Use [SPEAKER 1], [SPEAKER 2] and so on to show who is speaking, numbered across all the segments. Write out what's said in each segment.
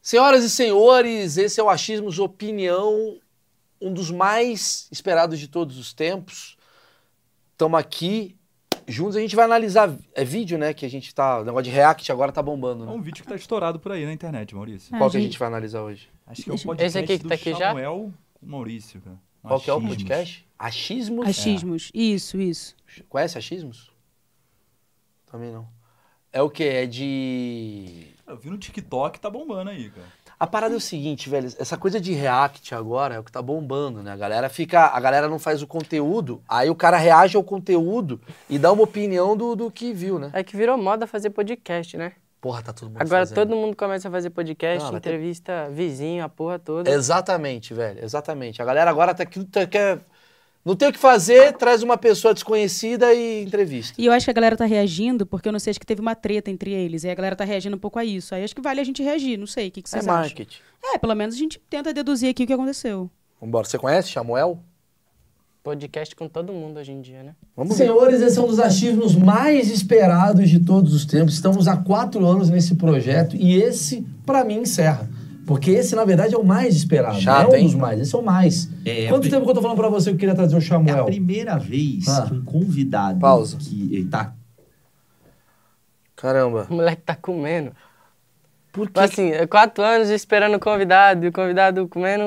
[SPEAKER 1] Senhoras e senhores, esse é o Achismos Opinião, um dos mais esperados de todos os tempos. Estamos aqui juntos, a gente vai analisar. É vídeo, né? Que a gente tá. O negócio de react agora tá bombando,
[SPEAKER 2] É
[SPEAKER 1] né?
[SPEAKER 2] um vídeo que tá estourado por aí na internet, Maurício.
[SPEAKER 3] É.
[SPEAKER 1] Qual que a gente vai analisar hoje?
[SPEAKER 2] Acho que é o
[SPEAKER 3] Esse
[SPEAKER 2] podcast
[SPEAKER 4] aqui que tá
[SPEAKER 2] do
[SPEAKER 4] aqui já?
[SPEAKER 2] Samuel com Maurício, cara. Um
[SPEAKER 1] Qual que é o
[SPEAKER 2] achismos.
[SPEAKER 1] podcast? Achismos? É.
[SPEAKER 3] Achismos. Isso, isso.
[SPEAKER 1] Conhece achismos? Também não. É o quê? É de.
[SPEAKER 2] Eu vi no TikTok, tá bombando aí, cara.
[SPEAKER 1] A parada é o seguinte, velho, essa coisa de react agora é o que tá bombando, né? A galera fica, a galera não faz o conteúdo, aí o cara reage ao conteúdo e dá uma opinião do, do que viu, né?
[SPEAKER 4] É que virou moda fazer podcast, né?
[SPEAKER 1] Porra, tá todo mundo
[SPEAKER 4] Agora
[SPEAKER 1] fazendo.
[SPEAKER 4] todo mundo começa a fazer podcast,
[SPEAKER 1] Não, vai ter- É.
[SPEAKER 4] entrevista vizinho, a porra toda.
[SPEAKER 1] Exatamente, velho, exatamente. A galera agora tá aquilo tá, quer não tem o que fazer, traz uma pessoa desconhecida e entrevista.
[SPEAKER 3] E eu acho que a galera tá reagindo, porque eu não sei, acho que teve uma treta entre eles. E a galera tá reagindo um pouco a isso. Aí acho que vale a gente reagir, não sei. O que, que
[SPEAKER 1] É
[SPEAKER 3] vocês acham?
[SPEAKER 1] marketing.
[SPEAKER 3] É, pelo menos a gente tenta deduzir aqui o que aconteceu.
[SPEAKER 1] Vambora, você conhece Samuel?
[SPEAKER 4] Podcast com todo mundo hoje em dia, né?
[SPEAKER 1] Senhores, esse é um dos achismos mais esperados de todos os tempos. Estamos há quatro anos nesse projeto e esse, pra mim, encerra. Porque esse, na verdade, é o mais esperado.
[SPEAKER 5] Chato,
[SPEAKER 1] é um
[SPEAKER 5] hein?
[SPEAKER 1] dos mais, esse é o mais.
[SPEAKER 5] É,
[SPEAKER 1] Quanto
[SPEAKER 5] é-
[SPEAKER 1] tempo que eu tô falando pra você que eu queria trazer o
[SPEAKER 5] É a
[SPEAKER 1] Samuel?
[SPEAKER 5] primeira vez
[SPEAKER 1] Ah.
[SPEAKER 5] que um convidado
[SPEAKER 1] Pausa.
[SPEAKER 5] que ele tá
[SPEAKER 1] Caramba.
[SPEAKER 4] O moleque tá comendo.
[SPEAKER 1] Por que?
[SPEAKER 4] Assim, é quatro anos esperando o convidado, e o convidado comendo.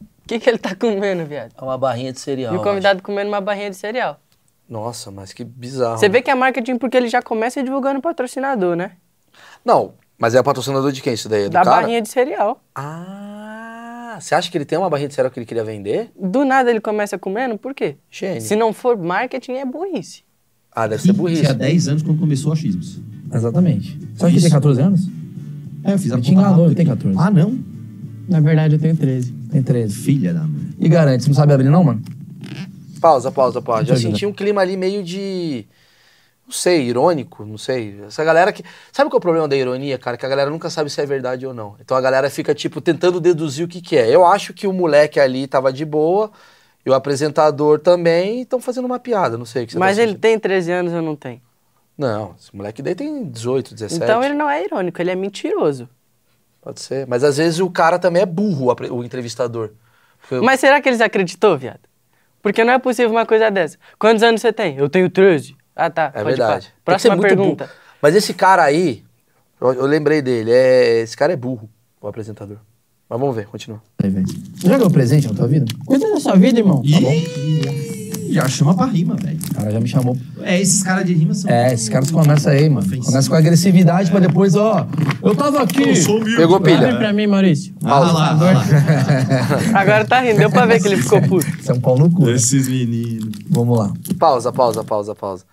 [SPEAKER 4] O que, que ele tá comendo, viado?
[SPEAKER 1] É uma barrinha de cereal.
[SPEAKER 4] E o convidado comendo uma barrinha de cereal.
[SPEAKER 1] acho. Nossa, mas que bizarro.
[SPEAKER 4] Você
[SPEAKER 1] né?
[SPEAKER 4] vê que é marketing porque ele já começa divulgando o patrocinador, né?
[SPEAKER 1] Não, mas é patrocinador de quem isso daí? É do
[SPEAKER 4] da
[SPEAKER 1] cara?
[SPEAKER 4] barrinha de cereal.
[SPEAKER 1] Ah, você acha que ele tem uma barrinha de cereal que ele queria vender?
[SPEAKER 4] Do nada ele começa comendo, por quê?
[SPEAKER 1] Gênio.
[SPEAKER 4] Se não for marketing, é burrice.
[SPEAKER 1] Ah, deve ser burrice.
[SPEAKER 5] tinha 10 anos quando começou o achismos.
[SPEAKER 1] Exatamente. Só que
[SPEAKER 5] Isso.
[SPEAKER 1] tem 14 anos?
[SPEAKER 5] É, eu fiz a
[SPEAKER 1] Te
[SPEAKER 5] conta
[SPEAKER 1] enganou,
[SPEAKER 5] rápida
[SPEAKER 1] ele tem
[SPEAKER 5] aqui.
[SPEAKER 1] 14.
[SPEAKER 5] Ah, não?
[SPEAKER 4] Na verdade, eu tenho 13.
[SPEAKER 1] Tem 13.
[SPEAKER 5] Filha da mãe.
[SPEAKER 1] E garante, você não sabe abrir não, mano? Pausa, pausa, pausa. Já senti um clima ali meio de... Não sei, irônico, não sei. Essa galera que... Sabe qual é o problema da ironia, cara? Que a galera nunca sabe se é verdade ou não. Então a galera fica, tipo, tentando deduzir o que que é. Eu acho que o moleque ali tava de boa, e o apresentador também, estão fazendo uma piada, não sei o que você tá
[SPEAKER 4] Mas ele
[SPEAKER 1] sentindo.
[SPEAKER 4] tem 13 anos ou não tem?
[SPEAKER 1] Não, esse moleque daí tem 18, 17.
[SPEAKER 4] Então ele não é irônico, ele é mentiroso.
[SPEAKER 1] Pode ser. Mas às vezes o cara também é burro, o apre- o entrevistador. Porque eu-
[SPEAKER 4] Mas será que eles acreditou, viado? Porque não é possível uma coisa dessa. Quantos anos você tem? Eu tenho 13. Ah, tá.
[SPEAKER 1] É
[SPEAKER 4] pode
[SPEAKER 1] verdade. Tem
[SPEAKER 4] pá.
[SPEAKER 1] que ser
[SPEAKER 4] Próxima
[SPEAKER 1] muito
[SPEAKER 4] pergunta.
[SPEAKER 1] burro. Mas esse cara aí, eu, eu lembrei dele, é, esse cara é burro, o apresentador. Mas vamos ver, continua.
[SPEAKER 5] Aí, velho.
[SPEAKER 1] Já ganhou presente na tua vida?
[SPEAKER 6] Cuida da sua vida, irmão.
[SPEAKER 5] Tá Ih, já chama pra rima, velho.
[SPEAKER 1] O cara já me chamou.
[SPEAKER 5] É, esses caras de rima são.
[SPEAKER 6] É, esses caras começam aí, mano. Começa com agressividade pra depois, ó. Eu tava aqui.
[SPEAKER 7] um
[SPEAKER 1] Pegou
[SPEAKER 6] Abre
[SPEAKER 1] pilha.
[SPEAKER 6] pra mim, Maurício.
[SPEAKER 5] Ah lá, ah lá.
[SPEAKER 4] Agora tá rindo, deu pra ver que ele ficou puto.
[SPEAKER 6] São Paulo no cu.
[SPEAKER 5] Esses meninos.
[SPEAKER 6] Vamos lá.
[SPEAKER 1] Pausa, pausa, pausa, pausa.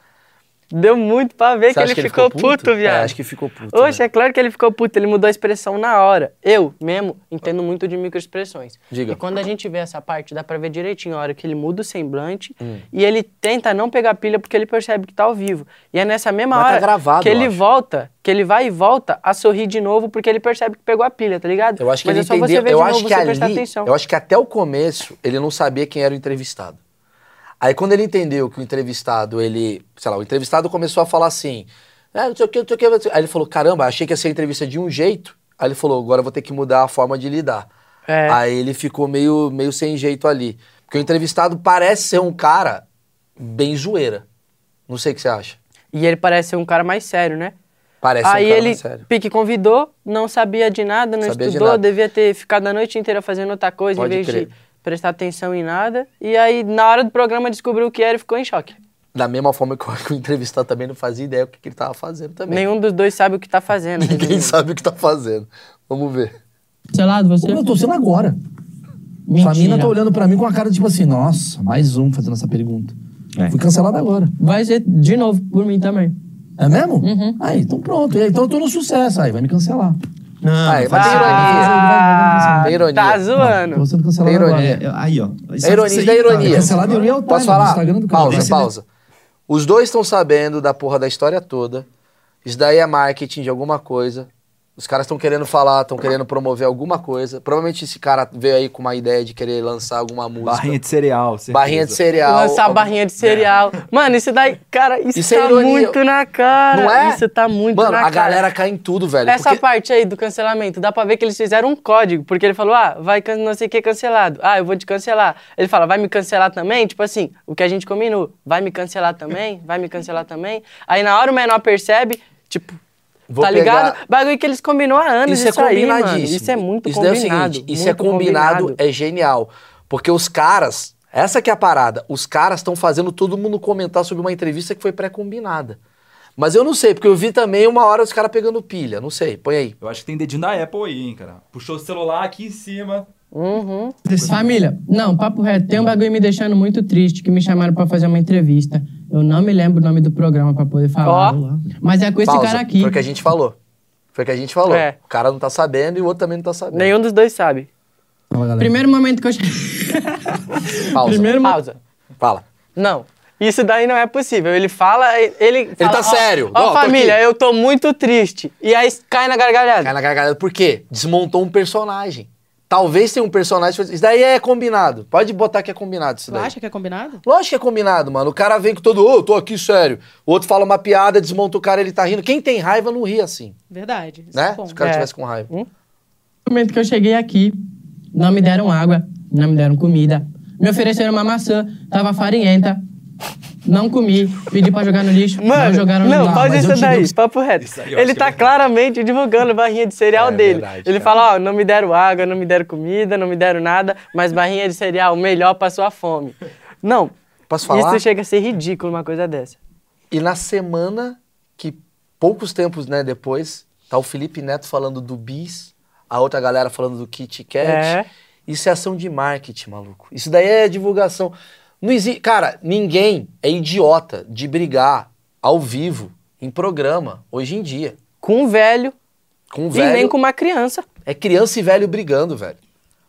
[SPEAKER 4] Deu muito pra ver
[SPEAKER 1] Você
[SPEAKER 4] que
[SPEAKER 1] acha
[SPEAKER 4] ele, ficou puto, viado.
[SPEAKER 1] É, acho que ficou puto.
[SPEAKER 4] Oxe,
[SPEAKER 1] né?
[SPEAKER 4] é claro que ele ficou puto, ele mudou a expressão na hora. Eu mesmo entendo muito de microexpressões.
[SPEAKER 1] Diga.
[SPEAKER 4] E quando a gente vê essa parte, dá pra ver direitinho a hora que ele muda o semblante
[SPEAKER 1] Hum.
[SPEAKER 4] e ele tenta não pegar pilha porque ele percebe que tá ao vivo. E é nessa mesma
[SPEAKER 1] Mas tá
[SPEAKER 4] hora
[SPEAKER 1] gravado,
[SPEAKER 4] que
[SPEAKER 1] eu
[SPEAKER 4] ele
[SPEAKER 1] acho.
[SPEAKER 4] volta, que ele vai e volta a sorrir de novo porque ele percebe que pegou a pilha, tá ligado?
[SPEAKER 1] Eu acho que
[SPEAKER 4] Mas
[SPEAKER 1] ele
[SPEAKER 4] é só
[SPEAKER 1] entendeu.
[SPEAKER 4] você ver
[SPEAKER 1] eu
[SPEAKER 4] de
[SPEAKER 1] acho
[SPEAKER 4] novo,
[SPEAKER 1] que
[SPEAKER 4] você
[SPEAKER 1] ali,
[SPEAKER 4] prestar atenção.
[SPEAKER 1] eu acho que até o começo ele não sabia quem era o entrevistado. Aí quando ele entendeu que o entrevistado, ele, sei lá, o entrevistado começou a falar assim, "Ah, não sei o que, não sei o que, não sei o que. Aí ele falou, caramba, achei que ia ser a entrevista de um jeito. Aí ele falou, agora eu vou ter que mudar a forma de lidar.
[SPEAKER 4] É.
[SPEAKER 1] Aí ele ficou meio, meio sem jeito ali. Porque o entrevistado parece ser um cara bem zoeira. Não sei o que você acha.
[SPEAKER 4] E ele parece ser um cara mais sério, né?
[SPEAKER 1] Parece
[SPEAKER 4] Aí
[SPEAKER 1] ser um cara
[SPEAKER 4] ele,
[SPEAKER 1] mais sério.
[SPEAKER 4] Pique convidou, não sabia de nada, não
[SPEAKER 1] Sabia de
[SPEAKER 4] estudou,
[SPEAKER 1] nada.
[SPEAKER 4] devia ter ficado a noite inteira fazendo outra coisa
[SPEAKER 1] Pode
[SPEAKER 4] em vez
[SPEAKER 1] crer.
[SPEAKER 4] de prestar atenção em nada. E aí, na hora do programa, descobriu o que era e ficou em choque.
[SPEAKER 1] Da mesma forma que o que o entrevistado também não fazia ideia do que que ele tava fazendo também.
[SPEAKER 4] Nenhum dos dois sabe o que tá fazendo.
[SPEAKER 1] Ninguém
[SPEAKER 4] resumindo.
[SPEAKER 1] sabe o que tá fazendo. Vamos ver.
[SPEAKER 6] Sei lá, de você.
[SPEAKER 5] é
[SPEAKER 7] Eu tô sendo agora.
[SPEAKER 6] Mentira.
[SPEAKER 7] A mina tá olhando pra mim com a cara tipo assim, nossa, mais um fazendo essa pergunta.
[SPEAKER 5] É.
[SPEAKER 7] Fui cancelado agora.
[SPEAKER 6] Vai ser de novo por mim também.
[SPEAKER 7] É mesmo?
[SPEAKER 6] Uhum.
[SPEAKER 7] Aí, então pronto. E aí, Então eu tô no sucesso. Aí, vai me cancelar.
[SPEAKER 5] Não,
[SPEAKER 1] Aí,
[SPEAKER 5] não
[SPEAKER 1] mas
[SPEAKER 5] faz
[SPEAKER 1] tem
[SPEAKER 5] isso, não.
[SPEAKER 4] Ah,
[SPEAKER 1] Tem ironia.
[SPEAKER 4] tá
[SPEAKER 7] Tô
[SPEAKER 4] zoando.
[SPEAKER 7] sendo cancelado
[SPEAKER 1] Tem
[SPEAKER 7] agora.
[SPEAKER 1] ironia.
[SPEAKER 5] É, aí, ó. Isso
[SPEAKER 1] É ironia,
[SPEAKER 5] isso
[SPEAKER 1] da
[SPEAKER 5] aí tá-
[SPEAKER 1] ironia. é
[SPEAKER 7] Cancelado em real time
[SPEAKER 1] Posso
[SPEAKER 7] no
[SPEAKER 1] falar?
[SPEAKER 7] Instagram do né? cara.
[SPEAKER 1] pausa,
[SPEAKER 5] Desse-
[SPEAKER 1] pausa. Os dois estão sabendo da porra da história toda. Isso daí é marketing de alguma coisa. Os caras estão querendo falar, estão querendo promover alguma coisa. Provavelmente esse cara veio aí com uma ideia de querer lançar alguma música.
[SPEAKER 2] Barrinha de cereal, certeza.
[SPEAKER 1] Barrinha de cereal.
[SPEAKER 4] Lançar a
[SPEAKER 1] algum-
[SPEAKER 4] barrinha de cereal. Mano, isso daí, cara, isso,
[SPEAKER 1] É. Isso é
[SPEAKER 4] tá
[SPEAKER 1] ironia.
[SPEAKER 4] muito na cara.
[SPEAKER 1] Não é?
[SPEAKER 4] Isso tá muito
[SPEAKER 1] Mano,
[SPEAKER 4] na
[SPEAKER 1] a
[SPEAKER 4] cara.
[SPEAKER 1] galera cai em tudo, velho.
[SPEAKER 4] Essa
[SPEAKER 1] porque-
[SPEAKER 4] parte aí do cancelamento, dá pra ver que eles fizeram um código, porque ele falou, ah, vai can- não sei o que cancelado. Ah, eu vou te cancelar. Ele fala, vai me cancelar também? Tipo assim, o que a gente combinou, vai me cancelar também? Vai me cancelar também? Aí na hora o menor percebe, tipo,
[SPEAKER 1] Vou
[SPEAKER 4] tá ligado?
[SPEAKER 1] pegar-
[SPEAKER 4] Bagulho que eles combinaram há anos isso,
[SPEAKER 1] Isso, é
[SPEAKER 4] aí,
[SPEAKER 1] combinadíssimo.
[SPEAKER 4] mano. Isso é muito
[SPEAKER 1] Isso daí
[SPEAKER 4] combinado.
[SPEAKER 1] é o seguinte, isso é
[SPEAKER 4] muito
[SPEAKER 1] combinado, é genial. Porque os caras, essa que é a parada, os caras estão fazendo todo mundo comentar sobre uma entrevista que foi pré-combinada. Mas eu não sei, porque eu vi também uma hora os caras pegando pilha, não sei, põe aí.
[SPEAKER 2] Eu acho que tem dedinho da Apple aí, hein, cara. Puxou o celular aqui em cima.
[SPEAKER 4] Uhum.
[SPEAKER 8] Família, não, papo reto. Tem um bagulho me deixando muito triste que me chamaram pra fazer uma entrevista. Eu não me lembro o nome do programa pra poder falar.
[SPEAKER 4] Ó.
[SPEAKER 8] Mas é com esse
[SPEAKER 1] Pausa.
[SPEAKER 8] cara aqui.
[SPEAKER 1] Foi o que a gente falou. Foi o que a gente falou.
[SPEAKER 4] É.
[SPEAKER 1] O cara não tá sabendo e o outro também não tá sabendo.
[SPEAKER 4] Nenhum dos dois sabe.
[SPEAKER 8] Primeiro momento que eu.
[SPEAKER 1] Pausa.
[SPEAKER 8] Primeiro mo-
[SPEAKER 4] Pausa.
[SPEAKER 1] Fala.
[SPEAKER 4] Não. Isso daí não é possível. Ele fala. Ele, ele fala,
[SPEAKER 1] tá
[SPEAKER 4] "Ó,
[SPEAKER 1] sério.
[SPEAKER 4] Ó,
[SPEAKER 1] Não, tô
[SPEAKER 4] família,
[SPEAKER 1] aqui."
[SPEAKER 4] eu tô muito triste. E aí cai na gargalhada.
[SPEAKER 1] Cai na gargalhada. Por quê? Desmontou um personagem. Talvez tenha um personagem. Isso daí é combinado. Pode botar que é combinado isso
[SPEAKER 3] Tu
[SPEAKER 1] daí.
[SPEAKER 3] acha que é combinado?
[SPEAKER 1] Lógico que é combinado, mano. O cara vem com todo, ô, eu tô aqui sério. O outro fala uma piada, desmonta o cara, ele tá rindo. Quem tem raiva não ri assim,
[SPEAKER 3] Verdade. Isso
[SPEAKER 1] né?
[SPEAKER 3] é bom.
[SPEAKER 1] Se o cara
[SPEAKER 4] É.
[SPEAKER 1] tivesse com raiva.
[SPEAKER 8] momento que eu cheguei aqui, não me deram água, não me deram comida. Me ofereceram uma maçã, tava farinhenta. Não comi, pedi pra jogar no lixo,
[SPEAKER 1] Tipo,
[SPEAKER 8] não
[SPEAKER 4] Mano,
[SPEAKER 8] jogaram
[SPEAKER 4] não,
[SPEAKER 8] no lixo.
[SPEAKER 4] pausa
[SPEAKER 8] Mas eu
[SPEAKER 4] isso
[SPEAKER 8] te
[SPEAKER 4] daí,
[SPEAKER 8] dei-
[SPEAKER 4] papo reto.
[SPEAKER 2] Isso aí eu acho
[SPEAKER 4] Ele
[SPEAKER 2] que
[SPEAKER 4] tá
[SPEAKER 2] é verdade.
[SPEAKER 4] claramente divulgando a barrinha de cereal
[SPEAKER 1] É
[SPEAKER 4] dele.
[SPEAKER 1] verdade,
[SPEAKER 4] ele
[SPEAKER 1] cara.
[SPEAKER 4] fala, ó, não me deram água, não me deram comida, não me deram nada, mas barrinha de cereal, melhor pra sua fome. Não,
[SPEAKER 1] Posso falar?
[SPEAKER 4] isso chega a ser ridículo uma coisa dessa.
[SPEAKER 1] E na semana que, poucos tempos né, depois, tá o Felipe Neto falando do Bis, a outra galera falando do Kit Kat.
[SPEAKER 4] É.
[SPEAKER 1] Isso é ação de marketing, maluco. Isso daí é divulgação. Não existe. Cara, ninguém é idiota de brigar ao vivo, em programa, hoje em dia.
[SPEAKER 4] Com um velho,
[SPEAKER 1] Com um
[SPEAKER 4] e
[SPEAKER 1] velho.
[SPEAKER 4] nem com uma criança.
[SPEAKER 1] É criança e velho brigando, velho.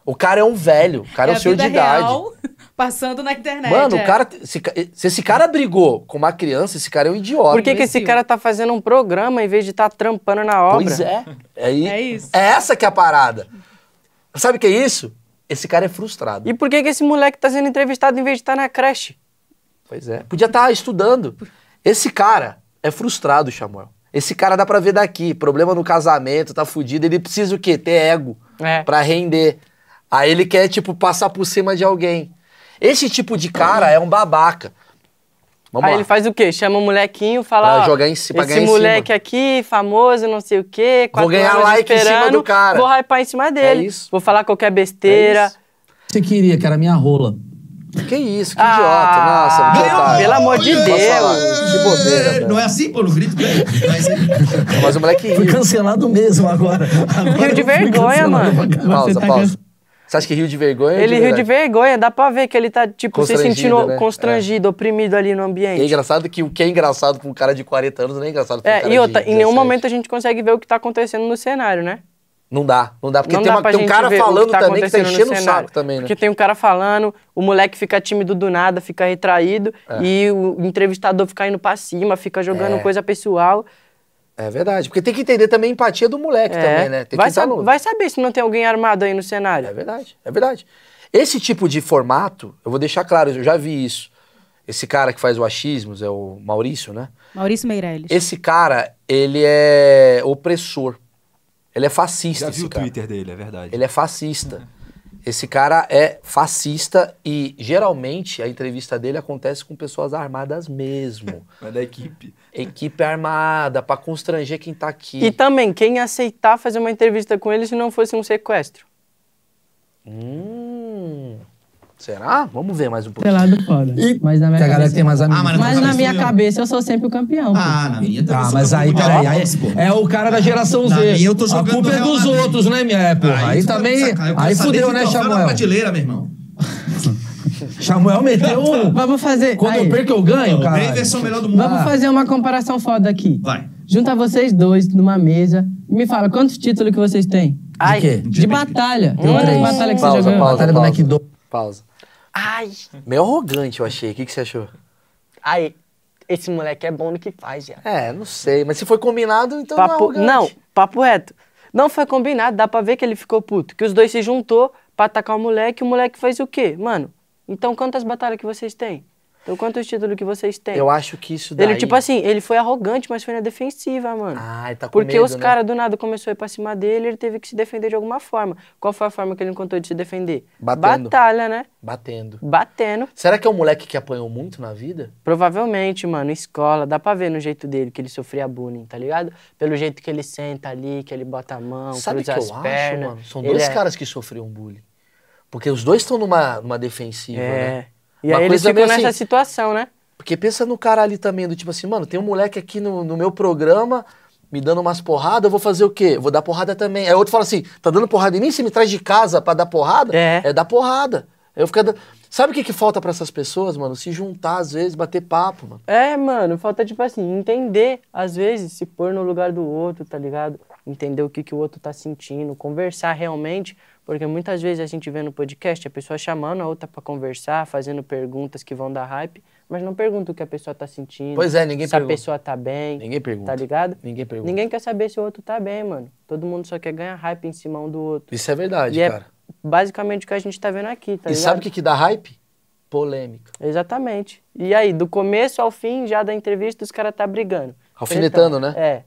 [SPEAKER 1] O cara é um velho, o cara é,
[SPEAKER 3] a
[SPEAKER 1] um senhor de
[SPEAKER 3] vida
[SPEAKER 1] idade.
[SPEAKER 3] real passando na internet.
[SPEAKER 1] Mano,
[SPEAKER 3] é.
[SPEAKER 1] o cara. Se, ca- se esse cara brigou com uma criança, esse cara é um idiota.
[SPEAKER 4] Por que, que esse
[SPEAKER 3] imbecil.
[SPEAKER 4] cara tá fazendo um programa em vez de tá trampando na obra?
[SPEAKER 1] Pois é. É, i-
[SPEAKER 3] É isso.
[SPEAKER 1] é essa que é a parada. Sabe o que é isso? Esse cara é frustrado.
[SPEAKER 4] E por que, que esse moleque tá sendo entrevistado em vez de estar tá na creche?
[SPEAKER 1] Pois é. Podia estar estudando. Esse cara é frustrado, Samuel. Esse cara dá pra ver daqui. Problema no casamento, tá fudido. Ele precisa o quê? Ter ego.
[SPEAKER 4] É.
[SPEAKER 1] Pra render. Aí ele quer, tipo, passar por cima de alguém. Esse tipo de cara é um babaca. Vamos
[SPEAKER 4] Aí
[SPEAKER 1] lá.
[SPEAKER 4] ele faz o quê? Chama o molequinho, fala.
[SPEAKER 1] Pra
[SPEAKER 4] ó,
[SPEAKER 1] jogar em ci- pra ganhar
[SPEAKER 4] Esse
[SPEAKER 1] em
[SPEAKER 4] moleque aqui, famoso, não sei o quê. quatro
[SPEAKER 1] ganhar
[SPEAKER 4] anos
[SPEAKER 1] like em cima
[SPEAKER 4] esperando,
[SPEAKER 1] do cara.
[SPEAKER 4] Vou hypar em cima dele.
[SPEAKER 1] É isso.
[SPEAKER 4] Vou falar qualquer besteira.
[SPEAKER 1] É isso.
[SPEAKER 7] Você queria, que era minha rola.
[SPEAKER 1] Que isso, que idiota. Nossa,
[SPEAKER 4] Ah,
[SPEAKER 1] que otário.
[SPEAKER 4] Pelo amor de
[SPEAKER 1] Posso falar?
[SPEAKER 4] Deus.
[SPEAKER 1] Que
[SPEAKER 7] Tipo,
[SPEAKER 1] bobeira,
[SPEAKER 7] né?
[SPEAKER 1] velho.
[SPEAKER 5] Não é assim, pô, no grito dele. Mas
[SPEAKER 1] Mas o moleque
[SPEAKER 7] Fui
[SPEAKER 1] riu.
[SPEAKER 7] cancelado mesmo agora. Agora
[SPEAKER 4] Riu de
[SPEAKER 7] eu fui
[SPEAKER 4] vergonha,
[SPEAKER 7] cancelado
[SPEAKER 4] mano.
[SPEAKER 7] pra caralho.
[SPEAKER 1] Pausa,
[SPEAKER 8] tá
[SPEAKER 1] pausa. Você acha que riu É de vergonha? ou
[SPEAKER 4] Ele riu
[SPEAKER 1] verdade?
[SPEAKER 4] de vergonha, dá pra ver que ele tá, tipo, se
[SPEAKER 1] Constrangido,
[SPEAKER 4] sentindo
[SPEAKER 1] né?
[SPEAKER 4] constrangido, oprimido ali no
[SPEAKER 1] E é
[SPEAKER 4] ambiente.
[SPEAKER 1] engraçado que o que é engraçado pra um cara de 40 anos não é engraçado pra um
[SPEAKER 4] É,
[SPEAKER 1] cara
[SPEAKER 4] e outra,
[SPEAKER 1] de
[SPEAKER 4] em nenhum
[SPEAKER 1] 17.
[SPEAKER 4] momento a gente consegue ver o que tá acontecendo no cenário, né?
[SPEAKER 1] Não dá, não dá. Porque
[SPEAKER 4] não
[SPEAKER 1] tem,
[SPEAKER 4] dá
[SPEAKER 1] uma-
[SPEAKER 4] pra
[SPEAKER 1] tem um
[SPEAKER 4] gente
[SPEAKER 1] cara
[SPEAKER 4] ver o
[SPEAKER 1] falando
[SPEAKER 4] que tá
[SPEAKER 1] também que tá
[SPEAKER 4] acontecendo no
[SPEAKER 1] enchendo o
[SPEAKER 4] cenário.
[SPEAKER 1] saco também, né?
[SPEAKER 4] Porque tem um cara falando, o moleque fica tímido do nada, fica retraído, e o entrevistador fica indo pra cima, fica jogando
[SPEAKER 1] É.
[SPEAKER 4] coisa pessoal.
[SPEAKER 1] É verdade. Porque tem que entender também a empatia do moleque
[SPEAKER 4] É.
[SPEAKER 1] também, né? Tem
[SPEAKER 4] vai,
[SPEAKER 1] que entrar
[SPEAKER 4] sab-
[SPEAKER 1] no...
[SPEAKER 4] vai saber se não tem alguém armado aí no cenário.
[SPEAKER 1] É verdade, é verdade. Esse tipo de formato, eu vou deixar claro, eu já vi isso. Esse cara que faz o achismos, é o Maurício, né?
[SPEAKER 3] Maurício Meirelles.
[SPEAKER 1] Esse cara, ele é opressor. Ele é fascista,
[SPEAKER 2] Já vi
[SPEAKER 1] esse
[SPEAKER 2] o
[SPEAKER 1] cara.
[SPEAKER 2] Twitter Uhum. dele, é verdade.
[SPEAKER 1] Ele é fascista. Esse cara é fascista e geralmente a entrevista dele acontece com pessoas armadas mesmo.
[SPEAKER 2] Mas É da equipe.
[SPEAKER 1] Equipe armada, pra constranger quem tá aqui.
[SPEAKER 4] E também, quem aceitar fazer uma entrevista com ele se não fosse um sequestro?
[SPEAKER 1] Hum. Será? Vamos ver mais um pouquinho.
[SPEAKER 8] Cancelado foda. Mas na
[SPEAKER 7] Que
[SPEAKER 8] minha
[SPEAKER 7] a galera
[SPEAKER 8] cabeça,
[SPEAKER 7] tem mais amigos.
[SPEAKER 5] Ah, mas
[SPEAKER 8] mas na minha
[SPEAKER 5] cabeça-
[SPEAKER 8] cabeça tá eu sou sempre o campeão. pô.
[SPEAKER 5] Ah, na minha também.
[SPEAKER 7] Ah,
[SPEAKER 5] sou
[SPEAKER 7] mas aí,
[SPEAKER 5] campeão
[SPEAKER 7] peraí,
[SPEAKER 5] mundial,
[SPEAKER 7] aí
[SPEAKER 5] pô.
[SPEAKER 7] é o cara da geração
[SPEAKER 5] Na
[SPEAKER 7] Z.
[SPEAKER 5] minha eu tô
[SPEAKER 7] a
[SPEAKER 5] jogando
[SPEAKER 7] culpa é
[SPEAKER 5] Real
[SPEAKER 7] dos
[SPEAKER 5] Madrid.
[SPEAKER 7] outros, né, minha? É,
[SPEAKER 5] tu
[SPEAKER 7] porra. Aí,
[SPEAKER 5] vai me
[SPEAKER 7] também.
[SPEAKER 5] sacar, eu quero
[SPEAKER 7] Aí
[SPEAKER 5] saber
[SPEAKER 7] fudeu,
[SPEAKER 5] se
[SPEAKER 7] né,
[SPEAKER 5] tu tá na
[SPEAKER 7] Samuel?
[SPEAKER 5] prateleira, meu irmão.
[SPEAKER 7] Samuel meteu um.
[SPEAKER 8] Vamos fazer.
[SPEAKER 7] Quando
[SPEAKER 8] aí,
[SPEAKER 7] eu perco, eu ganho,
[SPEAKER 5] Vem
[SPEAKER 7] cara.
[SPEAKER 5] versão é melhor do mundo.
[SPEAKER 8] Vamos fazer uma comparação foda aqui.
[SPEAKER 5] Vai.
[SPEAKER 8] Junta vocês dois numa mesa e me fala quantos títulos que vocês têm.
[SPEAKER 4] Ai,
[SPEAKER 7] quê?
[SPEAKER 8] De batalha.
[SPEAKER 7] Eu
[SPEAKER 8] Quantas
[SPEAKER 7] três.
[SPEAKER 8] batalhas que
[SPEAKER 1] Hum, Pausa,
[SPEAKER 8] você jogou?
[SPEAKER 1] pausa.
[SPEAKER 7] Batalha do McDonald's.
[SPEAKER 1] Pausa.
[SPEAKER 4] ai,
[SPEAKER 1] Meio arrogante eu achei. O que, que você achou?
[SPEAKER 4] ai, esse moleque é bom no que faz, já.
[SPEAKER 1] É, não sei. Mas se foi combinado, então não é
[SPEAKER 4] Papo,
[SPEAKER 1] arrogante.
[SPEAKER 4] não, papo reto. Não foi combinado, dá pra ver que ele ficou puto. Que os dois se juntou pra atacar o moleque, o moleque fez o quê? Mano, então quantas batalhas que vocês têm? Então quantos títulos que vocês têm?
[SPEAKER 1] Eu acho que isso daí...
[SPEAKER 4] Ele, tipo assim, ele foi arrogante, mas foi na defensiva, mano.
[SPEAKER 1] Ah, ele tá com
[SPEAKER 4] Porque
[SPEAKER 1] medo,
[SPEAKER 4] os
[SPEAKER 1] né?
[SPEAKER 4] caras do nada começaram a ir pra cima dele, ele teve que se defender de alguma forma. Qual foi a forma que ele encontrou de se defender?
[SPEAKER 1] Batendo.
[SPEAKER 4] Batalha, né?
[SPEAKER 1] Batendo.
[SPEAKER 4] Batendo.
[SPEAKER 1] Será que é um moleque que apanhou muito na vida?
[SPEAKER 4] Provavelmente, mano, escola, dá pra ver no jeito dele que ele sofria bullying, tá ligado? Pelo jeito que ele senta ali, que ele bota a mão,
[SPEAKER 1] Sabe o que
[SPEAKER 4] cruza
[SPEAKER 1] eu
[SPEAKER 4] as
[SPEAKER 1] acho,
[SPEAKER 4] pernas.
[SPEAKER 1] mano? São
[SPEAKER 4] Ele
[SPEAKER 1] dois
[SPEAKER 4] é-
[SPEAKER 1] caras que sofreram bullying. Porque os dois estão numa, numa defensiva,
[SPEAKER 4] É.
[SPEAKER 1] né?
[SPEAKER 4] E
[SPEAKER 1] Uma
[SPEAKER 4] aí eles
[SPEAKER 1] coisa
[SPEAKER 4] ficam
[SPEAKER 1] meio assim-
[SPEAKER 4] nessa situação, né?
[SPEAKER 1] Porque pensa no cara ali também, do tipo assim, mano, tem um moleque aqui no, no meu programa me dando umas porradas, eu vou fazer o quê? Eu Vou dar porrada também. Aí outro fala assim, tá dando porrada em mim? Você me traz de casa pra dar porrada?
[SPEAKER 4] É.
[SPEAKER 1] É dar porrada. Eu fico... dando- Sabe o que, que falta pra essas pessoas, mano? Se juntar às vezes, bater papo, mano.
[SPEAKER 4] É, mano, falta, tipo assim, entender, às vezes, se pôr no lugar do outro, tá ligado? Entender o que, que o outro tá sentindo, conversar realmente, porque muitas vezes a gente vê no podcast a pessoa chamando a outra pra conversar, fazendo perguntas que vão dar hype, mas não pergunta o que a pessoa tá sentindo.
[SPEAKER 1] Pois é, ninguém
[SPEAKER 4] Se
[SPEAKER 1] pergunta.
[SPEAKER 4] a pessoa tá bem.
[SPEAKER 1] Ninguém pergunta.
[SPEAKER 4] Tá ligado?
[SPEAKER 1] Ninguém pergunta.
[SPEAKER 4] Ninguém quer saber se o outro tá bem, mano. Todo mundo só quer ganhar hype em cima um do outro.
[SPEAKER 1] Isso é verdade,
[SPEAKER 4] e é
[SPEAKER 1] cara.
[SPEAKER 4] basicamente o que a gente tá vendo aqui, tá
[SPEAKER 1] e
[SPEAKER 4] ligado?
[SPEAKER 1] sabe o que, que dá hype? Polêmica.
[SPEAKER 4] Exatamente. E aí, do começo ao fim, já da entrevista, os caras tá brigando.
[SPEAKER 1] Alfinetando, né?
[SPEAKER 4] É.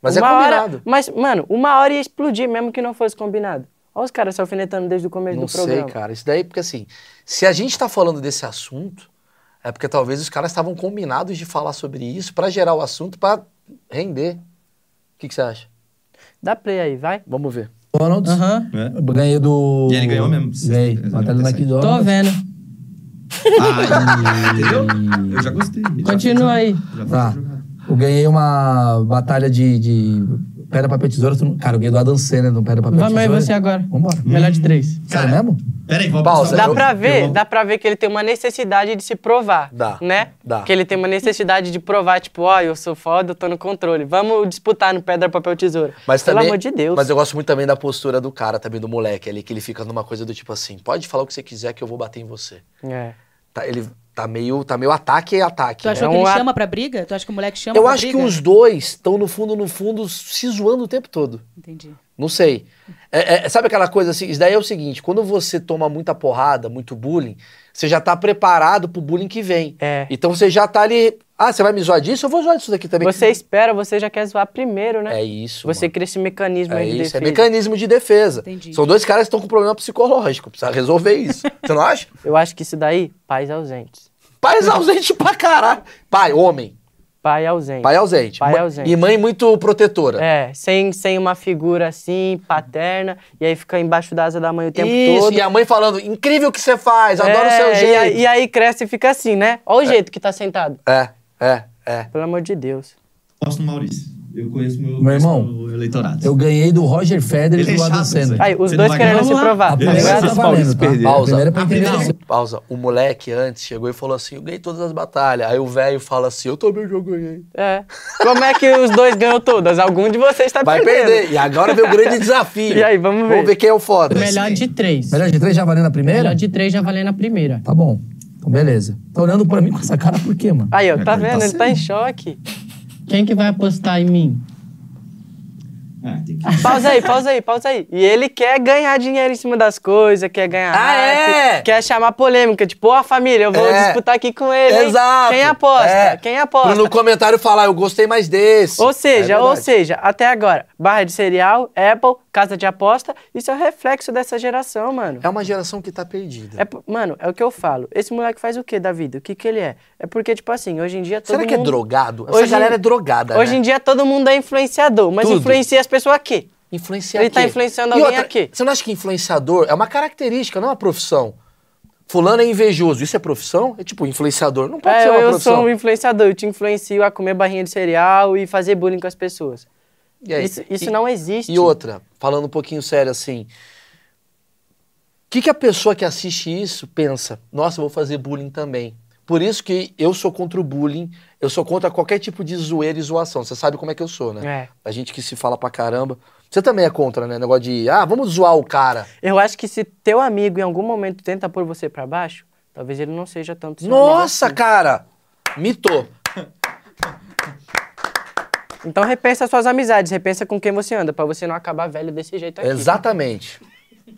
[SPEAKER 1] Mas
[SPEAKER 4] Uma
[SPEAKER 1] é
[SPEAKER 4] hora-
[SPEAKER 1] combinado.
[SPEAKER 4] mas, mano, uma hora ia explodir, mesmo que não fosse combinado. Olha os caras se alfinetando desde o começo
[SPEAKER 1] Não
[SPEAKER 4] do
[SPEAKER 1] sei,
[SPEAKER 4] programa.
[SPEAKER 1] cara. Isso daí, porque assim, se a gente tá falando desse assunto, é porque talvez os caras estavam combinados de falar sobre isso pra gerar o assunto pra render. O que, que você acha?
[SPEAKER 4] Dá play aí, vai.
[SPEAKER 1] Vamos ver.
[SPEAKER 7] McDonald's.
[SPEAKER 8] Aham.
[SPEAKER 7] Eu Ganhei do.
[SPEAKER 5] E ele ganhou mesmo?
[SPEAKER 7] Ganhei.
[SPEAKER 5] Exatamente.
[SPEAKER 7] Batalha do McDonald's.
[SPEAKER 8] Tô vendo.
[SPEAKER 5] Ah, entendeu? Eu já gostei. Já-
[SPEAKER 8] Continua
[SPEAKER 5] já-
[SPEAKER 8] aí.
[SPEAKER 5] Já foi
[SPEAKER 7] Tá.
[SPEAKER 5] jogado.
[SPEAKER 7] Eu ganhei uma batalha de, de pedra, papel, tesoura. Tu não- Cara, eu ganhei do Adam Sandler no pedra, papel,
[SPEAKER 8] Vamos aí
[SPEAKER 7] tesoura.
[SPEAKER 8] você agora.
[SPEAKER 7] Vambora.
[SPEAKER 8] Melhor de três.
[SPEAKER 7] Sério
[SPEAKER 5] Cara,
[SPEAKER 7] É mesmo?
[SPEAKER 5] Pera aí, vou
[SPEAKER 1] Pausa.
[SPEAKER 5] apostar.
[SPEAKER 4] Dá
[SPEAKER 1] eu- um-
[SPEAKER 4] pra ver,
[SPEAKER 5] eu-
[SPEAKER 4] dá pra ver que ele tem uma necessidade de se provar.
[SPEAKER 1] Dá,
[SPEAKER 4] Né?
[SPEAKER 1] dá.
[SPEAKER 4] Que ele tem uma necessidade de provar, tipo, ó, eu sou foda, eu tô no controle. Vamos disputar no pedra, papel, tesoura.
[SPEAKER 1] Mas
[SPEAKER 4] Pelo
[SPEAKER 1] também,
[SPEAKER 4] amor de Deus.
[SPEAKER 1] Mas eu gosto muito também da postura do cara, também do moleque ali, que ele fica numa coisa do tipo assim: pode falar o que você quiser que eu vou bater em você.
[SPEAKER 4] É.
[SPEAKER 1] Tá, ele tá meio, tá meio ataque e ataque.
[SPEAKER 3] Tu
[SPEAKER 1] né?
[SPEAKER 3] achou
[SPEAKER 4] É
[SPEAKER 3] que
[SPEAKER 4] um
[SPEAKER 3] ele
[SPEAKER 4] a-
[SPEAKER 3] chama pra briga? Tu acha que o moleque
[SPEAKER 4] é
[SPEAKER 3] chama
[SPEAKER 1] Eu
[SPEAKER 3] pra
[SPEAKER 1] acho que
[SPEAKER 3] briga?
[SPEAKER 1] os dois estão no fundo, no fundo, se zoando o tempo todo.
[SPEAKER 3] Entendi.
[SPEAKER 1] Não sei. É- é- sabe aquela coisa assim? Isso daí é o seguinte: quando você toma muita porrada, muito bullying, você já tá preparado pro bullying que vem.
[SPEAKER 4] É.
[SPEAKER 1] Então você já tá ali. Ah, você vai me zoar disso? Eu vou zoar disso daqui também.
[SPEAKER 4] Você espera, você já quer zoar primeiro, né?
[SPEAKER 1] É isso.
[SPEAKER 4] Você
[SPEAKER 1] mano.
[SPEAKER 4] cria esse mecanismo
[SPEAKER 1] é
[SPEAKER 4] aí de
[SPEAKER 1] isso. É
[SPEAKER 4] defesa.
[SPEAKER 1] mecanismo de defesa.
[SPEAKER 3] Entendi.
[SPEAKER 1] São dois caras que estão com problema psicológico. Precisa resolver isso. você não acha?
[SPEAKER 4] Eu acho que isso daí, pais ausentes.
[SPEAKER 1] Pais ausente pra caralho. Pai, homem.
[SPEAKER 4] Pai ausente.
[SPEAKER 1] Pai é ausente.
[SPEAKER 4] Pai é
[SPEAKER 1] Ma-
[SPEAKER 4] ausente.
[SPEAKER 1] E mãe muito protetora.
[SPEAKER 4] É, sem, sem uma figura assim, paterna, e aí fica embaixo da asa da mãe o tempo
[SPEAKER 1] Isso,
[SPEAKER 4] todo.
[SPEAKER 1] e a mãe falando, incrível o que você faz, adoro o
[SPEAKER 4] É,
[SPEAKER 1] seu
[SPEAKER 4] E aí,
[SPEAKER 1] jeito.
[SPEAKER 4] e aí cresce e fica assim, né? Olha o jeito que tá sentado.
[SPEAKER 1] É, é, é.
[SPEAKER 4] Pelo amor de Deus.
[SPEAKER 5] Aposto no Maurício. Eu conheço meu,
[SPEAKER 7] Meu irmão,
[SPEAKER 5] meu eleitorado.
[SPEAKER 7] Eu ganhei do Roger Federer
[SPEAKER 5] Ele
[SPEAKER 7] e
[SPEAKER 5] é
[SPEAKER 7] do Adam
[SPEAKER 5] chato,
[SPEAKER 7] Sandler.
[SPEAKER 5] isso
[SPEAKER 4] Aí, os
[SPEAKER 5] Você não
[SPEAKER 4] dois
[SPEAKER 5] vai
[SPEAKER 4] querendo
[SPEAKER 5] ganhar.
[SPEAKER 4] se
[SPEAKER 5] Vamos lá.
[SPEAKER 4] provar,
[SPEAKER 7] A
[SPEAKER 4] tá
[SPEAKER 5] Beleza.
[SPEAKER 7] primeira
[SPEAKER 4] ligado?
[SPEAKER 7] tá
[SPEAKER 5] Esses paulistas
[SPEAKER 7] valendo, tá?
[SPEAKER 5] perderam.
[SPEAKER 7] A primeira é
[SPEAKER 4] Ah,
[SPEAKER 7] pra entender.
[SPEAKER 5] Rapidão.
[SPEAKER 1] Pausa. O moleque antes chegou e falou assim: Eu ganhei todas as batalhas. Aí o velho fala assim: Eu também já ganhei.
[SPEAKER 4] É. Como é que os dois ganham todas? Algum de vocês tá
[SPEAKER 1] Vai
[SPEAKER 4] perdendo.
[SPEAKER 1] perder. E agora vem o grande desafio.
[SPEAKER 4] E aí, vamos ver.
[SPEAKER 1] Vamos ver quem é o foda.
[SPEAKER 8] Melhor de três.
[SPEAKER 7] Melhor de três já valendo a primeira?
[SPEAKER 8] Melhor de três já valendo a primeira.
[SPEAKER 7] Tá bom. Então, beleza. Tá olhando pra mim com essa cara por quê, mano?
[SPEAKER 4] Aí, ó, tá
[SPEAKER 5] Ele tá
[SPEAKER 4] vendo? Ele tá em choque.
[SPEAKER 8] Quem que vai apostar em mim?
[SPEAKER 5] Ah, tem que...
[SPEAKER 4] Pausa aí, pausa aí, pausa aí. E ele quer ganhar dinheiro em cima das coisas, quer ganhar.
[SPEAKER 1] Ah,
[SPEAKER 4] hype,
[SPEAKER 1] é?
[SPEAKER 4] Quer chamar polêmica. Tipo, ó, família, eu vou
[SPEAKER 1] É.
[SPEAKER 4] disputar aqui com ele. hein?
[SPEAKER 1] Exato.
[SPEAKER 4] Quem aposta?
[SPEAKER 1] É.
[SPEAKER 4] Quem aposta?
[SPEAKER 1] Pra no comentário falar: Eu gostei mais desse.
[SPEAKER 4] Ou seja,
[SPEAKER 1] É
[SPEAKER 4] ou
[SPEAKER 1] verdade.
[SPEAKER 4] seja, até agora, barra de cereal, Apple, casa de aposta, isso é o reflexo dessa geração, mano.
[SPEAKER 1] É uma geração que tá perdida.
[SPEAKER 4] É po- mano, é o que eu falo. Esse moleque faz o quê da vida? O que que ele é? É porque, tipo assim, hoje em dia todo
[SPEAKER 1] Será que é
[SPEAKER 4] mundo-
[SPEAKER 1] drogado? Essa
[SPEAKER 4] Hoje em-
[SPEAKER 1] galera é drogada.
[SPEAKER 4] Hoje
[SPEAKER 1] né?
[SPEAKER 4] em dia todo mundo é influenciador, mas
[SPEAKER 1] Tudo.
[SPEAKER 4] influencia as pessoas aqui.
[SPEAKER 1] Influenciar
[SPEAKER 4] Ele
[SPEAKER 1] quê?
[SPEAKER 4] tá influenciando
[SPEAKER 1] E
[SPEAKER 4] alguém aqui.
[SPEAKER 1] Você não acha que influenciador é uma característica, não é uma profissão? Fulano é invejoso. Isso é profissão? É tipo, influenciador. Não pode
[SPEAKER 4] É,
[SPEAKER 1] ser uma
[SPEAKER 4] eu
[SPEAKER 1] profissão.
[SPEAKER 4] sou um influenciador, eu te influencio a comer barrinha de cereal e fazer bullying com as pessoas.
[SPEAKER 1] E aí?
[SPEAKER 4] Isso, isso
[SPEAKER 1] E-
[SPEAKER 4] não existe.
[SPEAKER 1] E outra, falando um pouquinho sério assim. O que, que a pessoa que assiste isso pensa? Nossa, eu vou fazer bullying também. Por isso que eu sou contra o bullying, eu sou contra qualquer tipo de zoeira e zoação. Você sabe como é que eu sou, né?
[SPEAKER 4] É.
[SPEAKER 1] A gente que se fala pra caramba. Você também é contra, né? Negócio de, ah, vamos zoar o cara.
[SPEAKER 4] Eu acho que se teu amigo em algum momento tenta pôr você pra baixo, talvez ele não seja assim. tanto seu amigo
[SPEAKER 1] Nossa,
[SPEAKER 4] assim.
[SPEAKER 1] cara! Mitou.
[SPEAKER 4] Então repensa suas amizades, repensa com quem você anda, pra você não acabar velho desse jeito aqui.
[SPEAKER 1] Exatamente.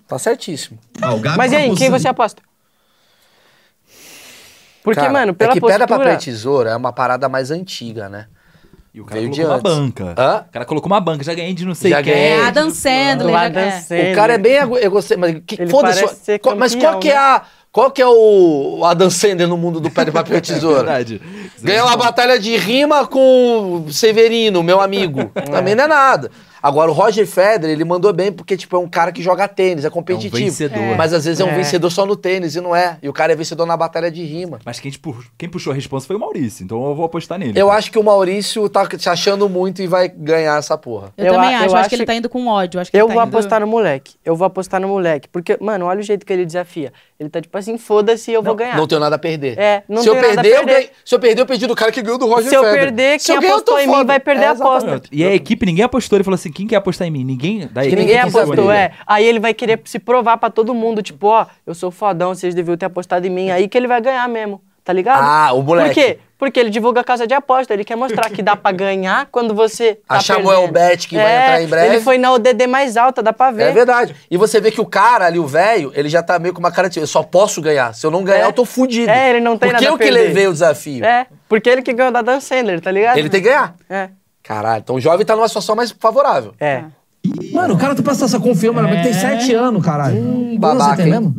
[SPEAKER 1] Tá certíssimo.
[SPEAKER 5] Ah, o Gabi
[SPEAKER 4] Mas e aí,
[SPEAKER 5] tá
[SPEAKER 4] quem
[SPEAKER 5] gostando.
[SPEAKER 4] você aposta? Porque,
[SPEAKER 1] Cara,
[SPEAKER 4] mano, pela
[SPEAKER 1] é que
[SPEAKER 4] postura...
[SPEAKER 1] pedra, papel e tesoura é uma parada mais antiga, né?
[SPEAKER 2] E o cara
[SPEAKER 1] Veio de
[SPEAKER 2] colocou uma
[SPEAKER 1] antes.
[SPEAKER 2] banca.
[SPEAKER 1] Hã?
[SPEAKER 2] O cara colocou uma banca, já ganhei de não sei
[SPEAKER 1] Já
[SPEAKER 2] quem.
[SPEAKER 1] ganhei.
[SPEAKER 3] É, Adam Sandler.
[SPEAKER 4] Do
[SPEAKER 3] já-
[SPEAKER 4] Adam
[SPEAKER 3] é.
[SPEAKER 4] Sandler.
[SPEAKER 1] O cara é bem ego- egocêntrico, mas que
[SPEAKER 4] Ele
[SPEAKER 1] foda-se.
[SPEAKER 4] parece ser
[SPEAKER 1] qual- Mas qual
[SPEAKER 4] campeão,
[SPEAKER 1] que é
[SPEAKER 4] né?
[SPEAKER 1] a qual que é o o Adam Sandler no mundo do pé de papel e tesoura?
[SPEAKER 2] É Verdade.
[SPEAKER 1] Ganha uma batalha de rima com o Severino, meu amigo. Também não é nada. Agora, o Roger Federer, ele mandou bem porque, tipo, é um cara que joga tênis, é competitivo.
[SPEAKER 2] vencedor. É.
[SPEAKER 1] Mas às vezes é um
[SPEAKER 4] É.
[SPEAKER 1] vencedor só no tênis, e não é. E o cara é vencedor na batalha de rima.
[SPEAKER 2] Mas quem, pu- quem puxou a resposta foi o Maurício, então eu vou apostar nele.
[SPEAKER 1] Eu acho que o Maurício tá se achando muito e vai ganhar essa porra.
[SPEAKER 3] Eu,
[SPEAKER 4] Eu
[SPEAKER 3] também acho,
[SPEAKER 4] a- eu
[SPEAKER 3] acho,
[SPEAKER 4] acho-
[SPEAKER 3] que ele tá indo com ódio. Acho que
[SPEAKER 4] Eu
[SPEAKER 3] ele tá
[SPEAKER 4] vou
[SPEAKER 3] indo-
[SPEAKER 4] apostar no moleque. Eu vou apostar no moleque. Porque, mano, olha o jeito que ele desafia. Ele tá tipo assim, foda-se, eu vou ganhar.
[SPEAKER 1] Não tenho nada a perder.
[SPEAKER 4] É, não
[SPEAKER 1] se eu
[SPEAKER 4] tenho
[SPEAKER 1] perder,
[SPEAKER 4] nada a
[SPEAKER 1] Eu
[SPEAKER 4] perder.
[SPEAKER 1] ganho, se eu perder, eu perdi do cara que ganhou do Roger
[SPEAKER 4] Se eu
[SPEAKER 1] Federer.
[SPEAKER 4] perder,
[SPEAKER 1] Se
[SPEAKER 4] quem
[SPEAKER 1] eu ganhar, eu tô
[SPEAKER 4] apostou em mim
[SPEAKER 1] foda. É,
[SPEAKER 4] vai perder a
[SPEAKER 1] exatamente.
[SPEAKER 4] aposta.
[SPEAKER 2] E a equipe, ninguém apostou. Ele falou assim: quem quer apostar em mim? Ninguém. Da
[SPEAKER 1] um que
[SPEAKER 2] equipe,
[SPEAKER 4] Ninguém
[SPEAKER 1] ninguém quis
[SPEAKER 4] apostou,
[SPEAKER 1] escolher.
[SPEAKER 4] é. Aí ele vai querer se provar pra todo mundo, tipo, ó, eu sou fodão, vocês deviam ter apostado em mim. Aí que ele vai ganhar mesmo, tá ligado?
[SPEAKER 1] Ah, o moleque.
[SPEAKER 4] Por quê? Porque ele divulga a casa de aposta, ele quer mostrar que dá pra ganhar quando você tá
[SPEAKER 1] A Samuel
[SPEAKER 4] perdendo.
[SPEAKER 1] Bet, que vai
[SPEAKER 4] É,
[SPEAKER 1] entrar em breve.
[SPEAKER 4] Ele foi na ODD mais alta, dá pra ver.
[SPEAKER 1] É verdade. E você vê que o cara ali, o velho, ele já tá meio com uma cara de eu só posso ganhar. Se eu não ganhar,
[SPEAKER 4] É.
[SPEAKER 1] eu tô fudido.
[SPEAKER 4] É, ele não tem
[SPEAKER 1] Porque
[SPEAKER 4] nada a
[SPEAKER 1] eu que
[SPEAKER 4] perder.
[SPEAKER 1] levei o desafio.
[SPEAKER 4] É, porque ele que ganhou da Dan Sandler, tá ligado?
[SPEAKER 1] Ele tem que ganhar.
[SPEAKER 4] É,
[SPEAKER 1] Caralho, então o jovem tá numa situação mais favorável.
[SPEAKER 4] é.
[SPEAKER 7] Mano, o cara tá passando essa confiança, mano. Mas
[SPEAKER 5] É.
[SPEAKER 7] tem sete anos, caralho.
[SPEAKER 5] Um
[SPEAKER 7] Hum,
[SPEAKER 1] babaca,
[SPEAKER 7] você tem
[SPEAKER 1] hein?
[SPEAKER 7] mesmo?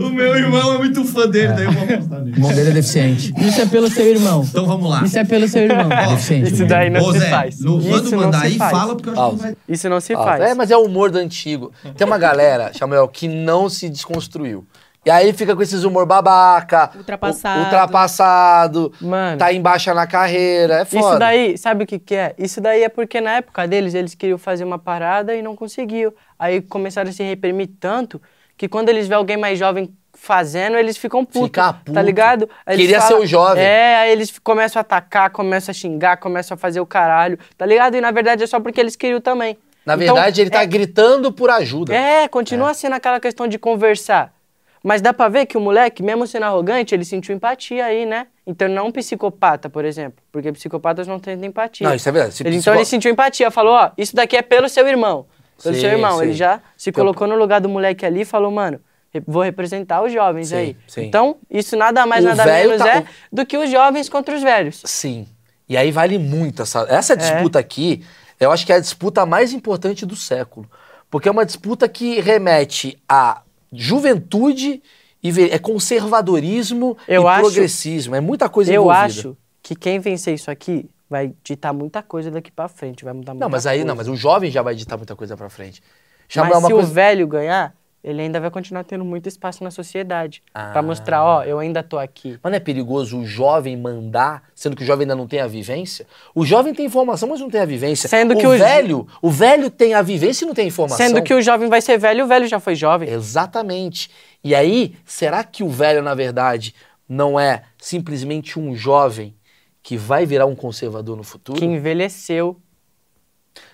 [SPEAKER 5] O meu irmão é muito fã dele, daí eu vou apostar nele.
[SPEAKER 7] O irmão dele é deficiente.
[SPEAKER 8] Isso é pelo seu irmão.
[SPEAKER 5] Então vamos lá.
[SPEAKER 8] Isso é pelo seu irmão.
[SPEAKER 5] Ó,
[SPEAKER 7] Deficiente. né?
[SPEAKER 4] Isso daí não
[SPEAKER 5] Ô,
[SPEAKER 4] se
[SPEAKER 5] Zé,
[SPEAKER 4] faz.
[SPEAKER 5] não-
[SPEAKER 4] Isso
[SPEAKER 5] Manda
[SPEAKER 4] não
[SPEAKER 5] mandar
[SPEAKER 4] se
[SPEAKER 5] aí e
[SPEAKER 4] faz.
[SPEAKER 5] fala, porque eu acho que não vai...
[SPEAKER 4] Isso não se
[SPEAKER 1] Ah,
[SPEAKER 4] faz.
[SPEAKER 1] É, mas é o humor do antigo. Tem uma galera, Samuel, que não se desconstruiu. E aí fica com esses humor babaca,
[SPEAKER 3] Ultrapassado.
[SPEAKER 1] u- ultrapassado,
[SPEAKER 4] Mano.
[SPEAKER 1] tá em baixa na carreira, é foda.
[SPEAKER 4] Isso daí, sabe o que que é? Isso daí é porque na época deles, eles queriam fazer uma parada e não conseguiu. Aí começaram a se reprimir tanto que quando eles vê alguém mais jovem fazendo, eles ficam putos,
[SPEAKER 1] Fica puto.
[SPEAKER 4] tá ligado? Aí eles
[SPEAKER 1] Queria ser o jovem.
[SPEAKER 4] É, aí eles f- começam a atacar, começam a xingar, começam a fazer o caralho, tá ligado? E na verdade é só porque eles queriam também.
[SPEAKER 1] Na
[SPEAKER 4] Então,
[SPEAKER 1] verdade, ele tá
[SPEAKER 4] é-
[SPEAKER 1] gritando por ajuda.
[SPEAKER 4] é, continua sendo aquela questão de conversar. Mas dá pra ver que o moleque, mesmo sendo arrogante, ele sentiu empatia aí, né? Então não um psicopata, por exemplo. Porque psicopatas não têm empatia.
[SPEAKER 1] Não, isso é verdade. Se
[SPEAKER 4] Ele-
[SPEAKER 1] psico-
[SPEAKER 4] Então ele sentiu empatia, falou, ó, isso daqui é pelo seu irmão. Pelo
[SPEAKER 1] Sim,
[SPEAKER 4] seu irmão.
[SPEAKER 1] sim.
[SPEAKER 4] Ele já se
[SPEAKER 1] Então-
[SPEAKER 4] colocou no lugar do moleque ali e falou, mano, re- vou representar os jovens
[SPEAKER 1] Sim,
[SPEAKER 4] aí.
[SPEAKER 1] sim.
[SPEAKER 4] Então, isso nada mais,
[SPEAKER 1] O
[SPEAKER 4] nada
[SPEAKER 1] velho
[SPEAKER 4] menos
[SPEAKER 1] tá-
[SPEAKER 4] é do que os jovens contra os velhos.
[SPEAKER 1] Sim. E aí vale muito essa.
[SPEAKER 4] É.
[SPEAKER 1] Essa disputa aqui, eu acho que é a disputa mais importante do século. Porque é uma disputa que remete à juventude e ve- é conservadorismo
[SPEAKER 4] Eu
[SPEAKER 1] e
[SPEAKER 4] acho-
[SPEAKER 1] progressismo. É muita coisa
[SPEAKER 4] Eu
[SPEAKER 1] envolvida.
[SPEAKER 4] acho que quem vencer isso aqui vai ditar muita coisa daqui pra frente, vai mudar muita
[SPEAKER 1] Não, mas aí
[SPEAKER 4] coisa.
[SPEAKER 1] não, mas o jovem já vai ditar muita coisa pra frente. Já
[SPEAKER 4] Mas
[SPEAKER 1] é uma
[SPEAKER 4] se o
[SPEAKER 1] coisa.
[SPEAKER 4] velho ganhar, ele ainda vai continuar tendo muito espaço na sociedade.
[SPEAKER 1] Ah.
[SPEAKER 4] Pra mostrar, ó, eu ainda tô aqui.
[SPEAKER 1] Mas não é perigoso o jovem mandar, sendo que o jovem ainda não tem a vivência? O jovem tem informação, mas não tem a vivência.
[SPEAKER 4] Sendo que
[SPEAKER 1] o
[SPEAKER 4] o jo-
[SPEAKER 1] velho, o velho tem a vivência e não tem a informação.
[SPEAKER 4] Sendo que o jovem vai ser velho, o velho já foi jovem.
[SPEAKER 1] Exatamente. E aí, será que o velho, na verdade, não é simplesmente um jovem que vai virar um conservador no futuro?
[SPEAKER 4] Que envelheceu.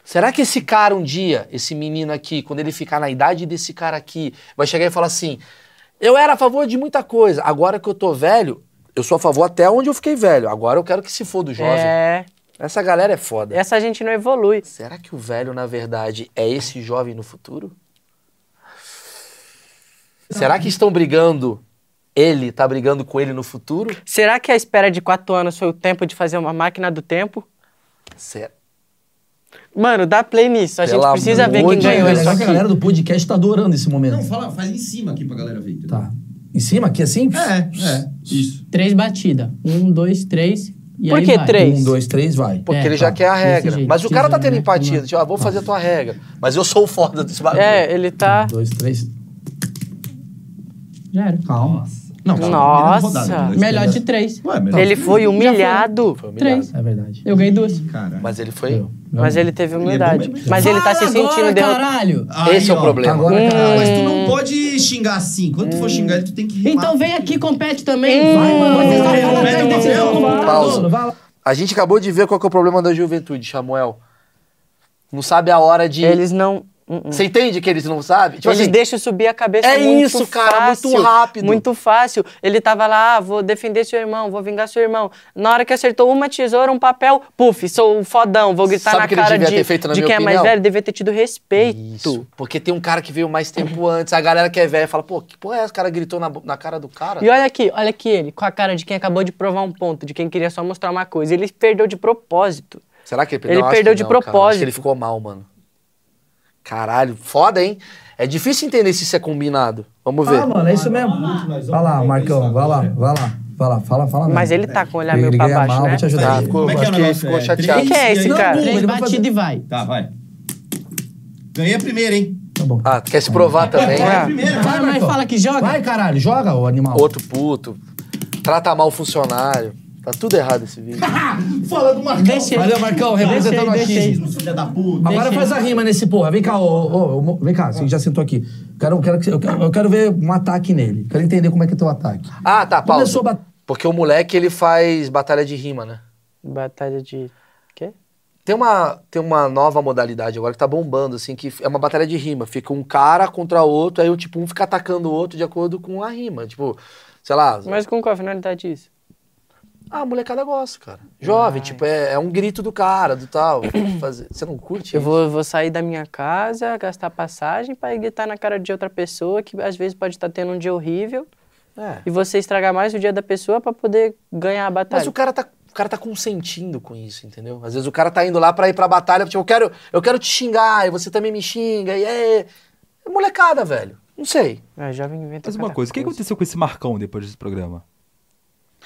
[SPEAKER 1] Será que esse cara um dia, esse menino aqui, quando ele ficar na idade desse cara aqui, vai chegar e falar assim: eu era a favor de muita coisa, agora que eu tô velho, eu sou a favor até onde eu fiquei velho, agora eu quero que se for do jovem.
[SPEAKER 4] É,
[SPEAKER 1] Essa galera é foda.
[SPEAKER 4] essa gente não evolui.
[SPEAKER 1] Será que o velho, na verdade, é esse jovem no futuro? Será que estão brigando? Ele tá brigando com ele no futuro?
[SPEAKER 4] Será que a espera de quatro anos foi o tempo de fazer uma máquina do tempo?
[SPEAKER 1] Será?
[SPEAKER 4] Mano, dá play nisso. A
[SPEAKER 1] Pelo
[SPEAKER 4] gente precisa ver
[SPEAKER 1] amor
[SPEAKER 4] quem
[SPEAKER 1] de
[SPEAKER 4] ganhou
[SPEAKER 5] é
[SPEAKER 1] Deus.
[SPEAKER 4] isso
[SPEAKER 7] A galera
[SPEAKER 4] aqui.
[SPEAKER 7] do podcast tá adorando esse
[SPEAKER 5] Não,
[SPEAKER 7] momento.
[SPEAKER 5] fala, faz em cima aqui pra galera ver. entendeu?
[SPEAKER 7] Tá. Em cima, aqui assim?
[SPEAKER 5] É, é. Isso.
[SPEAKER 8] Três batidas. Um, dois, três. E
[SPEAKER 4] Por
[SPEAKER 8] aí
[SPEAKER 4] que
[SPEAKER 8] vai.
[SPEAKER 4] três?
[SPEAKER 7] Um, dois, três, vai.
[SPEAKER 1] Porque
[SPEAKER 8] É,
[SPEAKER 1] ele já
[SPEAKER 8] tá.
[SPEAKER 1] quer a
[SPEAKER 8] Desse
[SPEAKER 1] regra.
[SPEAKER 8] jeito,
[SPEAKER 1] Mas o cara tá
[SPEAKER 8] tesouro,
[SPEAKER 1] tendo
[SPEAKER 8] né?
[SPEAKER 1] empatia. Tipo, ah, vou fazer a tua regra. Mas eu sou o foda desse bagulho.
[SPEAKER 4] É, ele tá.
[SPEAKER 7] Um, dois, três.
[SPEAKER 8] Já era.
[SPEAKER 7] Calma.
[SPEAKER 5] Não, calma,
[SPEAKER 4] Nossa.
[SPEAKER 5] primeira rodada, né?
[SPEAKER 8] Melhor de três.
[SPEAKER 5] Ué, melhor.
[SPEAKER 4] Ele foi humilhado,
[SPEAKER 1] Foi humilhado.
[SPEAKER 8] Três.
[SPEAKER 7] É verdade.
[SPEAKER 8] Eu ganhei duas.
[SPEAKER 5] Cara.
[SPEAKER 1] Mas ele foi.
[SPEAKER 4] mas ele teve humildade.
[SPEAKER 5] Ele é bom,
[SPEAKER 4] Mas ele tá se
[SPEAKER 8] Fala
[SPEAKER 4] sentindo
[SPEAKER 8] agora,
[SPEAKER 4] derrotado.
[SPEAKER 8] caralho.
[SPEAKER 5] Aí,
[SPEAKER 1] Esse é o
[SPEAKER 5] ó. tá,
[SPEAKER 1] problema.
[SPEAKER 7] Agora, caralho.
[SPEAKER 5] Mas tu não pode xingar assim. Quando tu for xingar ele, tu tem que rimar.
[SPEAKER 8] Então vem aqui, compete também. Vai, mano. Vocês estão falando
[SPEAKER 5] Pega
[SPEAKER 8] atrás
[SPEAKER 5] o
[SPEAKER 8] desse
[SPEAKER 5] papel.
[SPEAKER 8] jogo, mano.
[SPEAKER 1] Pausa. A gente acabou de ver qual que é o problema da juventude, Samuel. Não sabe a hora de.
[SPEAKER 4] Eles não. hum,
[SPEAKER 1] Você entende que eles não sabem? Tipo
[SPEAKER 4] eles
[SPEAKER 1] assim,
[SPEAKER 4] deixam subir a cabeça
[SPEAKER 1] É
[SPEAKER 4] muito
[SPEAKER 1] isso, cara, muito
[SPEAKER 4] fácil,
[SPEAKER 1] rápido.
[SPEAKER 4] Muito fácil. Ele tava lá, ah, vou defender seu irmão, vou vingar seu irmão. Na hora que acertou uma tesoura, um papel, puf, sou um fodão, vou gritar
[SPEAKER 1] Sabe
[SPEAKER 4] na
[SPEAKER 1] o que ele
[SPEAKER 4] cara
[SPEAKER 1] devia
[SPEAKER 4] de,
[SPEAKER 1] ter feito, na
[SPEAKER 4] de
[SPEAKER 1] minha
[SPEAKER 4] quem é mais
[SPEAKER 1] opinião?
[SPEAKER 4] velho, devia ter tido respeito.
[SPEAKER 1] Isso. Porque tem um cara que veio mais tempo antes, a galera que é velha fala, pô, que porra é essa? O cara gritou na, bo- na cara do cara.
[SPEAKER 4] E olha aqui, olha aqui ele, com a cara de quem acabou de provar um ponto, de quem queria só mostrar uma coisa. Ele perdeu de propósito.
[SPEAKER 1] Será que ele
[SPEAKER 4] Ele
[SPEAKER 1] Eu acho
[SPEAKER 4] perdeu
[SPEAKER 1] que
[SPEAKER 4] de
[SPEAKER 1] não, cara. Acho que
[SPEAKER 4] propósito.
[SPEAKER 1] ele ficou mal, mano. Caralho, foda, hein? É difícil entender se isso é combinado. Vamos ver.
[SPEAKER 7] Ah, mano, é isso mesmo. Vai lá, Marcão, vai lá, vai lá. Fala, fala, fala.
[SPEAKER 4] Mas
[SPEAKER 7] mesmo.
[SPEAKER 4] ele tá com o olhar
[SPEAKER 7] Ele
[SPEAKER 4] meio pra
[SPEAKER 7] ganha
[SPEAKER 4] baixo,
[SPEAKER 7] mal,
[SPEAKER 4] né?
[SPEAKER 7] Vou te ajudar.
[SPEAKER 1] Tá, ficou,
[SPEAKER 5] Como é que é
[SPEAKER 1] acho
[SPEAKER 5] o
[SPEAKER 1] que ele
[SPEAKER 5] negócio,
[SPEAKER 1] ficou
[SPEAKER 5] é?
[SPEAKER 1] chateado.
[SPEAKER 4] Quem que é esse
[SPEAKER 7] Não,
[SPEAKER 4] cara?
[SPEAKER 7] burro,
[SPEAKER 8] Três
[SPEAKER 7] ele vai fazer-
[SPEAKER 8] batidas e vai.
[SPEAKER 5] Tá, vai. Ganhei a primeira, hein?
[SPEAKER 7] Tá bom.
[SPEAKER 1] Ah, quer se provar também?
[SPEAKER 5] Ganhei
[SPEAKER 7] É.
[SPEAKER 5] a primeira.
[SPEAKER 8] Vai, mas
[SPEAKER 7] Marcão.
[SPEAKER 8] fala que joga.
[SPEAKER 7] Vai, caralho, joga, ô animal.
[SPEAKER 1] Outro puto. Trata mal o funcionário. Tá tudo errado esse vídeo.
[SPEAKER 5] Fala do Marcão.
[SPEAKER 8] Deixa ele.
[SPEAKER 7] Valeu, Marcão, representando
[SPEAKER 8] Deixa ele,
[SPEAKER 7] aqui.
[SPEAKER 8] deixa ele.
[SPEAKER 5] Filha da puta.
[SPEAKER 7] Agora faz a rima nesse porra. Vem cá, ô, ô, ô, mo- vem cá, você já sentou aqui. Quero, quero, que- eu, quero, eu quero ver um ataque nele. Quero entender como é que é teu ataque.
[SPEAKER 1] Ah, tá, pausa.
[SPEAKER 7] Começou a bat-
[SPEAKER 1] Porque o moleque, ele faz batalha de rima, né?
[SPEAKER 4] Batalha de. Quê?
[SPEAKER 1] Tem uma, tem uma nova modalidade agora que tá bombando, assim, que é uma batalha de rima. Fica um cara contra outro, aí o tipo, um fica atacando o outro de acordo com a rima. Tipo, sei lá.
[SPEAKER 4] Mas com qual finalidade isso?
[SPEAKER 1] Ah, a molecada gosta, cara. Jovem,
[SPEAKER 3] Ah,
[SPEAKER 1] tipo, é, é um grito do cara, do tal. Fazer- Você não curte?
[SPEAKER 4] Eu vou, vou sair da minha casa, gastar passagem pra ir gritar na cara de outra pessoa que às vezes pode estar tendo um dia horrível
[SPEAKER 1] É.
[SPEAKER 4] e você estragar mais o dia da pessoa pra poder ganhar a batalha.
[SPEAKER 1] Mas o cara tá. O cara tá consentindo com isso, entendeu? Às vezes o cara tá indo lá pra ir pra batalha, tipo, eu quero, eu quero te xingar, e você também me xinga, e é. é molecada, velho. Não sei.
[SPEAKER 4] Ah, jovem inventa
[SPEAKER 2] Mas uma
[SPEAKER 4] cada
[SPEAKER 2] coisa, o que aconteceu com esse Marcão depois desse programa?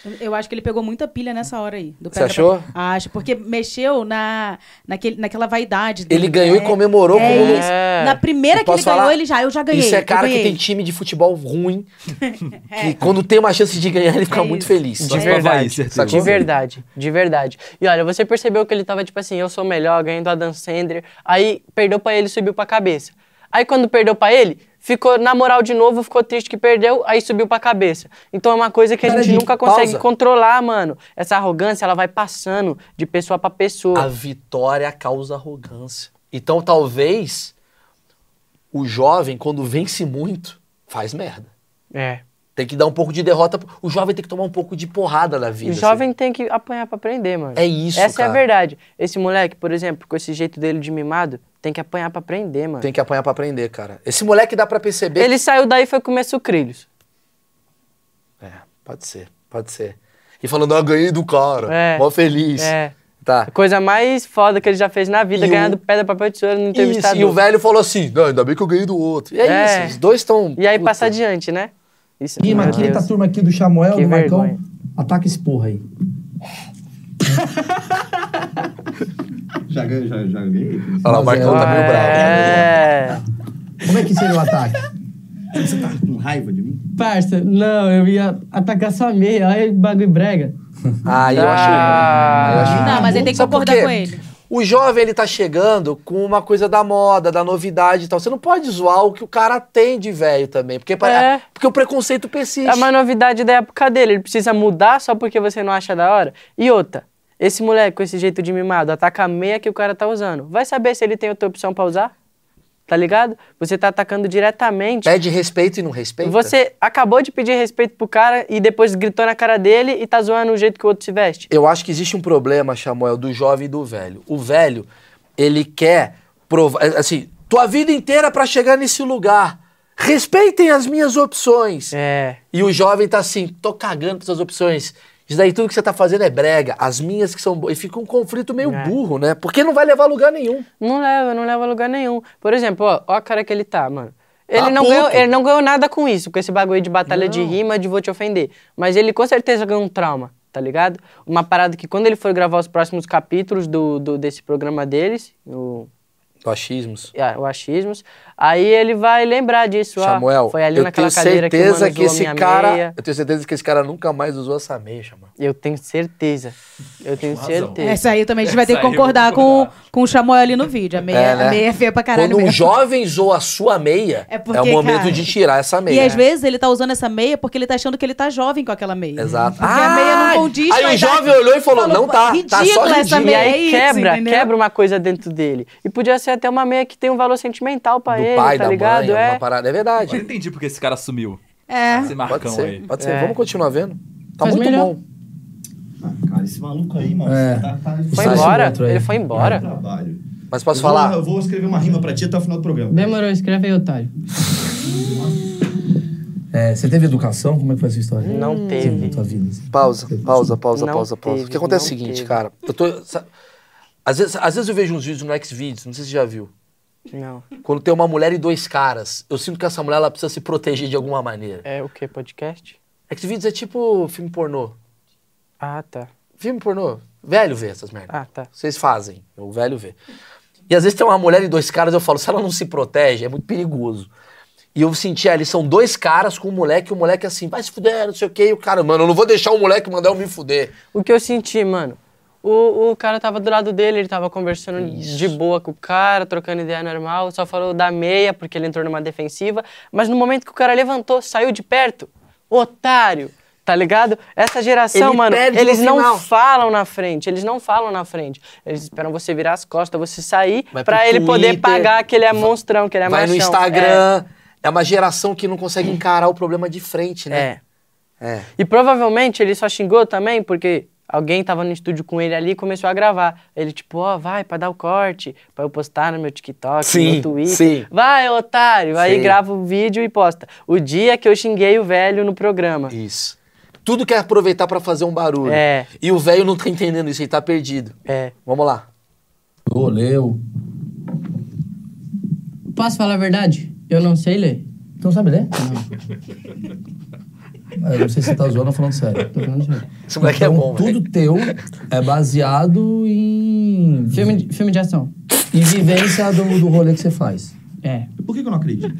[SPEAKER 3] Eu- Eu acho que ele pegou muita pilha nessa hora aí. Do
[SPEAKER 1] Você
[SPEAKER 3] pedra
[SPEAKER 1] achou?
[SPEAKER 3] pa- Acho, porque mexeu na, naquele, naquela vaidade dele.
[SPEAKER 1] Ele ganhou e
[SPEAKER 3] É,
[SPEAKER 1] comemorou
[SPEAKER 3] é
[SPEAKER 1] como.
[SPEAKER 3] isso.
[SPEAKER 4] É.
[SPEAKER 3] Na primeira
[SPEAKER 1] Eu
[SPEAKER 3] que ele
[SPEAKER 1] posso falar?
[SPEAKER 3] ganhou, ele já, eu já ganhei.
[SPEAKER 1] Isso é
[SPEAKER 3] eu
[SPEAKER 1] cara que
[SPEAKER 3] ganhei.
[SPEAKER 1] tem time de futebol ruim, que quando tem uma chance de ganhar, ele fica
[SPEAKER 3] É
[SPEAKER 1] muito
[SPEAKER 3] isso. É
[SPEAKER 1] feliz.
[SPEAKER 4] De
[SPEAKER 2] Vai pro Havaí,
[SPEAKER 4] verdade,
[SPEAKER 2] certeza.
[SPEAKER 4] de verdade, de verdade. E olha, você percebeu que ele tava tipo assim, eu sou melhor, ganhei do Adam Sandler, aí perdeu pra ele, subiu pra cabeça. Aí quando perdeu pra ele, ficou na moral de novo, ficou triste que perdeu, aí subiu pra cabeça. Então é uma coisa que a
[SPEAKER 1] Cara,
[SPEAKER 4] gente
[SPEAKER 1] gente,
[SPEAKER 4] nunca consegue
[SPEAKER 1] pausa.
[SPEAKER 4] controlar, mano. Essa arrogância, ela vai passando de pessoa pra pessoa.
[SPEAKER 1] A vitória causa arrogância. Então talvez o jovem, quando vence muito, faz merda.
[SPEAKER 4] É.
[SPEAKER 1] Tem que dar um pouco de derrota. O jovem tem que tomar um pouco de porrada da vida. assim.
[SPEAKER 4] O jovem tem que apanhar pra aprender, mano.
[SPEAKER 1] É isso,
[SPEAKER 4] Essa é
[SPEAKER 1] cara.
[SPEAKER 4] a verdade. Esse moleque, por exemplo, com esse jeito dele de mimado, tem que apanhar pra aprender, mano.
[SPEAKER 1] assim. Tem que apanhar pra aprender, cara. Esse moleque dá pra perceber.
[SPEAKER 4] Ele saiu daí e foi comer sucrilhos.
[SPEAKER 1] É, pode ser, pode ser. E falando, ah, ganhei do cara.
[SPEAKER 4] É.
[SPEAKER 1] Mó feliz.
[SPEAKER 4] É.
[SPEAKER 1] Tá.
[SPEAKER 4] A coisa mais foda que ele já fez na vida,
[SPEAKER 1] E o-
[SPEAKER 4] ganhando pedra, papel e tesoura no
[SPEAKER 1] Isso,
[SPEAKER 4] entrevistador.
[SPEAKER 1] e o velho falou assim: não, ainda bem que eu ganhei do outro. E é,
[SPEAKER 4] É.
[SPEAKER 1] isso, os dois estão.
[SPEAKER 4] E aí
[SPEAKER 1] Puta.
[SPEAKER 4] passa adiante, né? Isso,
[SPEAKER 7] Rima
[SPEAKER 4] meu
[SPEAKER 7] aqui,
[SPEAKER 4] Deus.
[SPEAKER 7] tá a turma aqui do Chamuel,
[SPEAKER 4] Que
[SPEAKER 7] do Marcão.
[SPEAKER 4] vergonha.
[SPEAKER 7] Ataca esse porra aí.
[SPEAKER 5] Já ganhei, já, já ganhei.
[SPEAKER 1] Olha lá, o Marcão tá meio bravo.
[SPEAKER 4] É.
[SPEAKER 7] Como é que seria o ataque?
[SPEAKER 5] Você tá com raiva de mim?
[SPEAKER 8] Parça, não, eu ia atacar sua meia. Olha o bagulho brega.
[SPEAKER 1] Ah, eu achei.
[SPEAKER 4] Ah.
[SPEAKER 1] Eu achei.
[SPEAKER 3] Não, mas ele tem que
[SPEAKER 1] Sabe por
[SPEAKER 3] concordar
[SPEAKER 1] quê?
[SPEAKER 3] com ele.
[SPEAKER 1] O jovem, ele tá chegando com uma coisa da moda, da novidade e tal. Você não pode zoar o que o cara tem de velho também. Porque, pa-
[SPEAKER 4] É.
[SPEAKER 1] porque o preconceito persiste.
[SPEAKER 4] É uma novidade da época dele. Ele precisa mudar só porque você não acha da hora. E outra, esse moleque com esse jeito de mimado, ataca a meia que o cara tá usando. Vai saber se ele tem outra opção pra usar? Tá ligado? Você tá atacando diretamente.
[SPEAKER 1] Pede respeito e não respeita.
[SPEAKER 4] Você acabou de pedir respeito pro cara e depois gritou na cara dele e tá zoando o jeito que o outro se veste.
[SPEAKER 1] Eu acho que existe um problema, Chamuel, do jovem e do velho. O velho, ele quer provar. é, Assim, tua vida inteira pra chegar nesse lugar. Respeitem as minhas opções.
[SPEAKER 4] É.
[SPEAKER 1] E o jovem tá assim, tô cagando pra essas opções. Isso daí tudo que você tá fazendo é brega. As minhas que são boas. E fica um conflito meio
[SPEAKER 4] É.
[SPEAKER 1] burro, né? Porque não vai levar a lugar nenhum.
[SPEAKER 4] Não leva, não leva a lugar nenhum. Por exemplo, ó, ó a cara que ele tá, mano. Ele,
[SPEAKER 1] Tá
[SPEAKER 4] não
[SPEAKER 1] puto.
[SPEAKER 4] ganhou, ele não ganhou nada com isso, com esse bagulho aí de batalha de rima, de vou te ofender. Mas ele com certeza ganhou um trauma, tá ligado? Uma parada que quando ele for gravar os próximos capítulos do, do- desse programa deles, o,
[SPEAKER 1] Do achismos.
[SPEAKER 4] ah, o Achismos, aí ele vai lembrar disso. ó,
[SPEAKER 1] Samuel,
[SPEAKER 4] foi ali
[SPEAKER 1] eu
[SPEAKER 4] naquela
[SPEAKER 1] tenho
[SPEAKER 4] cadeira que, o
[SPEAKER 1] certeza
[SPEAKER 4] mano
[SPEAKER 1] que,
[SPEAKER 4] zoou a
[SPEAKER 1] esse
[SPEAKER 4] minha
[SPEAKER 1] cara,
[SPEAKER 4] meia.
[SPEAKER 1] eu tenho certeza que esse cara nunca mais usou essa meia, Samuel.
[SPEAKER 4] Eu tenho certeza. Eu tenho
[SPEAKER 2] razão.
[SPEAKER 4] certeza.
[SPEAKER 3] Essa aí também a gente vai ter que
[SPEAKER 2] Essa aí eu vou
[SPEAKER 3] concordar com,
[SPEAKER 2] concordar.
[SPEAKER 3] com o Chamuel ali no vídeo. A meia
[SPEAKER 1] É,
[SPEAKER 3] é,
[SPEAKER 1] né?
[SPEAKER 3] a meia é feia pra caralho
[SPEAKER 1] Quando um
[SPEAKER 3] mesmo.
[SPEAKER 1] jovem zoa a sua meia, é,
[SPEAKER 3] É porque,
[SPEAKER 1] o momento
[SPEAKER 3] cara,
[SPEAKER 1] de tirar essa meia.
[SPEAKER 3] E às vezes ele tá usando essa meia porque ele tá achando que ele tá jovem com aquela meia.
[SPEAKER 1] Exato.
[SPEAKER 3] Porque a meia não
[SPEAKER 1] Aí
[SPEAKER 3] condiz com a
[SPEAKER 1] o
[SPEAKER 3] idade.
[SPEAKER 1] jovem olhou e falou, não tá, tá só
[SPEAKER 3] Ridícula essa
[SPEAKER 1] ridícula."
[SPEAKER 4] E
[SPEAKER 3] meia.
[SPEAKER 4] aí
[SPEAKER 3] é isso,
[SPEAKER 4] quebra,
[SPEAKER 3] entendeu?
[SPEAKER 4] quebra uma coisa dentro dele. E podia ser até uma meia que tem um valor sentimental pra
[SPEAKER 1] do
[SPEAKER 4] ele,
[SPEAKER 1] pai,
[SPEAKER 4] tá
[SPEAKER 1] da
[SPEAKER 4] ligado?
[SPEAKER 1] mãe,
[SPEAKER 4] é.
[SPEAKER 1] alguma parada. É verdade.
[SPEAKER 2] Agora eu entendi porque esse cara sumiu.
[SPEAKER 3] É.
[SPEAKER 2] Esse marcão
[SPEAKER 1] Pode ser,
[SPEAKER 2] aí.
[SPEAKER 1] pode ser.
[SPEAKER 4] É.
[SPEAKER 1] Vamos continuar vendo. Tá
[SPEAKER 8] Faz
[SPEAKER 1] muito
[SPEAKER 8] melhor.
[SPEAKER 1] bom.
[SPEAKER 5] Ah, cara, esse maluco aí, mano.
[SPEAKER 7] É.
[SPEAKER 5] Tá, tá,
[SPEAKER 4] Foi
[SPEAKER 7] Sai
[SPEAKER 4] embora?
[SPEAKER 7] desse outro aí.
[SPEAKER 4] Ele foi embora?
[SPEAKER 5] Trabalho.
[SPEAKER 1] Mas posso
[SPEAKER 5] Eu vou-
[SPEAKER 1] falar?
[SPEAKER 5] Eu vou escrever uma rima pra ti até o final do programa.
[SPEAKER 8] Demorou, escreve aí, otário.
[SPEAKER 7] É, você teve educação? Como é que foi a sua história?
[SPEAKER 4] Não
[SPEAKER 7] Você
[SPEAKER 4] teve.
[SPEAKER 7] Na tua vida. assim.
[SPEAKER 1] Pausa, pausa, pausa,
[SPEAKER 4] Não
[SPEAKER 1] pausa, pausa. o
[SPEAKER 4] teve,
[SPEAKER 1] que acontece é o
[SPEAKER 4] não
[SPEAKER 1] seguinte,
[SPEAKER 4] teve.
[SPEAKER 1] cara. Eu tô. sa- Às vezes, às vezes eu vejo uns vídeos no Xvideos, não sei se você já viu.
[SPEAKER 4] Não.
[SPEAKER 1] Quando tem uma mulher e dois caras, eu sinto que essa mulher ela precisa se proteger de alguma maneira.
[SPEAKER 4] É o quê? Podcast?
[SPEAKER 1] Xvideos é tipo filme pornô.
[SPEAKER 4] Ah, tá.
[SPEAKER 1] Filme pornô. Velho vê essas merdas.
[SPEAKER 4] Ah, tá.
[SPEAKER 1] Vocês fazem, o velho vê. E às vezes tem uma mulher e dois caras, eu falo, se ela não se protege, é muito perigoso. E eu senti, ah, eles são dois caras com um moleque, e o moleque assim, vai se fuder, não sei o quê, e o cara, mano, eu não vou deixar o moleque mandar eu me fuder.
[SPEAKER 4] O que eu senti, mano? O, o cara tava do lado dele, ele tava conversando de boa com o cara, trocando ideia normal, só falou da meia, porque ele entrou numa defensiva. Mas no momento que o cara levantou, saiu de perto, otário, tá ligado? Essa geração,
[SPEAKER 1] Ele
[SPEAKER 4] mano,
[SPEAKER 1] perde no
[SPEAKER 4] eles não
[SPEAKER 1] final.
[SPEAKER 4] falam na frente, eles não falam na frente. Eles esperam você virar as costas, você sair,
[SPEAKER 1] Vai pro
[SPEAKER 4] pra ele poder
[SPEAKER 1] Twitter,
[SPEAKER 4] pagar que ele é
[SPEAKER 1] va-
[SPEAKER 4] monstrão, que ele é
[SPEAKER 1] vai
[SPEAKER 4] machão. Uhum.
[SPEAKER 1] no Instagram. É. uma geração que não consegue encarar o problema de frente,
[SPEAKER 4] É,
[SPEAKER 1] né?
[SPEAKER 4] é.
[SPEAKER 1] É.
[SPEAKER 4] E provavelmente ele só xingou também porque alguém tava no estúdio com ele ali e começou a gravar. Ele tipo, ó, vai pra dar o corte, pra eu postar no meu TikTok, no
[SPEAKER 1] Sim,
[SPEAKER 4] meu Twitter.
[SPEAKER 1] sim.
[SPEAKER 4] Vai, otário. Aí
[SPEAKER 1] Sim.
[SPEAKER 4] grava o vídeo e posta. O dia que eu xinguei o velho no programa.
[SPEAKER 1] Isso. Tudo quer aproveitar pra fazer um barulho.
[SPEAKER 4] É.
[SPEAKER 1] E o velho não tá entendendo isso, ele tá perdido.
[SPEAKER 4] É.
[SPEAKER 1] Vamos lá.
[SPEAKER 7] Lô, leu.
[SPEAKER 8] Posso falar a verdade? Eu não sei ler.
[SPEAKER 7] Então sabe ler? Não. Eu não sei se você tá zoando ou falando sério.
[SPEAKER 8] Tô falando sério.
[SPEAKER 1] Esse moleque é
[SPEAKER 7] Então,
[SPEAKER 1] bom, velho.
[SPEAKER 7] tudo teu é baseado em,
[SPEAKER 8] Filme de, filme de ação.
[SPEAKER 7] em vivência do, do rolê que você faz.
[SPEAKER 8] É.
[SPEAKER 5] Por que, que eu não acredito?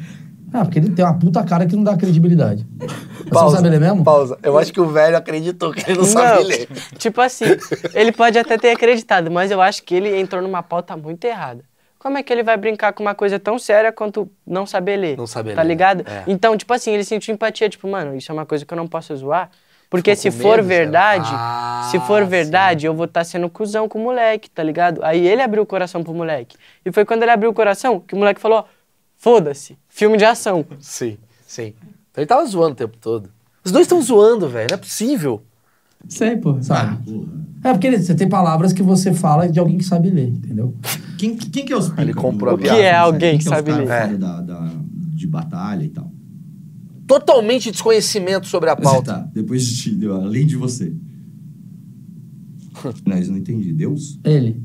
[SPEAKER 7] Ah, porque ele tem uma puta cara que não dá credibilidade. Mas Você não
[SPEAKER 1] Pausa,
[SPEAKER 7] sabe ler mesmo?
[SPEAKER 1] Pausa. Eu acho que o velho acreditou que ele não, sabe ler.
[SPEAKER 4] Tipo assim, ele pode até ter acreditado, mas eu acho que ele entrou numa pauta muito errada. Como é que ele vai brincar com uma coisa tão séria quanto não saber ler?
[SPEAKER 1] Não saber
[SPEAKER 4] Tá
[SPEAKER 1] ler,
[SPEAKER 4] ligado?
[SPEAKER 1] é.
[SPEAKER 4] Então, tipo assim, ele sentiu empatia, tipo, mano, isso é uma coisa que eu não posso zoar. Porque
[SPEAKER 1] Ficou
[SPEAKER 4] se
[SPEAKER 1] com
[SPEAKER 4] for
[SPEAKER 1] medo, será?
[SPEAKER 4] verdade,
[SPEAKER 1] Ah,
[SPEAKER 4] se for
[SPEAKER 1] sim.
[SPEAKER 4] verdade, eu vou estar sendo cuzão com o moleque, tá ligado? Aí ele abriu o coração pro moleque. E foi quando ele abriu o coração que o moleque falou: foda-se, filme de ação.
[SPEAKER 1] Sim, sim. Ele tava zoando o tempo todo. Os dois estão zoando, velho. Não é possível.
[SPEAKER 8] Sei, pô.
[SPEAKER 5] Ah,
[SPEAKER 7] Sabe? É porque ele- você tem palavras que você fala de alguém que sabe ler, entendeu?
[SPEAKER 5] Quem, quem que é os pica
[SPEAKER 1] Ele
[SPEAKER 5] do-
[SPEAKER 1] comprou a né?
[SPEAKER 5] do-
[SPEAKER 1] piada.
[SPEAKER 4] Que é
[SPEAKER 5] sabe?
[SPEAKER 4] alguém
[SPEAKER 5] Quem
[SPEAKER 4] que
[SPEAKER 5] é os
[SPEAKER 4] sabe
[SPEAKER 5] caras
[SPEAKER 4] ler.
[SPEAKER 5] que falam da- da- de batalha e tal.
[SPEAKER 1] Totalmente desconhecimento sobre a pauta.
[SPEAKER 5] Tá, depois de ti, deu, além de você. Não, isso eu não entendi. Deus?
[SPEAKER 7] Ele.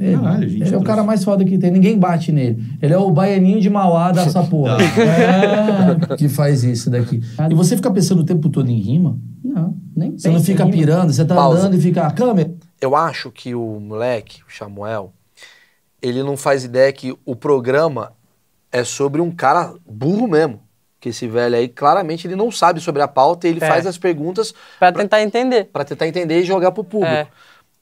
[SPEAKER 7] Ele,
[SPEAKER 5] Caralho, gente,
[SPEAKER 7] ele é o
[SPEAKER 5] trouxe.
[SPEAKER 7] cara mais foda que tem. Ninguém bate nele. Ele é o baianinho de Mauá dessa porra. É, que faz isso daqui. E você fica pensando o tempo todo em rima?
[SPEAKER 8] Ah. Não, nem
[SPEAKER 7] Você não
[SPEAKER 8] pensa
[SPEAKER 7] fica
[SPEAKER 8] em mim.
[SPEAKER 7] pirando, você tá
[SPEAKER 1] Pausa.
[SPEAKER 7] andando e fica. Câmera.
[SPEAKER 1] Eu acho que o moleque, o Samuel, ele não faz ideia que o programa é sobre um cara burro mesmo. Que esse velho aí, claramente, ele não sabe sobre a pauta e ele
[SPEAKER 4] É.
[SPEAKER 1] faz as perguntas
[SPEAKER 4] Pra tentar entender.
[SPEAKER 1] pra tentar entender e jogar pro público.
[SPEAKER 4] É.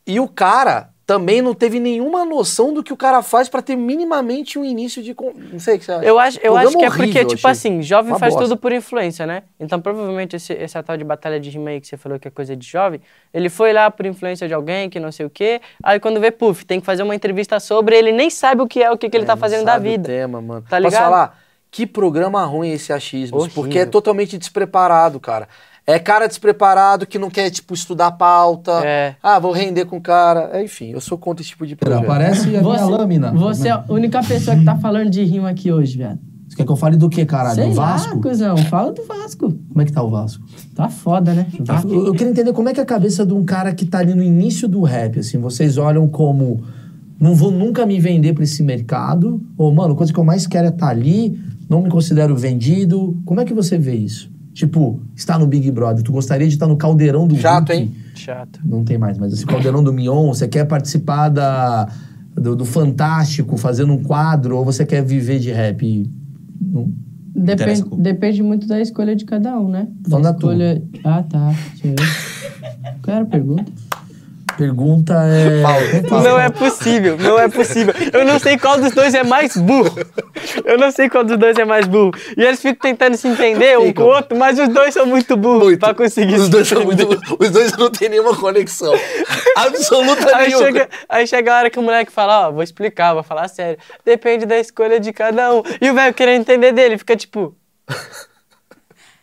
[SPEAKER 1] E o cara também não teve nenhuma noção do que o cara faz pra ter minimamente um início de. con- Não sei o que você acha.
[SPEAKER 4] Eu acho, eu
[SPEAKER 1] Programa
[SPEAKER 4] acho que é
[SPEAKER 1] horrível,
[SPEAKER 4] porque, tipo
[SPEAKER 1] achei.
[SPEAKER 4] assim, jovem
[SPEAKER 1] Uma
[SPEAKER 4] faz
[SPEAKER 1] bosta.
[SPEAKER 4] tudo por influência, né? Então, provavelmente, esse, essa tal de batalha de rima aí que você falou que é coisa de jovem, ele foi lá por influência de alguém que não sei o quê, aí quando vê, puf, tem que fazer uma entrevista sobre, ele nem sabe o que é, o que, que ele
[SPEAKER 1] É,
[SPEAKER 4] tá
[SPEAKER 1] não
[SPEAKER 4] fazendo da
[SPEAKER 1] sabe o
[SPEAKER 4] vida.
[SPEAKER 1] tema, mano.
[SPEAKER 4] Tá
[SPEAKER 1] Posso
[SPEAKER 4] ligado?
[SPEAKER 1] falar? Que programa ruim esse achismo,
[SPEAKER 4] Horrível.
[SPEAKER 1] porque é totalmente despreparado, cara. É cara despreparado que não quer, tipo, estudar a pauta.
[SPEAKER 4] É.
[SPEAKER 1] Ah, vou render com o cara. É, enfim, eu sou contra esse tipo de
[SPEAKER 5] é.
[SPEAKER 1] programa.
[SPEAKER 7] Parece a minha lâmina.
[SPEAKER 8] Você é a única pessoa que tá falando de rima aqui hoje, velho.
[SPEAKER 7] Você quer que eu fale do que, caralho?
[SPEAKER 8] Sei
[SPEAKER 7] do
[SPEAKER 8] lá,
[SPEAKER 7] Vasco?
[SPEAKER 8] cuzão. Fala do Vasco.
[SPEAKER 7] Como é que tá o Vasco?
[SPEAKER 8] Tá foda, né? Tá
[SPEAKER 7] Eu, eu queria entender como é que é a cabeça de um cara que tá ali no início do rap, assim, vocês olham como não vou nunca me vender pra esse mercado, ou, mano, a coisa que eu mais quero é estar ali, não me considero vendido. Como é que você vê isso? Tipo, está no Big Brother, tu gostaria de estar no caldeirão do
[SPEAKER 1] Chato,
[SPEAKER 7] Hulk?
[SPEAKER 1] hein?
[SPEAKER 4] Chato.
[SPEAKER 7] Não tem mais, mas esse caldeirão do Mion, você quer participar da, do, do Fantástico, fazendo um quadro, ou você quer viver de rap? E Não,
[SPEAKER 8] Depende,
[SPEAKER 5] Interessa como.
[SPEAKER 8] depende muito da escolha de cada um, né?
[SPEAKER 7] Falando da
[SPEAKER 8] escolha. Ah, tá. Deixa eu ver. Qual era a pergunta?
[SPEAKER 7] pergunta é.
[SPEAKER 1] Paulo.
[SPEAKER 7] Paulo.
[SPEAKER 4] Não é possível, não é possível. Eu não sei qual dos dois é mais burro. Eu não sei qual dos dois é mais burro. E eles ficam tentando se entender um com o outro, mas os dois são muito burros
[SPEAKER 1] Muito.
[SPEAKER 4] pra conseguir
[SPEAKER 1] Os
[SPEAKER 4] se
[SPEAKER 1] dois são
[SPEAKER 4] entender.
[SPEAKER 1] muito. Os dois não tem nenhuma conexão. Absoluta
[SPEAKER 4] Aí
[SPEAKER 1] nenhuma.
[SPEAKER 4] chega, aí chega a hora que o moleque fala, ó, vou explicar, vou falar sério. Depende da escolha de cada um. E o velho querendo entender dele, fica tipo,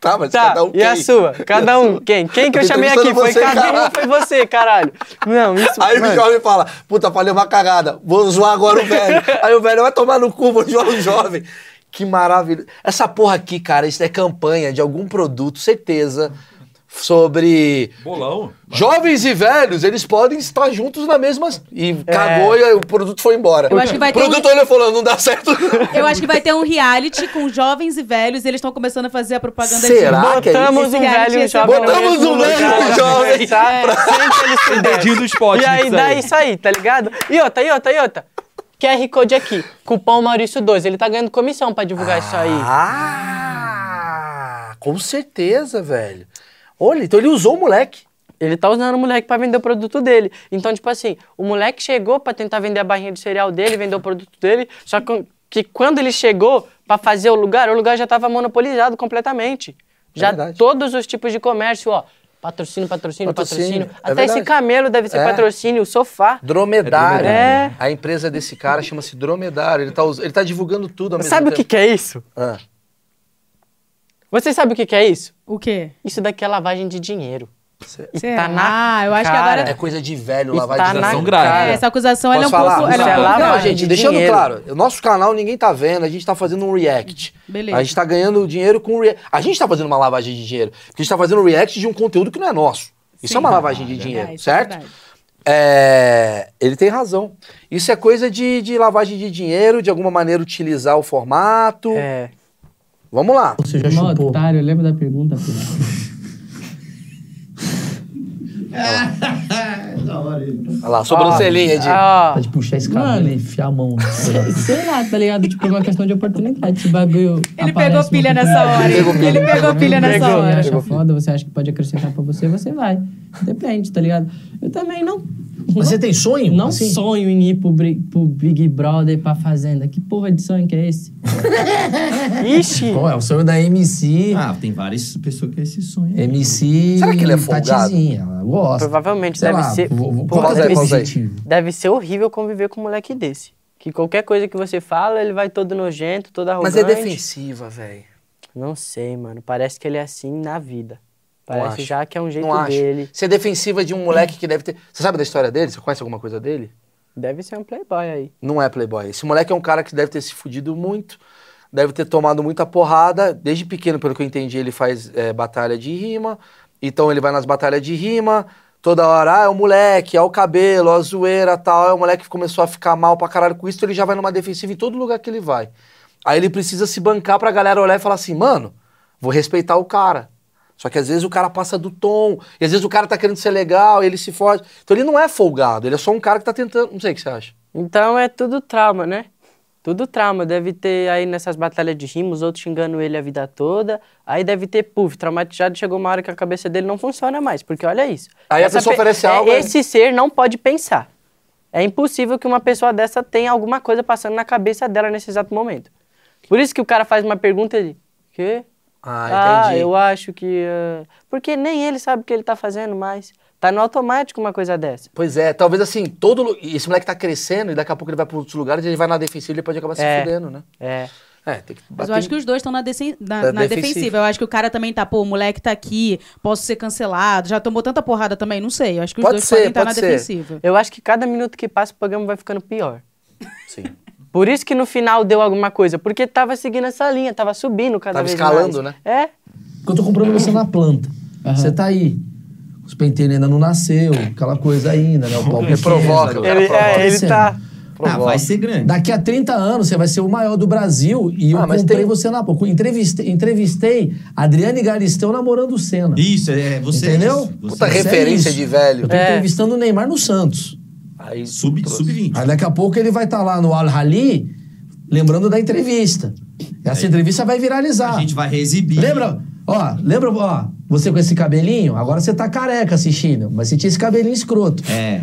[SPEAKER 1] Tá, mas
[SPEAKER 4] tá,
[SPEAKER 1] cada um
[SPEAKER 4] e a
[SPEAKER 1] quem?
[SPEAKER 4] sua? Cada um, quem? Quem que eu
[SPEAKER 1] Tô
[SPEAKER 4] chamei aqui?
[SPEAKER 1] entrevistando
[SPEAKER 4] Foi
[SPEAKER 1] Tá você,
[SPEAKER 4] cada um,
[SPEAKER 1] caralho.
[SPEAKER 4] foi você, caralho. Não, isso...
[SPEAKER 1] Aí o
[SPEAKER 4] mano.
[SPEAKER 1] jovem fala, puta, falei uma cagada, vou zoar agora o velho. Aí o velho vai tomar no cu, vou zoar o jovem. Que maravilha. Essa porra aqui, cara, isso é campanha de algum produto, certeza, sobre
[SPEAKER 2] Bolão.
[SPEAKER 1] jovens e velhos, eles podem estar juntos na mesma... E cagou e aí o produto foi embora.
[SPEAKER 3] Eu acho que vai
[SPEAKER 1] o
[SPEAKER 3] ter um-
[SPEAKER 1] produto olhou e falou, não dá certo.
[SPEAKER 3] Eu acho que vai ter um reality com jovens e velhos. E eles estão começando a fazer a propaganda
[SPEAKER 1] Será?
[SPEAKER 3] de.
[SPEAKER 1] que é
[SPEAKER 4] Botamos
[SPEAKER 3] isso?
[SPEAKER 4] um
[SPEAKER 3] Esse cara
[SPEAKER 4] velho e
[SPEAKER 3] tinha
[SPEAKER 4] um jovem. no
[SPEAKER 1] Botamos
[SPEAKER 4] mesmo
[SPEAKER 1] um velho e um
[SPEAKER 4] lugar pra
[SPEAKER 1] jovem.
[SPEAKER 4] conversar,
[SPEAKER 3] É.
[SPEAKER 4] Sem que eles se
[SPEAKER 2] Dedinho do esporte.
[SPEAKER 4] E aí
[SPEAKER 2] nisso
[SPEAKER 4] dá isso aí, tá ligado? E outra, e outra, e outra. QR Code aqui, cupom Maurício12. Ele tá ganhando comissão pra divulgar isso aí.
[SPEAKER 1] Ah, com certeza, velho. Olha, então ele usou o moleque.
[SPEAKER 4] Ele tá usando o moleque pra vender o produto dele. Então, tipo assim, o moleque chegou pra tentar vender a barrinha de cereal dele, vender o produto dele, só que, que quando ele chegou pra fazer o lugar, o lugar já tava monopolizado completamente. Já
[SPEAKER 1] É verdade.
[SPEAKER 4] todos os tipos de comércio, ó. Patrocínio, patrocínio,
[SPEAKER 1] Patrocínio,
[SPEAKER 4] patrocínio.
[SPEAKER 1] é
[SPEAKER 4] Até esse
[SPEAKER 1] verdade.
[SPEAKER 4] camelo deve ser
[SPEAKER 1] É.
[SPEAKER 4] patrocínio, o sofá.
[SPEAKER 1] Dromedário.
[SPEAKER 4] É.
[SPEAKER 1] A empresa desse cara chama-se Dromedário. Ele tá, us- ele tá divulgando tudo ao mesmo
[SPEAKER 4] Sabe o que,
[SPEAKER 1] tempo.
[SPEAKER 4] que é isso?
[SPEAKER 1] Ah.
[SPEAKER 4] Vocês sabem o que, que é isso?
[SPEAKER 3] O quê?
[SPEAKER 4] Isso daqui é lavagem de dinheiro. tá
[SPEAKER 3] Será?
[SPEAKER 4] na
[SPEAKER 3] Ah, eu acho que
[SPEAKER 4] cara.
[SPEAKER 1] É
[SPEAKER 3] agora.
[SPEAKER 1] coisa de velho,
[SPEAKER 4] Isso
[SPEAKER 1] lavar de
[SPEAKER 4] tá na
[SPEAKER 1] razão.
[SPEAKER 2] grave.
[SPEAKER 3] É,
[SPEAKER 4] cara.
[SPEAKER 3] essa acusação ela é um
[SPEAKER 1] Posso falar?
[SPEAKER 3] pouco. Ela é um
[SPEAKER 4] Sei lá,
[SPEAKER 3] pouco-
[SPEAKER 1] não,
[SPEAKER 4] mano,
[SPEAKER 1] gente,
[SPEAKER 4] de
[SPEAKER 1] deixando
[SPEAKER 4] dinheiro.
[SPEAKER 1] claro, o nosso canal ninguém tá vendo, a gente tá fazendo um react.
[SPEAKER 3] Beleza.
[SPEAKER 1] A gente tá ganhando dinheiro com react. A gente tá fazendo uma lavagem de dinheiro, porque a gente tá fazendo um react de um conteúdo que não é nosso. Isso
[SPEAKER 3] Sim.
[SPEAKER 1] é uma lavagem de
[SPEAKER 3] É,
[SPEAKER 1] dinheiro,
[SPEAKER 3] isso é
[SPEAKER 1] certo?
[SPEAKER 3] verdade.
[SPEAKER 1] É, ele tem razão. Isso é coisa de, de lavagem de dinheiro, de alguma maneira utilizar o formato.
[SPEAKER 4] É.
[SPEAKER 1] Vamos lá.
[SPEAKER 7] Você já
[SPEAKER 8] Mó
[SPEAKER 7] chupou.
[SPEAKER 8] otário, lembra da pergunta? filho?
[SPEAKER 5] Da hora ele.
[SPEAKER 1] Olha lá, sobrancelhinha de.
[SPEAKER 4] Ah,
[SPEAKER 7] Pode puxar esse cabelo e enfiar a mão.
[SPEAKER 8] Sei lá, tá ligado? Tipo, é uma questão de oportunidade. Esse bagulho.
[SPEAKER 3] Ele
[SPEAKER 8] aparece
[SPEAKER 3] pegou
[SPEAKER 8] no
[SPEAKER 3] pilha
[SPEAKER 8] futuro.
[SPEAKER 3] nessa hora.
[SPEAKER 1] Pegou
[SPEAKER 3] hein?
[SPEAKER 1] pilha.
[SPEAKER 3] Ele pegou pilha
[SPEAKER 8] Você
[SPEAKER 3] nessa hora.
[SPEAKER 8] acha foda, você acha que pode acrescentar pra você, você vai. Depende, tá ligado? Eu também não.
[SPEAKER 7] Mas você
[SPEAKER 8] não-
[SPEAKER 7] tem sonho?
[SPEAKER 8] Não
[SPEAKER 7] assim?
[SPEAKER 8] sonho em ir pro, Bri- pro Big Brother, pra Fazenda. Que porra de sonho que é esse?
[SPEAKER 4] ixi.
[SPEAKER 7] Qual é? O sonho da MC.
[SPEAKER 5] Ah, tem várias pessoas que é esse sonho.
[SPEAKER 7] MC.
[SPEAKER 1] Será que ele é folgado?
[SPEAKER 7] Tatizinha, ela gosta.
[SPEAKER 4] Provavelmente
[SPEAKER 7] Sei
[SPEAKER 4] deve
[SPEAKER 7] lá,
[SPEAKER 4] ser.
[SPEAKER 7] vou- vou-
[SPEAKER 4] Pô,
[SPEAKER 7] Qual que
[SPEAKER 1] pausa
[SPEAKER 7] é
[SPEAKER 1] aí,
[SPEAKER 7] o
[SPEAKER 1] pausa aí.
[SPEAKER 7] objetivo?
[SPEAKER 4] Deve ser horrível conviver com um moleque desse. Que qualquer coisa que você fala, ele vai todo nojento, todo
[SPEAKER 1] Mas
[SPEAKER 4] arrogante.
[SPEAKER 1] é defensiva, velho.
[SPEAKER 4] Não sei, mano. Parece que ele é assim na vida. Parece
[SPEAKER 1] acho.
[SPEAKER 4] já que é um jeito
[SPEAKER 1] Não acho.
[SPEAKER 4] dele.
[SPEAKER 1] Ser defensiva de um moleque que deve ter. Você sabe da história dele? Você conhece alguma coisa dele?
[SPEAKER 4] Deve ser um playboy aí.
[SPEAKER 1] Não é playboy. Esse moleque é um cara que deve ter se fudido muito, deve ter tomado muita porrada. Desde pequeno, pelo que eu entendi, ele faz é, batalha de rima. Então ele vai nas batalhas de rima, toda hora, ah, é o moleque, é o cabelo, é a zoeira tal. É o moleque que começou a ficar mal pra caralho com isso, ele já vai numa defensiva em todo lugar que ele vai. Aí ele precisa se bancar pra galera olhar e falar assim, mano, vou respeitar o cara. Só que às vezes o cara passa do tom, e às vezes o cara tá querendo ser legal, e ele se foge. Então ele não é folgado, ele é só um cara que tá tentando. Não sei o que você acha.
[SPEAKER 4] Então é tudo trauma, né? Tudo trauma. Deve ter aí nessas batalhas de rima, os outros xingando ele a vida toda. Aí deve ter, puf, traumatizado. Chegou uma hora que a cabeça dele não funciona mais, porque olha isso.
[SPEAKER 1] Aí a pessoa oferece
[SPEAKER 4] é-
[SPEAKER 1] algo, é-
[SPEAKER 4] Esse ser não pode pensar. É impossível que uma pessoa dessa tenha alguma coisa passando na cabeça dela nesse exato momento. Por isso que o cara faz uma pergunta de. Quê?
[SPEAKER 1] Ah, entendi.
[SPEAKER 4] eu acho que. ah, Porque nem ele sabe o que ele tá fazendo mais. Tá no automático uma coisa dessa.
[SPEAKER 1] Pois é, talvez assim, todo lu- e esse moleque tá crescendo e daqui a pouco ele vai para outros lugares, ele vai na defensiva e ele pode acabar se
[SPEAKER 4] É.
[SPEAKER 1] fudendo, né?
[SPEAKER 4] É.
[SPEAKER 1] É, tem que bater.
[SPEAKER 3] Mas eu acho que os dois estão na, deci- na-
[SPEAKER 1] Na
[SPEAKER 3] na
[SPEAKER 1] defensiva.
[SPEAKER 3] defensiva. Eu acho que o cara também tá, pô, o moleque tá aqui, posso ser cancelado. Já tomou tanta porrada também, não sei. Eu acho que os
[SPEAKER 1] Pode
[SPEAKER 3] dois
[SPEAKER 1] ser,
[SPEAKER 3] podem estar
[SPEAKER 1] pode
[SPEAKER 3] na
[SPEAKER 1] ser.
[SPEAKER 3] defensiva.
[SPEAKER 4] Eu acho que cada minuto que passa o programa vai ficando pior.
[SPEAKER 1] Sim.
[SPEAKER 7] Ah,
[SPEAKER 4] Por isso que no final deu alguma coisa, porque tava seguindo essa linha, tava subindo cada
[SPEAKER 1] Tava
[SPEAKER 4] vez
[SPEAKER 1] escalando,
[SPEAKER 4] mais.
[SPEAKER 1] né?
[SPEAKER 4] É.
[SPEAKER 7] Porque eu tô comprando você na planta.
[SPEAKER 8] Aham.
[SPEAKER 7] Você tá aí. Os penteiros ainda não nasceu, aquela coisa ainda, né? O pau
[SPEAKER 1] Ele
[SPEAKER 7] pequeno. Ah,
[SPEAKER 1] provoca, o cara
[SPEAKER 4] Ele,
[SPEAKER 1] provoca.
[SPEAKER 4] é, ele tá.
[SPEAKER 5] Ah, vai ser grande.
[SPEAKER 7] Daqui a 30 anos você vai ser o maior do Brasil e
[SPEAKER 1] Ah,
[SPEAKER 7] eu
[SPEAKER 1] mas
[SPEAKER 7] comprei
[SPEAKER 1] tem-
[SPEAKER 7] você na planta. Entrevistei, entrevistei Adriane Galistão namorando o Senna.
[SPEAKER 5] Isso, é você. é
[SPEAKER 7] Entendeu?
[SPEAKER 5] isso. Você
[SPEAKER 1] Puta
[SPEAKER 5] é
[SPEAKER 7] Isso é
[SPEAKER 1] referência
[SPEAKER 7] isso.
[SPEAKER 1] de velho.
[SPEAKER 7] Eu tô
[SPEAKER 4] É.
[SPEAKER 7] entrevistando o Neymar no Santos.
[SPEAKER 1] Aí
[SPEAKER 5] sub-
[SPEAKER 1] trouxe.
[SPEAKER 5] Sub-20.
[SPEAKER 7] Aí daqui a pouco ele vai estar lá no Al Hali lembrando da entrevista. Essa entrevista vai viralizar.
[SPEAKER 5] a gente vai reexibir.
[SPEAKER 7] Lembra? Ó, lembra, ó. Você com esse cabelinho, agora você tá careca assistindo, mas você tinha esse cabelinho escroto.
[SPEAKER 9] É.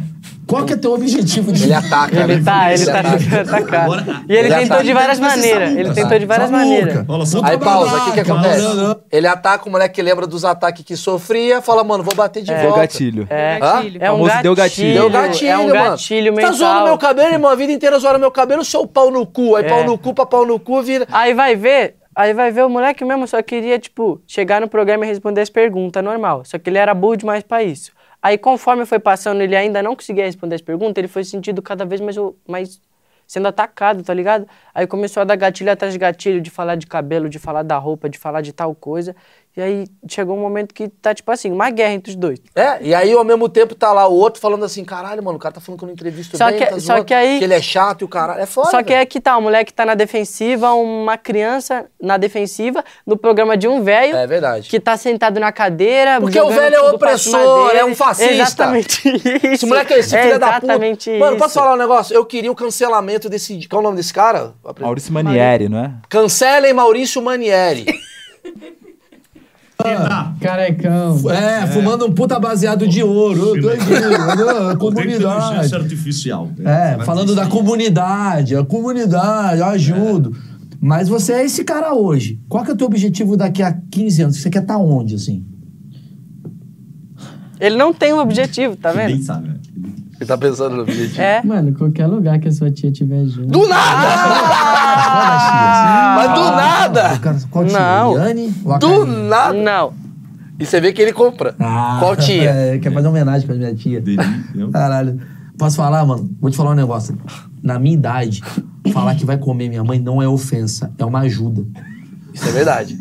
[SPEAKER 7] Qual que é teu objetivo de
[SPEAKER 1] Ele ataca,
[SPEAKER 4] Ele
[SPEAKER 1] né?
[SPEAKER 4] tá, ele tá
[SPEAKER 1] ataca.
[SPEAKER 4] tentando atacar.
[SPEAKER 9] Agora-
[SPEAKER 4] E ele
[SPEAKER 1] Ele
[SPEAKER 4] tentou
[SPEAKER 1] ataca.
[SPEAKER 4] de várias maneiras. Ele tentou
[SPEAKER 1] é
[SPEAKER 4] de várias maneiras.
[SPEAKER 9] Olha só.
[SPEAKER 1] Aí pausa, o que, que
[SPEAKER 7] babaca,
[SPEAKER 1] acontece?
[SPEAKER 7] não, não.
[SPEAKER 1] Ele ataca o moleque que lembra dos ataques que sofria, fala, mano, vou bater de
[SPEAKER 2] Deu
[SPEAKER 1] volta.
[SPEAKER 2] gatilho.
[SPEAKER 4] É,
[SPEAKER 1] gatilho.
[SPEAKER 4] é um
[SPEAKER 2] Famoso
[SPEAKER 4] gatilho.
[SPEAKER 2] deu gatilho.
[SPEAKER 1] Deu gatilho,
[SPEAKER 4] É um
[SPEAKER 1] mano.
[SPEAKER 4] gatilho
[SPEAKER 1] Tá zoando
[SPEAKER 4] mental.
[SPEAKER 1] meu cabelo, irmão. A vida inteira zoando meu cabelo, seu pau no cu. Aí
[SPEAKER 4] É.
[SPEAKER 1] pau no cu, pra pau no cu, vira.
[SPEAKER 4] Aí vai ver, aí vai ver o moleque mesmo só queria, tipo, chegar no programa e responder as perguntas, normal. Só que ele era burro demais pra isso. Aí conforme foi passando, ele ainda não conseguia responder as perguntas, ele foi se sentindo cada vez mais, o- mais sendo atacado, tá ligado? Aí começou a dar gatilho atrás de gatilho, de falar de cabelo, de falar da roupa, de falar de tal coisa. E aí chegou um momento que tá, tipo assim, uma guerra entre os dois.
[SPEAKER 1] É, e aí ao mesmo tempo tá lá o outro falando assim, caralho, mano, o cara tá falando que eu não entrevisto
[SPEAKER 4] Só
[SPEAKER 1] bem,
[SPEAKER 4] que-
[SPEAKER 1] tá
[SPEAKER 4] só
[SPEAKER 1] zoando,
[SPEAKER 4] que aí-
[SPEAKER 1] que ele é chato e o caralho. É foda,
[SPEAKER 4] Só que
[SPEAKER 1] velho.
[SPEAKER 4] é que tá, o moleque tá na defensiva, uma criança na defensiva, no programa de um velho.
[SPEAKER 1] É verdade.
[SPEAKER 4] Que tá sentado na cadeira.
[SPEAKER 1] Porque o
[SPEAKER 4] jogando
[SPEAKER 1] velho é
[SPEAKER 4] tudo pra cima
[SPEAKER 1] opressor,
[SPEAKER 4] dele.
[SPEAKER 1] é um fascista.
[SPEAKER 4] Exatamente isso.
[SPEAKER 1] Esse moleque é esse, filho da puta.
[SPEAKER 4] Exatamente isso.
[SPEAKER 1] Mano, posso falar um negócio? Eu queria o cancelamento desse... Qual é o nome desse cara?
[SPEAKER 2] Maurício Manieri, não é?
[SPEAKER 1] Cancelem Maurício Manieri.
[SPEAKER 8] Carecão.
[SPEAKER 7] É, fumando um puta baseado de ouro. doidinho, né? comunidade.
[SPEAKER 9] Inteligência artificial.
[SPEAKER 7] É, falando da comunidade, a comunidade, eu ajudo. Mas você é esse cara hoje. Qual que é o teu objetivo daqui a 15 anos? Você quer estar onde, assim?
[SPEAKER 4] Ele não tem um objetivo, tá
[SPEAKER 9] Nem
[SPEAKER 4] vendo?
[SPEAKER 9] sabe, né?
[SPEAKER 1] Ele tá pensando no vídeo.
[SPEAKER 4] É.
[SPEAKER 8] Mano, qualquer lugar que a sua tia tiver junto.
[SPEAKER 1] Do nada!
[SPEAKER 4] Ah!
[SPEAKER 1] Mas do
[SPEAKER 7] Ah, O
[SPEAKER 1] nada!
[SPEAKER 7] cara, qual time?
[SPEAKER 4] Não.
[SPEAKER 7] Iane? ou a
[SPEAKER 1] Do
[SPEAKER 7] Karine?
[SPEAKER 1] nada!
[SPEAKER 4] Não.
[SPEAKER 1] E você vê que ele compra.
[SPEAKER 7] Ah,
[SPEAKER 1] Qual tia?
[SPEAKER 7] é, quer fazer uma homenagem pra minha tia.
[SPEAKER 9] Dele, entendeu?
[SPEAKER 7] Caralho. Posso falar, mano? Vou te falar um negócio. Na minha idade, falar que vai comer minha mãe não é ofensa, é uma ajuda.
[SPEAKER 1] Isso é verdade.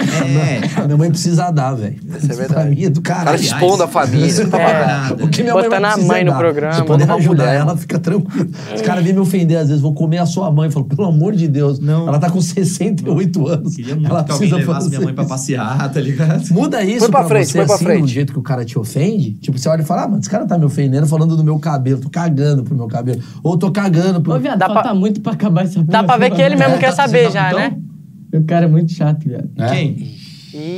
[SPEAKER 9] É.
[SPEAKER 7] A minha mãe precisa dar, velho.
[SPEAKER 1] Isso é verdade.
[SPEAKER 7] Pra mim é do
[SPEAKER 1] O cara
[SPEAKER 7] caralho.
[SPEAKER 1] expondo a família.
[SPEAKER 4] É.
[SPEAKER 1] É.
[SPEAKER 9] Parada.
[SPEAKER 7] tá O que minha mãe
[SPEAKER 4] Botar
[SPEAKER 7] vai
[SPEAKER 4] na
[SPEAKER 7] precisar
[SPEAKER 4] mãe no
[SPEAKER 7] dar.
[SPEAKER 4] programa.
[SPEAKER 7] Se puder
[SPEAKER 1] Botar na
[SPEAKER 7] ajudar
[SPEAKER 1] mulher.
[SPEAKER 7] ela, fica tranquilo. Os
[SPEAKER 1] É.
[SPEAKER 7] caras vêm me ofender às vezes, vou comer a sua mãe. Eu falo, pelo amor de Deus.
[SPEAKER 9] Não.
[SPEAKER 7] Ela tá com 68 anos.
[SPEAKER 9] Queria muito
[SPEAKER 7] ela
[SPEAKER 9] que alguém
[SPEAKER 7] precisa
[SPEAKER 9] levasse
[SPEAKER 7] fazer
[SPEAKER 9] minha mãe pra
[SPEAKER 7] isso.
[SPEAKER 9] passear, tá ligado?
[SPEAKER 7] Muda isso
[SPEAKER 1] Põe pra frente,
[SPEAKER 7] você,
[SPEAKER 1] põe pra
[SPEAKER 7] assim,
[SPEAKER 1] frente.
[SPEAKER 7] do jeito que o cara te ofende. Tipo, você olha e fala, ah, mano, esse cara tá me ofendendo falando do meu cabelo. Tô cagando pro meu cabelo. Ou tô cagando pro...
[SPEAKER 8] Ô, viado,
[SPEAKER 4] Dá
[SPEAKER 8] falta
[SPEAKER 4] pra-
[SPEAKER 8] muito pra acabar essa
[SPEAKER 4] Dá pra ver que ele mesmo
[SPEAKER 9] É,
[SPEAKER 4] quer
[SPEAKER 9] tá-
[SPEAKER 4] saber
[SPEAKER 9] você
[SPEAKER 4] já,
[SPEAKER 9] tá- então?
[SPEAKER 4] né?
[SPEAKER 8] O cara é muito chato, viado.
[SPEAKER 7] É.
[SPEAKER 9] Quem?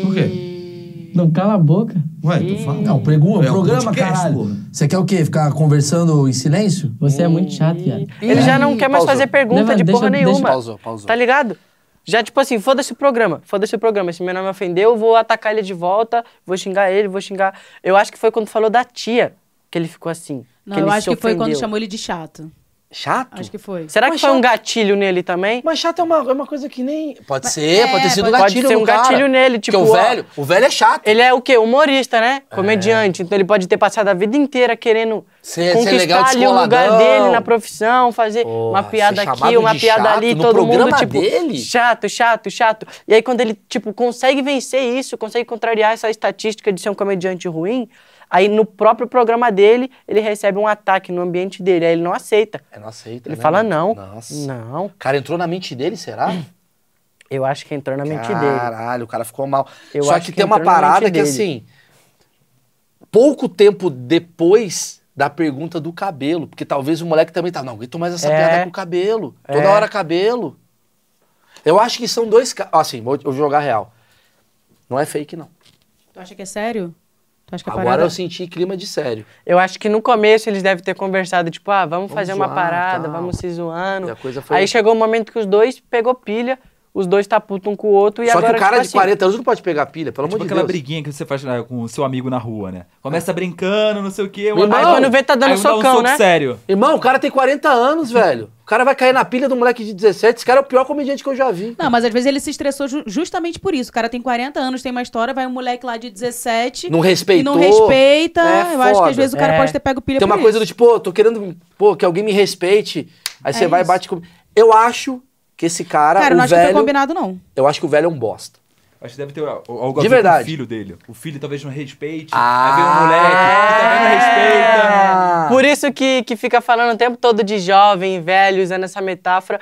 [SPEAKER 9] Por quê?
[SPEAKER 8] Não cala a boca.
[SPEAKER 9] Ué, tu fala.
[SPEAKER 7] Não, pregou,
[SPEAKER 9] É um
[SPEAKER 7] programa,
[SPEAKER 9] podcast,
[SPEAKER 7] caralho.
[SPEAKER 9] porra.
[SPEAKER 7] Você quer o quê? Ficar conversando em silêncio?
[SPEAKER 8] Você é muito chato, viado.
[SPEAKER 4] Ele já não quer mais
[SPEAKER 1] Pausou.
[SPEAKER 4] fazer pergunta
[SPEAKER 8] Leva-
[SPEAKER 4] de
[SPEAKER 8] deixa-
[SPEAKER 4] porra
[SPEAKER 8] deixa-
[SPEAKER 4] nenhuma.
[SPEAKER 1] Pausou, pausou.
[SPEAKER 4] Tá ligado? Já, tipo assim, foda-se o programa, foda-se o programa. Se meu nome ofendeu, eu vou atacar ele de volta, vou xingar ele, vou xingar. Eu acho que foi quando falou da tia que ele ficou assim.
[SPEAKER 3] Não,
[SPEAKER 4] que
[SPEAKER 3] eu
[SPEAKER 4] ele
[SPEAKER 3] acho
[SPEAKER 4] se
[SPEAKER 3] que foi quando
[SPEAKER 4] ofendeu.
[SPEAKER 3] chamou ele de chato.
[SPEAKER 1] Chato?
[SPEAKER 3] Acho que foi.
[SPEAKER 4] Será que
[SPEAKER 1] Mas
[SPEAKER 4] foi
[SPEAKER 1] chato.
[SPEAKER 4] um gatilho nele também?
[SPEAKER 1] Mas chato é uma, é uma coisa que nem. Pode ser, pode ter sido um
[SPEAKER 4] pode-
[SPEAKER 1] gatilho
[SPEAKER 4] pode ser
[SPEAKER 1] no
[SPEAKER 4] um
[SPEAKER 1] cara.
[SPEAKER 4] gatilho nele,
[SPEAKER 1] Porque
[SPEAKER 4] tipo,
[SPEAKER 1] o
[SPEAKER 4] ó,
[SPEAKER 1] velho, o velho é chato.
[SPEAKER 4] Ele é o quê? Humorista, né?
[SPEAKER 1] É.
[SPEAKER 4] Comediante. Então ele pode ter passado a vida inteira querendo
[SPEAKER 1] Ser- ser
[SPEAKER 4] conquistar
[SPEAKER 1] é legal,
[SPEAKER 4] ali o lugar
[SPEAKER 1] descoladão.
[SPEAKER 4] dele na profissão, fazer
[SPEAKER 1] Porra,
[SPEAKER 4] uma piada
[SPEAKER 1] ser chamado
[SPEAKER 4] aqui, uma
[SPEAKER 1] de
[SPEAKER 4] piada
[SPEAKER 1] chato
[SPEAKER 4] ali,
[SPEAKER 1] no
[SPEAKER 4] todo mundo,
[SPEAKER 1] programa
[SPEAKER 4] tipo,
[SPEAKER 1] dele?
[SPEAKER 4] chato, chato, chato. E aí quando ele, tipo, consegue vencer isso, consegue contrariar essa estatística de ser um comediante ruim, aí no próprio programa dele, ele recebe um ataque no ambiente dele, aí ele não aceita.
[SPEAKER 1] É, não aceita,
[SPEAKER 4] Ele
[SPEAKER 1] né,
[SPEAKER 4] fala, não,
[SPEAKER 1] mano? Nossa.
[SPEAKER 4] não.
[SPEAKER 1] O cara entrou na mente dele, será?
[SPEAKER 4] Eu acho que entrou na mente dele.
[SPEAKER 1] Caralho, o cara ficou mal.
[SPEAKER 4] Eu
[SPEAKER 1] Só
[SPEAKER 4] acho
[SPEAKER 1] que,
[SPEAKER 4] que
[SPEAKER 1] tem uma
[SPEAKER 4] entrou na
[SPEAKER 1] parada
[SPEAKER 4] mente
[SPEAKER 1] que,
[SPEAKER 4] dele.
[SPEAKER 1] assim, pouco tempo depois da pergunta do cabelo, porque talvez o moleque também tá, não aguento mais essa
[SPEAKER 4] É.
[SPEAKER 1] piada com o cabelo, toda
[SPEAKER 4] É.
[SPEAKER 1] hora cabelo. Eu acho que são dois caras, assim, vou, eu vou jogar real. Não é fake, não.
[SPEAKER 3] Tu acha que é sério? Tu acha que a
[SPEAKER 1] Agora
[SPEAKER 3] parada...
[SPEAKER 1] eu senti clima de sério.
[SPEAKER 4] Eu acho que no começo eles devem ter conversado, tipo, ah, vamos,
[SPEAKER 1] Vamos
[SPEAKER 4] fazer uma
[SPEAKER 1] zoar,
[SPEAKER 4] parada,
[SPEAKER 1] tal.
[SPEAKER 4] vamos se zoando.
[SPEAKER 1] E a coisa foi-
[SPEAKER 4] Aí chegou o momento que os dois pegou pilha, os dois tá puto um com o outro e
[SPEAKER 1] Só
[SPEAKER 4] agora
[SPEAKER 1] que o cara
[SPEAKER 4] tipo,
[SPEAKER 1] de
[SPEAKER 4] assim,
[SPEAKER 1] 40 anos não pode pegar pilha, pelo
[SPEAKER 2] Tipo
[SPEAKER 1] amor de
[SPEAKER 2] aquela
[SPEAKER 1] Deus.
[SPEAKER 2] briguinha que você faz né, com o seu amigo na rua, né? Começa brincando, não sei o quê.
[SPEAKER 1] Meu
[SPEAKER 2] um-
[SPEAKER 1] irmão,
[SPEAKER 2] Aí
[SPEAKER 1] quando
[SPEAKER 4] vê, tá dando
[SPEAKER 2] aí um dá um
[SPEAKER 4] socão,
[SPEAKER 2] soco
[SPEAKER 4] né?
[SPEAKER 2] sério.
[SPEAKER 1] Irmão, o cara tem 40 anos, velho. O cara vai cair na pilha do moleque de 17. Esse cara é o pior comediante que eu já vi.
[SPEAKER 3] Não, mas às vezes ele se estressou ju- justamente por isso. O cara tem 40 anos, tem uma história, vai um moleque lá de 17...
[SPEAKER 1] Não
[SPEAKER 3] E
[SPEAKER 1] respeitou.
[SPEAKER 3] não respeita.
[SPEAKER 1] É
[SPEAKER 3] eu acho que
[SPEAKER 1] foda.
[SPEAKER 3] às vezes o cara
[SPEAKER 4] É.
[SPEAKER 3] pode ter pego pilha
[SPEAKER 1] Tem uma
[SPEAKER 3] por
[SPEAKER 1] coisa do
[SPEAKER 3] isso. É
[SPEAKER 1] tipo, pô, tô querendo pô, que alguém me respeite. Aí você vai e
[SPEAKER 3] isso.
[SPEAKER 1] bate com. Eu acho que esse cara, tipo,
[SPEAKER 3] Cara,
[SPEAKER 1] o
[SPEAKER 3] eu não acho que
[SPEAKER 1] velho.
[SPEAKER 3] foi combinado, não.
[SPEAKER 1] eu acho que o velho é um bosta.
[SPEAKER 2] Acho que deve ter al- algo a
[SPEAKER 1] De
[SPEAKER 2] ver com
[SPEAKER 1] verdade.
[SPEAKER 2] o filho dele. O filho talvez não respeite.
[SPEAKER 1] Ah.
[SPEAKER 2] aí vem um moleque que também não respeita.
[SPEAKER 1] Ah.
[SPEAKER 4] Por isso que, que fica falando o tempo todo de jovem, velho, usando essa metáfora.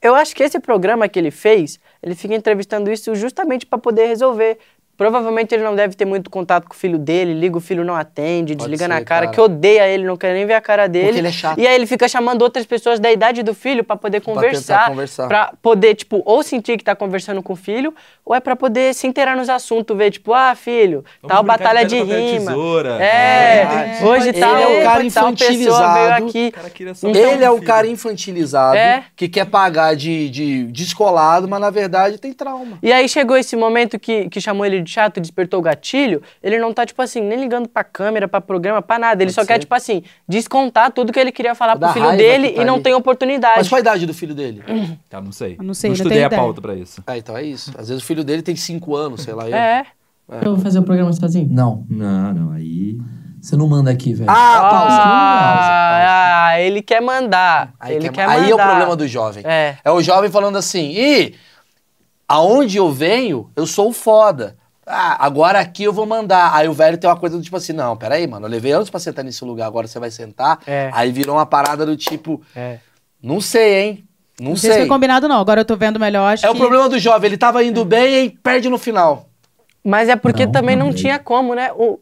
[SPEAKER 4] Eu acho que esse programa que ele fez, ele fica entrevistando isso justamente pra poder resolver. Provavelmente ele não deve ter muito contato com o filho dele, liga o filho não atende, desliga
[SPEAKER 1] ser,
[SPEAKER 4] na cara,
[SPEAKER 1] cara.
[SPEAKER 4] que odeia ele, não quer nem ver a cara dele.
[SPEAKER 1] ele é chato.
[SPEAKER 4] E aí ele fica chamando outras pessoas da idade do filho pra poder
[SPEAKER 1] tentar
[SPEAKER 4] conversar,
[SPEAKER 1] conversar.
[SPEAKER 4] pra poder tipo ou sentir que tá conversando com o filho, ou é pra poder se inteirar nos assuntos, ver tipo, ah, filho,
[SPEAKER 2] Vamos
[SPEAKER 4] tal
[SPEAKER 2] brincar de
[SPEAKER 4] batalha de
[SPEAKER 2] pedra, papel,
[SPEAKER 4] rima.
[SPEAKER 2] tesoura.
[SPEAKER 4] É,
[SPEAKER 1] Ah,
[SPEAKER 4] hoje
[SPEAKER 1] ele
[SPEAKER 4] tal,
[SPEAKER 1] é um cara
[SPEAKER 4] tal pessoa veio
[SPEAKER 1] infantilizado.
[SPEAKER 4] aqui.
[SPEAKER 2] O cara queria só um
[SPEAKER 4] Então-
[SPEAKER 1] ele é o cara infantilizado
[SPEAKER 4] É.
[SPEAKER 1] que quer pagar de, de descolado, mas na verdade tem trauma.
[SPEAKER 4] E aí chegou esse momento que, que chamou ele de chato, despertou o gatilho. Ele não tá, tipo assim, nem ligando pra câmera, pra programa, pra nada. Ele
[SPEAKER 1] Pode
[SPEAKER 4] só quer,
[SPEAKER 1] ser.
[SPEAKER 4] tipo assim, descontar tudo que ele queria falar pro
[SPEAKER 1] Da
[SPEAKER 4] filho
[SPEAKER 1] raiva
[SPEAKER 4] dele
[SPEAKER 1] que tá
[SPEAKER 4] e não
[SPEAKER 1] ali.
[SPEAKER 4] tem oportunidade.
[SPEAKER 1] Mas qual a idade do filho dele?
[SPEAKER 4] Hum.
[SPEAKER 2] Tá, não sei.
[SPEAKER 3] Eu não sei,
[SPEAKER 2] não
[SPEAKER 3] não
[SPEAKER 2] estudei
[SPEAKER 3] tenho
[SPEAKER 2] a
[SPEAKER 3] ideia.
[SPEAKER 2] pauta pra isso.
[SPEAKER 1] Ah, então é isso. Às vezes o filho dele tem 5 anos, sei lá. eu.
[SPEAKER 4] É.
[SPEAKER 8] Eu vou fazer o programa sozinho.
[SPEAKER 7] Não,
[SPEAKER 9] Não, não, aí.
[SPEAKER 7] você não manda aqui, velho.
[SPEAKER 1] Ah,
[SPEAKER 4] Ah,
[SPEAKER 1] pausa.
[SPEAKER 4] ah, ele quer mandar.
[SPEAKER 1] Aí,
[SPEAKER 4] ele
[SPEAKER 1] que
[SPEAKER 4] quer
[SPEAKER 1] é, aí
[SPEAKER 4] mandar.
[SPEAKER 1] é o problema do jovem.
[SPEAKER 4] É.
[SPEAKER 1] É o jovem falando assim, e aonde eu venho, eu sou o foda. Ah, agora aqui eu vou mandar. Aí o velho tem uma coisa do tipo assim, não, peraí, mano, eu levei anos pra sentar nesse lugar, agora você vai sentar.
[SPEAKER 4] É.
[SPEAKER 1] Aí virou uma parada do tipo,
[SPEAKER 4] É.
[SPEAKER 1] não sei, hein? Não,
[SPEAKER 3] Não sei se
[SPEAKER 1] sei.
[SPEAKER 3] foi combinado, não. Agora eu tô vendo melhor. Acho
[SPEAKER 1] É o
[SPEAKER 3] que-
[SPEAKER 1] problema do jovem, ele tava indo bem e perde no final.
[SPEAKER 4] Mas é porque
[SPEAKER 7] Não,
[SPEAKER 4] também não
[SPEAKER 7] não,
[SPEAKER 4] tinha como, né? O-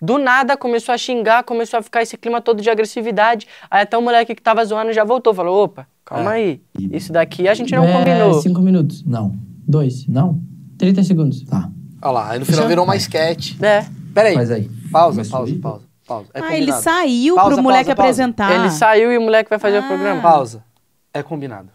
[SPEAKER 4] do nada começou a xingar, começou a ficar esse clima todo de agressividade. Aí até o moleque que tava zoando já voltou, falou: opa, calma
[SPEAKER 1] É.
[SPEAKER 4] aí. Isso daqui a gente não
[SPEAKER 8] É,
[SPEAKER 4] combinou.
[SPEAKER 8] Cinco minutos.
[SPEAKER 7] Não,
[SPEAKER 8] Dois.
[SPEAKER 7] não,
[SPEAKER 8] 30 segundos.
[SPEAKER 7] tá.
[SPEAKER 1] Olha lá, aí no final
[SPEAKER 8] Já-
[SPEAKER 1] virou uma sketch.
[SPEAKER 4] É.
[SPEAKER 1] Peraí,
[SPEAKER 7] Faz aí.
[SPEAKER 1] pausa,
[SPEAKER 9] Mas
[SPEAKER 1] pausa,
[SPEAKER 9] subiu?
[SPEAKER 1] pausa, pausa. É
[SPEAKER 3] ah, ele
[SPEAKER 1] combinado.
[SPEAKER 3] saiu
[SPEAKER 1] Pausa,
[SPEAKER 3] pro moleque
[SPEAKER 1] pausa, pausa.
[SPEAKER 3] apresentar.
[SPEAKER 4] Ele saiu e o moleque vai fazer o programa.
[SPEAKER 1] Pausa. É combinado.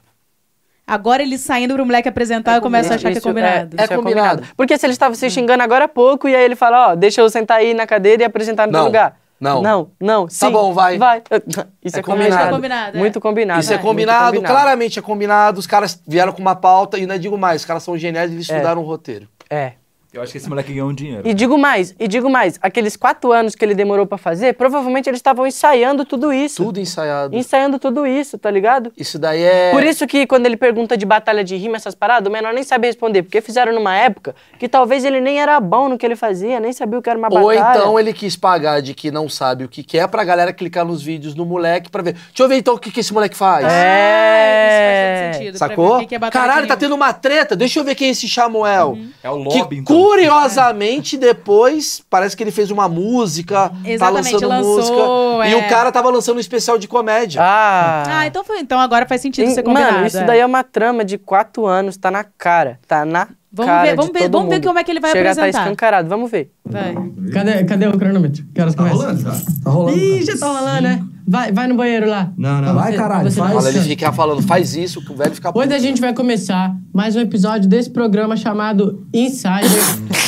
[SPEAKER 3] Agora ele saindo pro moleque apresentar, eu começo a achar que é
[SPEAKER 4] Isso
[SPEAKER 3] combinado. Hum.
[SPEAKER 1] É combinado.
[SPEAKER 4] Porque se ele estava se xingando agora há pouco, e aí ele fala, ó, deixa eu sentar aí na cadeira e apresentar no teu
[SPEAKER 1] Não,
[SPEAKER 4] lugar.
[SPEAKER 1] não. Tá
[SPEAKER 4] Não, não. Sim,
[SPEAKER 1] bom, vai.
[SPEAKER 4] Vai. Isso é,
[SPEAKER 1] É
[SPEAKER 4] combinado.
[SPEAKER 1] combinado.
[SPEAKER 3] Combinado, é.
[SPEAKER 4] Muito combinado.
[SPEAKER 1] Isso é
[SPEAKER 4] Muito
[SPEAKER 1] combinado, claramente é combinado. Os caras vieram com uma pauta e não é digo mais, os caras são geniais, eles estudaram o roteiro.
[SPEAKER 4] É.
[SPEAKER 2] Eu acho que esse moleque ganhou um dinheiro.
[SPEAKER 4] E digo mais, e digo mais, aqueles quatro anos que ele demorou pra fazer, provavelmente eles estavam ensaiando tudo isso.
[SPEAKER 1] Tudo ensaiado.
[SPEAKER 4] Ensaiando tudo isso, tá ligado?
[SPEAKER 1] Isso daí é.
[SPEAKER 4] Por isso que quando ele pergunta de batalha de rima, essas paradas, o menor nem sabe responder, porque fizeram numa época que talvez ele nem era bom no que ele fazia, nem sabia o que era uma
[SPEAKER 1] Ou
[SPEAKER 4] batalha.
[SPEAKER 1] então ele quis pagar de que não sabe o que quer pra galera clicar nos vídeos do moleque pra ver. Deixa eu ver então o que, que esse moleque faz.
[SPEAKER 4] É.
[SPEAKER 3] Ah, isso faz todo sentido. Pra
[SPEAKER 1] Sacou?
[SPEAKER 3] ver o que que é batalha
[SPEAKER 1] Caralho,
[SPEAKER 3] de
[SPEAKER 1] tá
[SPEAKER 3] rima.
[SPEAKER 1] tendo uma treta. Deixa eu ver quem é esse Samuel.
[SPEAKER 2] É o
[SPEAKER 1] Que
[SPEAKER 2] lobby, então.
[SPEAKER 1] curiosamente depois parece que ele fez uma música, tá
[SPEAKER 3] Exatamente,
[SPEAKER 1] lançando
[SPEAKER 3] lançou,
[SPEAKER 1] música. E
[SPEAKER 3] é.
[SPEAKER 1] o cara tava lançando um especial de comédia.
[SPEAKER 4] Ah.
[SPEAKER 3] Ah, então, foi, então agora faz sentido ser combinado.
[SPEAKER 4] Mano, isso
[SPEAKER 3] é.
[SPEAKER 4] daí é uma trama de quatro anos, tá na cara. Tá na
[SPEAKER 3] Vamos
[SPEAKER 4] cara.
[SPEAKER 3] ver, vamos
[SPEAKER 4] de
[SPEAKER 3] ver-
[SPEAKER 4] todo
[SPEAKER 3] vamos ver
[SPEAKER 4] mundo.
[SPEAKER 3] como é que ele vai
[SPEAKER 4] Chega Tá
[SPEAKER 3] apresentar.
[SPEAKER 4] escancarado, vamos ver.
[SPEAKER 3] Vai.
[SPEAKER 8] Cadê, cadê o cronômetro? Que horas
[SPEAKER 9] Tá
[SPEAKER 8] começa?
[SPEAKER 9] rolando, cara?
[SPEAKER 7] Tá rolando.
[SPEAKER 8] Ih, já tá rolando, né? Vai, vai no banheiro lá.
[SPEAKER 9] Não, não.
[SPEAKER 7] Vai, caralho,
[SPEAKER 8] Você-
[SPEAKER 7] faz.
[SPEAKER 1] Olha, ele fica falando, faz isso, que o velho fica
[SPEAKER 8] Hoje
[SPEAKER 1] puto.
[SPEAKER 8] a gente vai começar mais um episódio desse programa chamado Insider,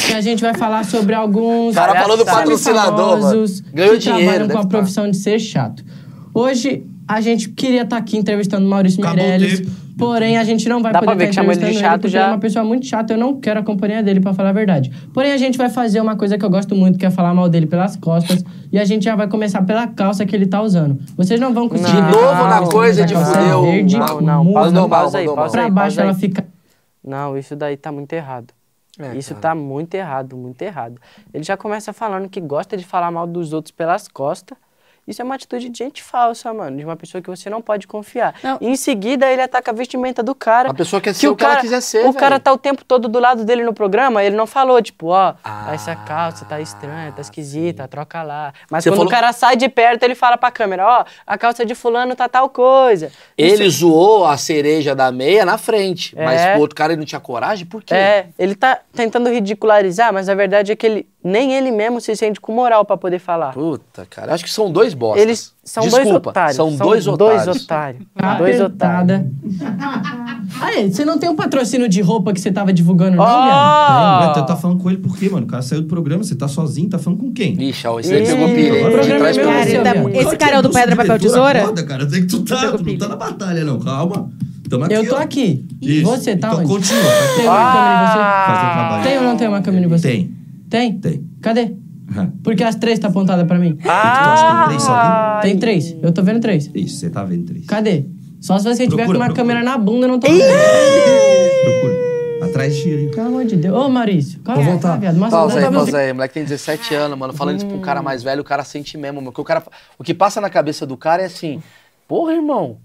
[SPEAKER 8] que a gente vai falar sobre alguns.
[SPEAKER 1] O cara falou do patrocinador,
[SPEAKER 8] semifamosos
[SPEAKER 1] mano. Ganhou
[SPEAKER 8] que
[SPEAKER 1] dinheiro,
[SPEAKER 8] trabalham com
[SPEAKER 1] deve tá.
[SPEAKER 8] a profissão de ser chato. Hoje a gente queria estar aqui entrevistando Maurício
[SPEAKER 9] Acabou o
[SPEAKER 8] Meirelles,
[SPEAKER 9] tempo.
[SPEAKER 8] porém a gente não vai
[SPEAKER 4] Dá
[SPEAKER 8] poder
[SPEAKER 4] pra ver
[SPEAKER 8] tá
[SPEAKER 4] que chamou ele de
[SPEAKER 8] entrevistando
[SPEAKER 4] chato
[SPEAKER 8] porque
[SPEAKER 4] já.
[SPEAKER 8] ele é uma pessoa muito chata, eu não quero a companhia dele, pra falar a verdade. Porém a gente vai fazer uma coisa que eu gosto muito, que é falar mal dele pelas costas, e a gente já vai começar pela calça que ele tá usando. Vocês não vão conseguir
[SPEAKER 1] De
[SPEAKER 8] ver
[SPEAKER 1] novo
[SPEAKER 8] essa
[SPEAKER 1] na
[SPEAKER 8] calça,
[SPEAKER 1] coisa
[SPEAKER 8] essa
[SPEAKER 1] de
[SPEAKER 8] calça
[SPEAKER 1] fuder o-
[SPEAKER 8] verde,
[SPEAKER 4] Não, não,
[SPEAKER 8] muito
[SPEAKER 4] pausa,
[SPEAKER 1] Mandou mal,
[SPEAKER 4] pausa aí,
[SPEAKER 1] mandou
[SPEAKER 4] pausa
[SPEAKER 1] mal.
[SPEAKER 8] pra
[SPEAKER 4] aí,
[SPEAKER 8] baixo
[SPEAKER 4] pausa aí.
[SPEAKER 8] ela fica.
[SPEAKER 4] Não, isso daí tá muito errado.
[SPEAKER 1] É,
[SPEAKER 4] isso
[SPEAKER 1] cara.
[SPEAKER 4] tá muito errado, muito errado. Ele já começa falando que gosta de falar mal dos outros pelas costas. Isso é uma atitude de gente falsa, mano. De uma pessoa que você não pode confiar.
[SPEAKER 3] Não.
[SPEAKER 4] E em seguida, ele ataca a vestimenta do cara.
[SPEAKER 1] A pessoa quer ser o que ela quiser ser,
[SPEAKER 4] O
[SPEAKER 1] velho.
[SPEAKER 4] cara tá o tempo todo do lado dele no programa, ele não falou, tipo, ó,
[SPEAKER 1] Ah,
[SPEAKER 4] essa calça tá estranha, tá esquisita, troca lá. Mas
[SPEAKER 1] Você
[SPEAKER 4] quando o
[SPEAKER 1] falou-
[SPEAKER 4] cara sai de perto, ele fala pra câmera, ó, a calça de fulano tá tal coisa.
[SPEAKER 1] Ele zoou a cereja da meia na frente, mas
[SPEAKER 4] É.
[SPEAKER 1] o outro cara ele não tinha coragem, por quê?
[SPEAKER 4] É, ele tá tentando ridicularizar, mas a verdade é que ele nem ele mesmo se sente com moral pra poder falar.
[SPEAKER 1] Puta, cara, acho que são dois bostas.
[SPEAKER 4] Eles são dois
[SPEAKER 1] Desculpa,
[SPEAKER 4] otários.
[SPEAKER 1] são dois otários.
[SPEAKER 4] Dois otários.
[SPEAKER 3] Ah,
[SPEAKER 4] Tá Dois otários.
[SPEAKER 8] Apertada. Aí, você não tem um patrocínio de roupa que você tava divulgando, não, viado?
[SPEAKER 9] Ué,
[SPEAKER 4] Ó!
[SPEAKER 9] tu tá falando com ele por quê, mano? O cara saiu do programa, você tá sozinho, tá falando com quem?
[SPEAKER 1] Vixe, ó, esse aí
[SPEAKER 4] Ih,
[SPEAKER 1] pegou pilha,
[SPEAKER 4] o
[SPEAKER 1] hein?
[SPEAKER 4] programa
[SPEAKER 1] De trás
[SPEAKER 8] é
[SPEAKER 1] pra
[SPEAKER 8] meu,
[SPEAKER 1] frente.
[SPEAKER 8] seu
[SPEAKER 3] Cara,
[SPEAKER 8] viado.
[SPEAKER 3] ele tá- esse cara é o do
[SPEAKER 9] Nossa,
[SPEAKER 3] pedra, papel,
[SPEAKER 9] diretora
[SPEAKER 3] tesoura?
[SPEAKER 9] é Foda, cara. Tem que tu tá,
[SPEAKER 3] Pega o
[SPEAKER 9] tu não
[SPEAKER 3] pilha.
[SPEAKER 9] tá na batalha, não. Calma. Tamo aqui.
[SPEAKER 8] Eu tô
[SPEAKER 9] ó.
[SPEAKER 8] aqui. E
[SPEAKER 9] Isso.
[SPEAKER 8] você tá
[SPEAKER 9] então
[SPEAKER 8] onde?
[SPEAKER 9] continua. Vai
[SPEAKER 8] Tem
[SPEAKER 9] ter-
[SPEAKER 8] uma
[SPEAKER 4] Ah!
[SPEAKER 9] Fazer o trabalho.
[SPEAKER 8] câmera em você? Tem ou não tem uma câmera em você?
[SPEAKER 9] Tem.
[SPEAKER 8] Tem?
[SPEAKER 9] Tem.
[SPEAKER 8] Cadê?
[SPEAKER 9] Ah,
[SPEAKER 8] Porque as três tá apontada pra mim.
[SPEAKER 9] acha Então, que tem três só
[SPEAKER 8] Tem três. Eu tô vendo três.
[SPEAKER 9] Isso, você tá vendo três.
[SPEAKER 8] Cadê? Só se você tiver
[SPEAKER 9] Procura,
[SPEAKER 8] com uma
[SPEAKER 9] procura.
[SPEAKER 8] câmera na bunda, eu não tô vendo.
[SPEAKER 9] Procura. Atrás de ti aí.
[SPEAKER 8] Pelo amor de Deus. Ô, Maurício. Calma
[SPEAKER 7] Vou
[SPEAKER 8] aí,
[SPEAKER 7] voltar.
[SPEAKER 8] tá, viado. Mas
[SPEAKER 1] Pausa
[SPEAKER 8] não dá
[SPEAKER 1] aí,
[SPEAKER 8] pra
[SPEAKER 1] pausa
[SPEAKER 8] você-
[SPEAKER 1] aí. Moleque tem 17 anos, mano. Falando isso pra um cara mais velho, o cara sente mesmo. Mano. Porque o, cara, o que passa na cabeça do cara é assim: porra, irmão,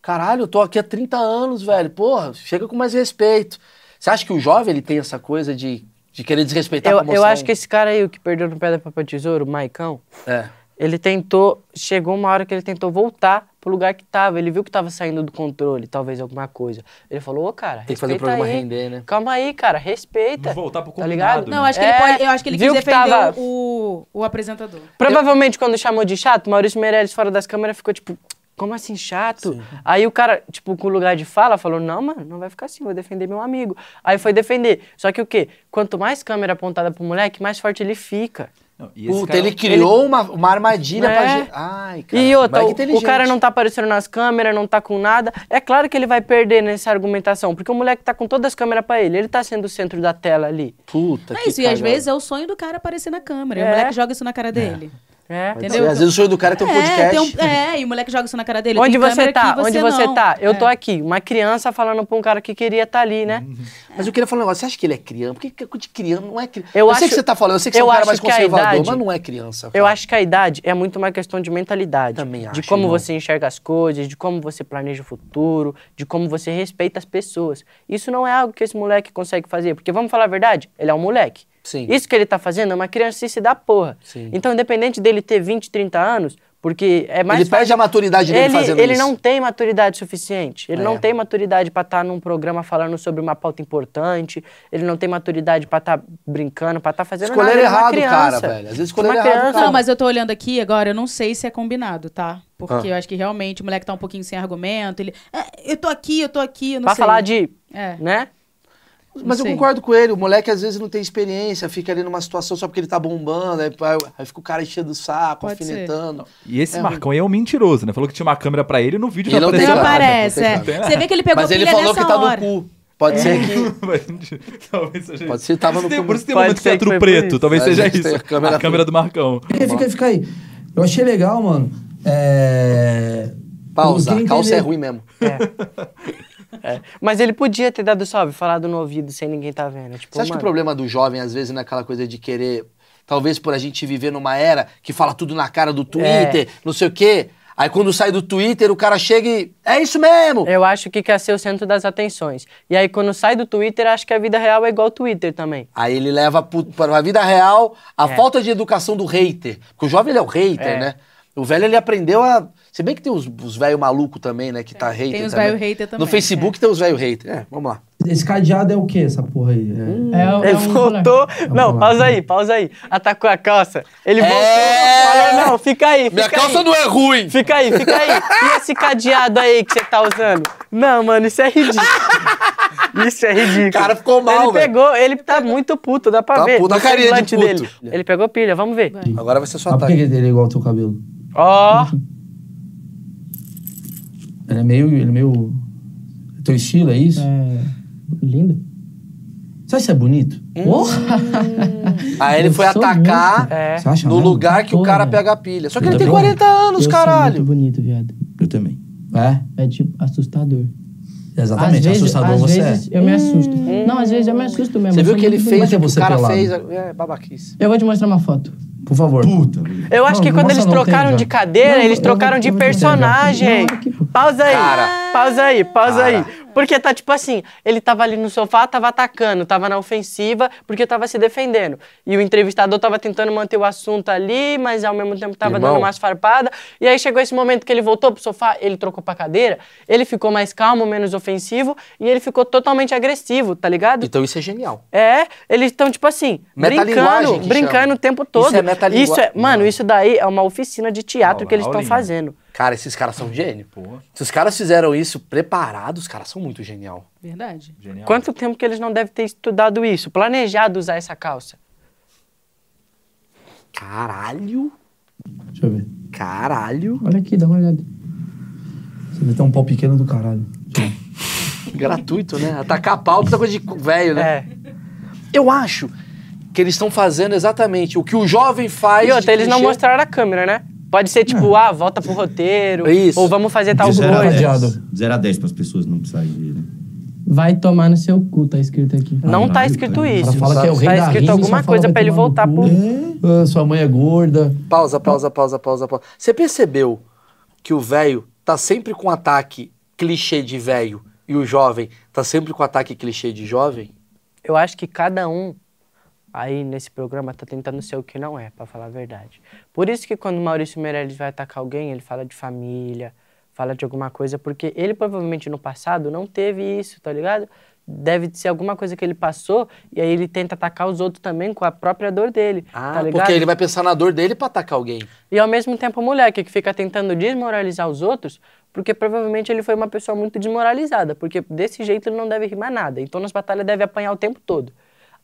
[SPEAKER 1] caralho, eu tô aqui há 30 anos, velho. Porra, chega com mais respeito. Você acha que o jovem ele tem essa coisa de De querer
[SPEAKER 3] Tá
[SPEAKER 1] desrespeitar a
[SPEAKER 4] Eu,
[SPEAKER 1] promoção.
[SPEAKER 4] eu acho que esse cara aí, o que perdeu no Pedra, Papel, Tesouro, o Maicão,
[SPEAKER 1] É.
[SPEAKER 4] ele tentou... Chegou uma hora que ele tentou voltar pro lugar que tava. Ele viu que tava saindo do controle, talvez alguma coisa. Ele falou, ô, cara,
[SPEAKER 1] Tem que fazer o
[SPEAKER 4] respeita
[SPEAKER 1] programa
[SPEAKER 4] aí.
[SPEAKER 1] render, né?
[SPEAKER 4] Calma aí, cara, respeita.
[SPEAKER 2] Voltar pro
[SPEAKER 4] Tá
[SPEAKER 2] combinado,
[SPEAKER 4] ligado?
[SPEAKER 2] né?
[SPEAKER 3] Não, acho que ele
[SPEAKER 4] É,
[SPEAKER 3] pode. Eu acho que ele quis
[SPEAKER 4] viu
[SPEAKER 3] defender
[SPEAKER 4] tava-
[SPEAKER 3] o, o apresentador.
[SPEAKER 4] Provavelmente quando chamou de chato, Maurício Meirelles fora das câmeras ficou tipo, como assim chato? Aí o cara, tipo, com lugar de fala, falou, não, mano, não vai ficar assim, vou defender meu amigo. Aí foi defender. Só que o quê? Quanto mais câmera apontada pro moleque, mais forte ele fica.
[SPEAKER 2] Não, e esse
[SPEAKER 1] Puta,
[SPEAKER 2] cara- é um
[SPEAKER 1] ele criou Uma, uma armadilha pra
[SPEAKER 4] É.
[SPEAKER 1] gente. Ai, cara.
[SPEAKER 4] E outra,
[SPEAKER 1] moleque
[SPEAKER 4] o, o cara
[SPEAKER 1] inteligente.
[SPEAKER 4] não tá aparecendo nas câmeras, não tá com nada. É claro que ele vai perder nessa argumentação, porque o moleque tá com todas as câmeras pra ele. Ele tá sendo o centro da tela ali.
[SPEAKER 1] Puta,
[SPEAKER 3] É
[SPEAKER 1] que
[SPEAKER 3] isso, e às
[SPEAKER 1] cagada.
[SPEAKER 3] vezes é o sonho do cara aparecer na câmera. E O
[SPEAKER 4] É.
[SPEAKER 3] moleque joga isso na cara dele.
[SPEAKER 4] É.
[SPEAKER 1] Pode
[SPEAKER 3] entendeu?
[SPEAKER 1] ser. Às vezes o sonho do cara é ter um podcast.
[SPEAKER 3] tem um- é, e o moleque joga isso na cara dele.
[SPEAKER 4] Onde
[SPEAKER 3] Tem
[SPEAKER 4] você
[SPEAKER 3] câmera
[SPEAKER 4] tá?
[SPEAKER 3] que
[SPEAKER 4] Onde você
[SPEAKER 3] não.
[SPEAKER 4] tá? Eu
[SPEAKER 3] É.
[SPEAKER 4] tô aqui. Uma criança falando pra um cara que queria estar tá ali, né?
[SPEAKER 1] Mas eu queria falar um negócio. Você acha que ele é criança? Por que que de criança não é criança?
[SPEAKER 4] Eu
[SPEAKER 1] sei
[SPEAKER 4] acho-
[SPEAKER 1] que você tá falando, eu sei que você é um
[SPEAKER 4] eu
[SPEAKER 1] cara
[SPEAKER 4] acho
[SPEAKER 1] mais
[SPEAKER 4] que a
[SPEAKER 1] conservador,
[SPEAKER 4] idade-
[SPEAKER 1] mas não é criança.
[SPEAKER 4] Eu
[SPEAKER 1] cara.
[SPEAKER 4] acho que a idade é muito uma questão de mentalidade.
[SPEAKER 1] Também acho,
[SPEAKER 4] De como
[SPEAKER 1] irmão.
[SPEAKER 4] você enxerga as coisas, de como você planeja o futuro, de como você respeita as pessoas. Isso não é algo que esse moleque consegue fazer. Porque vamos falar a verdade, ele é um moleque.
[SPEAKER 1] Sim.
[SPEAKER 4] Isso que ele tá fazendo é uma criancice da porra.
[SPEAKER 1] Sim.
[SPEAKER 4] Então, independente dele ter 20, 30 anos, porque é mais.
[SPEAKER 1] Ele perde a maturidade dele
[SPEAKER 4] ele,
[SPEAKER 1] fazendo
[SPEAKER 4] ele
[SPEAKER 1] isso.
[SPEAKER 4] não tem maturidade suficiente. Ele
[SPEAKER 1] É.
[SPEAKER 4] não tem maturidade pra estar num programa falando sobre uma pauta importante. Ele não tem maturidade pra estar brincando, pra estar fazendo
[SPEAKER 1] Escolheram
[SPEAKER 4] nada. Ele é uma
[SPEAKER 1] errado o cara,
[SPEAKER 4] criança. É
[SPEAKER 1] velho. Às vezes escolheram
[SPEAKER 4] Uma
[SPEAKER 1] errado o
[SPEAKER 4] criança.
[SPEAKER 1] cara.
[SPEAKER 3] Não, mas eu tô olhando aqui agora, eu não sei se é combinado, tá?
[SPEAKER 1] Ah.
[SPEAKER 3] Porque eu acho que realmente o moleque tá um pouquinho sem argumento. Ele. "É, eu tô aqui, eu tô aqui, eu não
[SPEAKER 4] Pra
[SPEAKER 3] sei.
[SPEAKER 4] falar de.
[SPEAKER 3] É.
[SPEAKER 4] Né?
[SPEAKER 1] Mas eu
[SPEAKER 3] Não sei.
[SPEAKER 1] concordo com ele, o moleque às vezes não tem experiência, fica ali numa situação só porque ele tá bombando, aí, aí fica o cara enchendo o saco,
[SPEAKER 3] Pode ser.
[SPEAKER 1] alfinetando.
[SPEAKER 2] E esse Marcão aí é um mentiroso, né? Falou que tinha uma câmera pra ele e no vídeo
[SPEAKER 1] Ele
[SPEAKER 2] já
[SPEAKER 1] não tem
[SPEAKER 3] Não
[SPEAKER 1] nada,
[SPEAKER 2] apareceu.
[SPEAKER 3] aparece,
[SPEAKER 1] não tem
[SPEAKER 3] é.
[SPEAKER 1] nada.
[SPEAKER 3] Você vê que ele pegou
[SPEAKER 1] Mas
[SPEAKER 3] pilha
[SPEAKER 1] ele falou
[SPEAKER 3] nessa
[SPEAKER 1] que tá
[SPEAKER 3] hora.
[SPEAKER 1] no cu. Pode ser que.
[SPEAKER 2] talvez seja
[SPEAKER 1] Pode
[SPEAKER 2] isso.
[SPEAKER 1] ser, tava no
[SPEAKER 2] Tem-
[SPEAKER 1] cu.
[SPEAKER 2] Por isso tem um
[SPEAKER 4] Pode
[SPEAKER 2] momento que
[SPEAKER 4] ser
[SPEAKER 2] é
[SPEAKER 4] que
[SPEAKER 2] tudo
[SPEAKER 4] foi por
[SPEAKER 2] preto.
[SPEAKER 4] isso.
[SPEAKER 2] Talvez
[SPEAKER 1] Pode
[SPEAKER 2] seja
[SPEAKER 1] ser,
[SPEAKER 2] isso.
[SPEAKER 1] a câmera
[SPEAKER 2] A câmera do Marcão.
[SPEAKER 6] Fica, fica, fica aí. Eu achei legal, mano. É...
[SPEAKER 1] Pausa,
[SPEAKER 6] eu queria
[SPEAKER 1] calça é
[SPEAKER 6] entender-
[SPEAKER 1] ruim mesmo.
[SPEAKER 4] É. Mas ele podia ter dado salve, falado no ouvido sem ninguém tá vendo. Tipo,
[SPEAKER 1] Você acha que o
[SPEAKER 4] mano,
[SPEAKER 1] problema do jovem, às vezes, não é aquela coisa de querer. Talvez por a gente viver numa era que fala tudo na cara
[SPEAKER 4] É.
[SPEAKER 1] do Twitter, não sei o quê. Aí quando sai do Twitter, o cara chega e. É isso mesmo!
[SPEAKER 4] Eu acho que quer ser o centro das atenções. E aí, quando sai do Twitter, acho que a vida real é igual o Twitter também.
[SPEAKER 1] Aí ele leva pro- para a vida real a falta de educação do hater. Porque o jovem ele é o hater,
[SPEAKER 4] É.
[SPEAKER 1] né? O velho ele aprendeu a. Se bem que tem os, os velho maluco também, né? Que tá hater.
[SPEAKER 3] É, os
[SPEAKER 1] também.
[SPEAKER 3] velho hater também,
[SPEAKER 1] No Facebook tem os velho hater. É, vamos lá. Hum,
[SPEAKER 6] Esse cadeado é o quê, essa porra aí? É...
[SPEAKER 8] É, o- é
[SPEAKER 4] Ele
[SPEAKER 8] um
[SPEAKER 4] voltou. Não, pausa aí, pausa aí. Atacou a calça. Ele voltou. Falou, não, fica aí. Fica
[SPEAKER 1] É! Minha calça
[SPEAKER 4] aí.
[SPEAKER 1] não é ruim!
[SPEAKER 4] Fica aí, fica aí. E esse cadeado aí que você tá usando? Não, mano, isso é ridículo. Isso é ridículo. O
[SPEAKER 1] cara ficou mal,
[SPEAKER 4] Ele
[SPEAKER 1] velho.
[SPEAKER 4] pegou, ele tá muito puto, dá pra
[SPEAKER 1] Tá
[SPEAKER 4] ver.
[SPEAKER 1] puto, a
[SPEAKER 4] no
[SPEAKER 1] carinha de
[SPEAKER 4] semblante
[SPEAKER 1] puto.
[SPEAKER 4] Dele. Ele pegou pilha, vamos ver.
[SPEAKER 1] Agora vai ser só tá.
[SPEAKER 6] Ah, por que
[SPEAKER 1] ataque.
[SPEAKER 6] que ele é igual ao teu cabelo?
[SPEAKER 4] Ó,
[SPEAKER 6] Ele é meio. Ele é meio. Teu estilo, é isso?
[SPEAKER 8] É, lindo.
[SPEAKER 6] Sabe se é bonito?
[SPEAKER 8] Porra!
[SPEAKER 1] Hum. Aí ele
[SPEAKER 6] Eu
[SPEAKER 1] foi
[SPEAKER 6] sou
[SPEAKER 1] atacar
[SPEAKER 6] muito.
[SPEAKER 4] É.
[SPEAKER 6] Você acha
[SPEAKER 1] no
[SPEAKER 6] mesmo?
[SPEAKER 1] lugar que o
[SPEAKER 8] Pô,
[SPEAKER 1] cara
[SPEAKER 8] velho.
[SPEAKER 1] pega a pilha. Só que
[SPEAKER 6] Eu
[SPEAKER 1] ele tem
[SPEAKER 6] também.
[SPEAKER 1] 40
[SPEAKER 8] Eu
[SPEAKER 1] anos,
[SPEAKER 8] sou
[SPEAKER 1] caralho.
[SPEAKER 8] muito bonito, viado.
[SPEAKER 9] Eu também.
[SPEAKER 6] É,
[SPEAKER 8] É tipo assustador.
[SPEAKER 6] exatamente. assustador
[SPEAKER 8] às
[SPEAKER 6] você
[SPEAKER 8] vezes
[SPEAKER 6] é.
[SPEAKER 8] eu me assusto. Não, às vezes eu me assusto mesmo.
[SPEAKER 1] Você
[SPEAKER 8] eu
[SPEAKER 1] viu
[SPEAKER 8] sou
[SPEAKER 1] que ele
[SPEAKER 8] muito
[SPEAKER 1] fez
[SPEAKER 6] bonito.
[SPEAKER 1] o que
[SPEAKER 6] Mas é
[SPEAKER 1] o cara
[SPEAKER 6] você pelado.
[SPEAKER 1] fez? É babaquice.
[SPEAKER 8] bonito. Eu vou te mostrar uma foto.
[SPEAKER 6] Por favor.
[SPEAKER 9] Puta.
[SPEAKER 4] eu
[SPEAKER 6] Não,
[SPEAKER 4] acho que
[SPEAKER 6] não mostra
[SPEAKER 4] quando eles
[SPEAKER 6] não, tem
[SPEAKER 4] trocaram
[SPEAKER 6] já.
[SPEAKER 4] de cadeira,
[SPEAKER 6] Não,
[SPEAKER 4] eles
[SPEAKER 6] eu
[SPEAKER 4] trocaram
[SPEAKER 6] vou-
[SPEAKER 4] de
[SPEAKER 6] eu vou te
[SPEAKER 4] personagem.
[SPEAKER 6] entregar aqui.
[SPEAKER 4] Pausa aí,
[SPEAKER 1] Cara.
[SPEAKER 4] pausa aí, pausa
[SPEAKER 1] Cara.
[SPEAKER 4] aí. Porque tá tipo assim, ele tava ali no sofá, tava atacando, tava na ofensiva, porque tava se defendendo. E o entrevistador tava tentando manter o assunto ali, mas ao mesmo tempo tava
[SPEAKER 1] Irmão.
[SPEAKER 4] dando umas farpadas. E aí chegou esse momento que ele voltou pro sofá, ele trocou pra cadeira, ele ficou mais calmo, menos ofensivo, e ele ficou totalmente agressivo, tá ligado?
[SPEAKER 1] Então isso é genial.
[SPEAKER 4] É, eles estão, tipo assim,
[SPEAKER 1] Metalinguagem
[SPEAKER 4] brincando,
[SPEAKER 1] que
[SPEAKER 4] brincando
[SPEAKER 1] chama.
[SPEAKER 4] o tempo todo.
[SPEAKER 1] Isso é metalingu-
[SPEAKER 4] Isso é- mano,
[SPEAKER 1] Não.
[SPEAKER 4] isso daí é uma oficina de teatro
[SPEAKER 2] Aula,
[SPEAKER 4] que eles estão
[SPEAKER 2] aulinha.
[SPEAKER 4] fazendo.
[SPEAKER 1] Cara, esses caras são gênio.
[SPEAKER 2] Pô,
[SPEAKER 1] Se os caras fizeram isso preparados, os caras são muito genial.
[SPEAKER 3] Verdade.
[SPEAKER 2] genial.
[SPEAKER 4] Quanto tempo que eles não devem ter estudado isso, planejado usar essa calça?
[SPEAKER 1] Caralho,
[SPEAKER 6] Deixa eu ver.
[SPEAKER 1] caralho.
[SPEAKER 8] Olha aqui, dá uma olhada.
[SPEAKER 6] Você deve ter um pau pequeno do caralho.
[SPEAKER 1] Gratuito, né? Atacar a pau, puta coisa de cu- velho, né?
[SPEAKER 4] É.
[SPEAKER 1] Eu acho que eles estão fazendo exatamente o que o jovem faz.
[SPEAKER 4] E
[SPEAKER 1] de
[SPEAKER 4] outra, eles não
[SPEAKER 1] clichê.
[SPEAKER 4] mostraram a câmera, né? Pode ser tipo,
[SPEAKER 8] É.
[SPEAKER 4] ah, volta pro roteiro,
[SPEAKER 1] Isso.
[SPEAKER 4] ou vamos fazer tal
[SPEAKER 6] Isso era
[SPEAKER 4] coisa.
[SPEAKER 6] baseado.
[SPEAKER 9] 0 a 10 pras pessoas não precisarem ver, né?
[SPEAKER 8] Vai tomar no seu cu, tá escrito aqui.
[SPEAKER 4] Não tá
[SPEAKER 9] Caralho,
[SPEAKER 4] escrito
[SPEAKER 9] cara.
[SPEAKER 6] Ela
[SPEAKER 4] isso.
[SPEAKER 6] fala que é o rei
[SPEAKER 4] tá
[SPEAKER 6] da
[SPEAKER 4] escrito
[SPEAKER 6] rima,
[SPEAKER 4] alguma
[SPEAKER 6] só fala
[SPEAKER 4] coisa
[SPEAKER 6] vai
[SPEAKER 4] pra ele
[SPEAKER 6] tomar no
[SPEAKER 4] voltar
[SPEAKER 6] cu.
[SPEAKER 4] pro.
[SPEAKER 6] É. Ah, sua mãe é gorda.
[SPEAKER 1] Pausa, pausa, pausa, pausa, pausa. Você percebeu que o velho tá sempre com ataque clichê de velho e o jovem tá sempre com ataque clichê de jovem?
[SPEAKER 4] Eu acho que cada um Aí nesse programa tá tentando ser o que não é, pra falar a verdade. Por isso que quando o Maurício Meirelles vai atacar alguém, ele fala de família, fala de alguma coisa, porque ele provavelmente no passado não teve isso, tá ligado? Deve ser alguma coisa que ele passou e aí ele tenta atacar os outros também com a própria dor dele,
[SPEAKER 1] Ah,
[SPEAKER 4] tá ligado?
[SPEAKER 1] porque ele vai pensar na dor dele pra atacar alguém.
[SPEAKER 4] E ao mesmo tempo a mulher que fica tentando desmoralizar os outros, porque provavelmente ele foi uma pessoa muito desmoralizada, porque desse jeito ele não deve rimar nada. Então nas batalhas deve apanhar o tempo todo.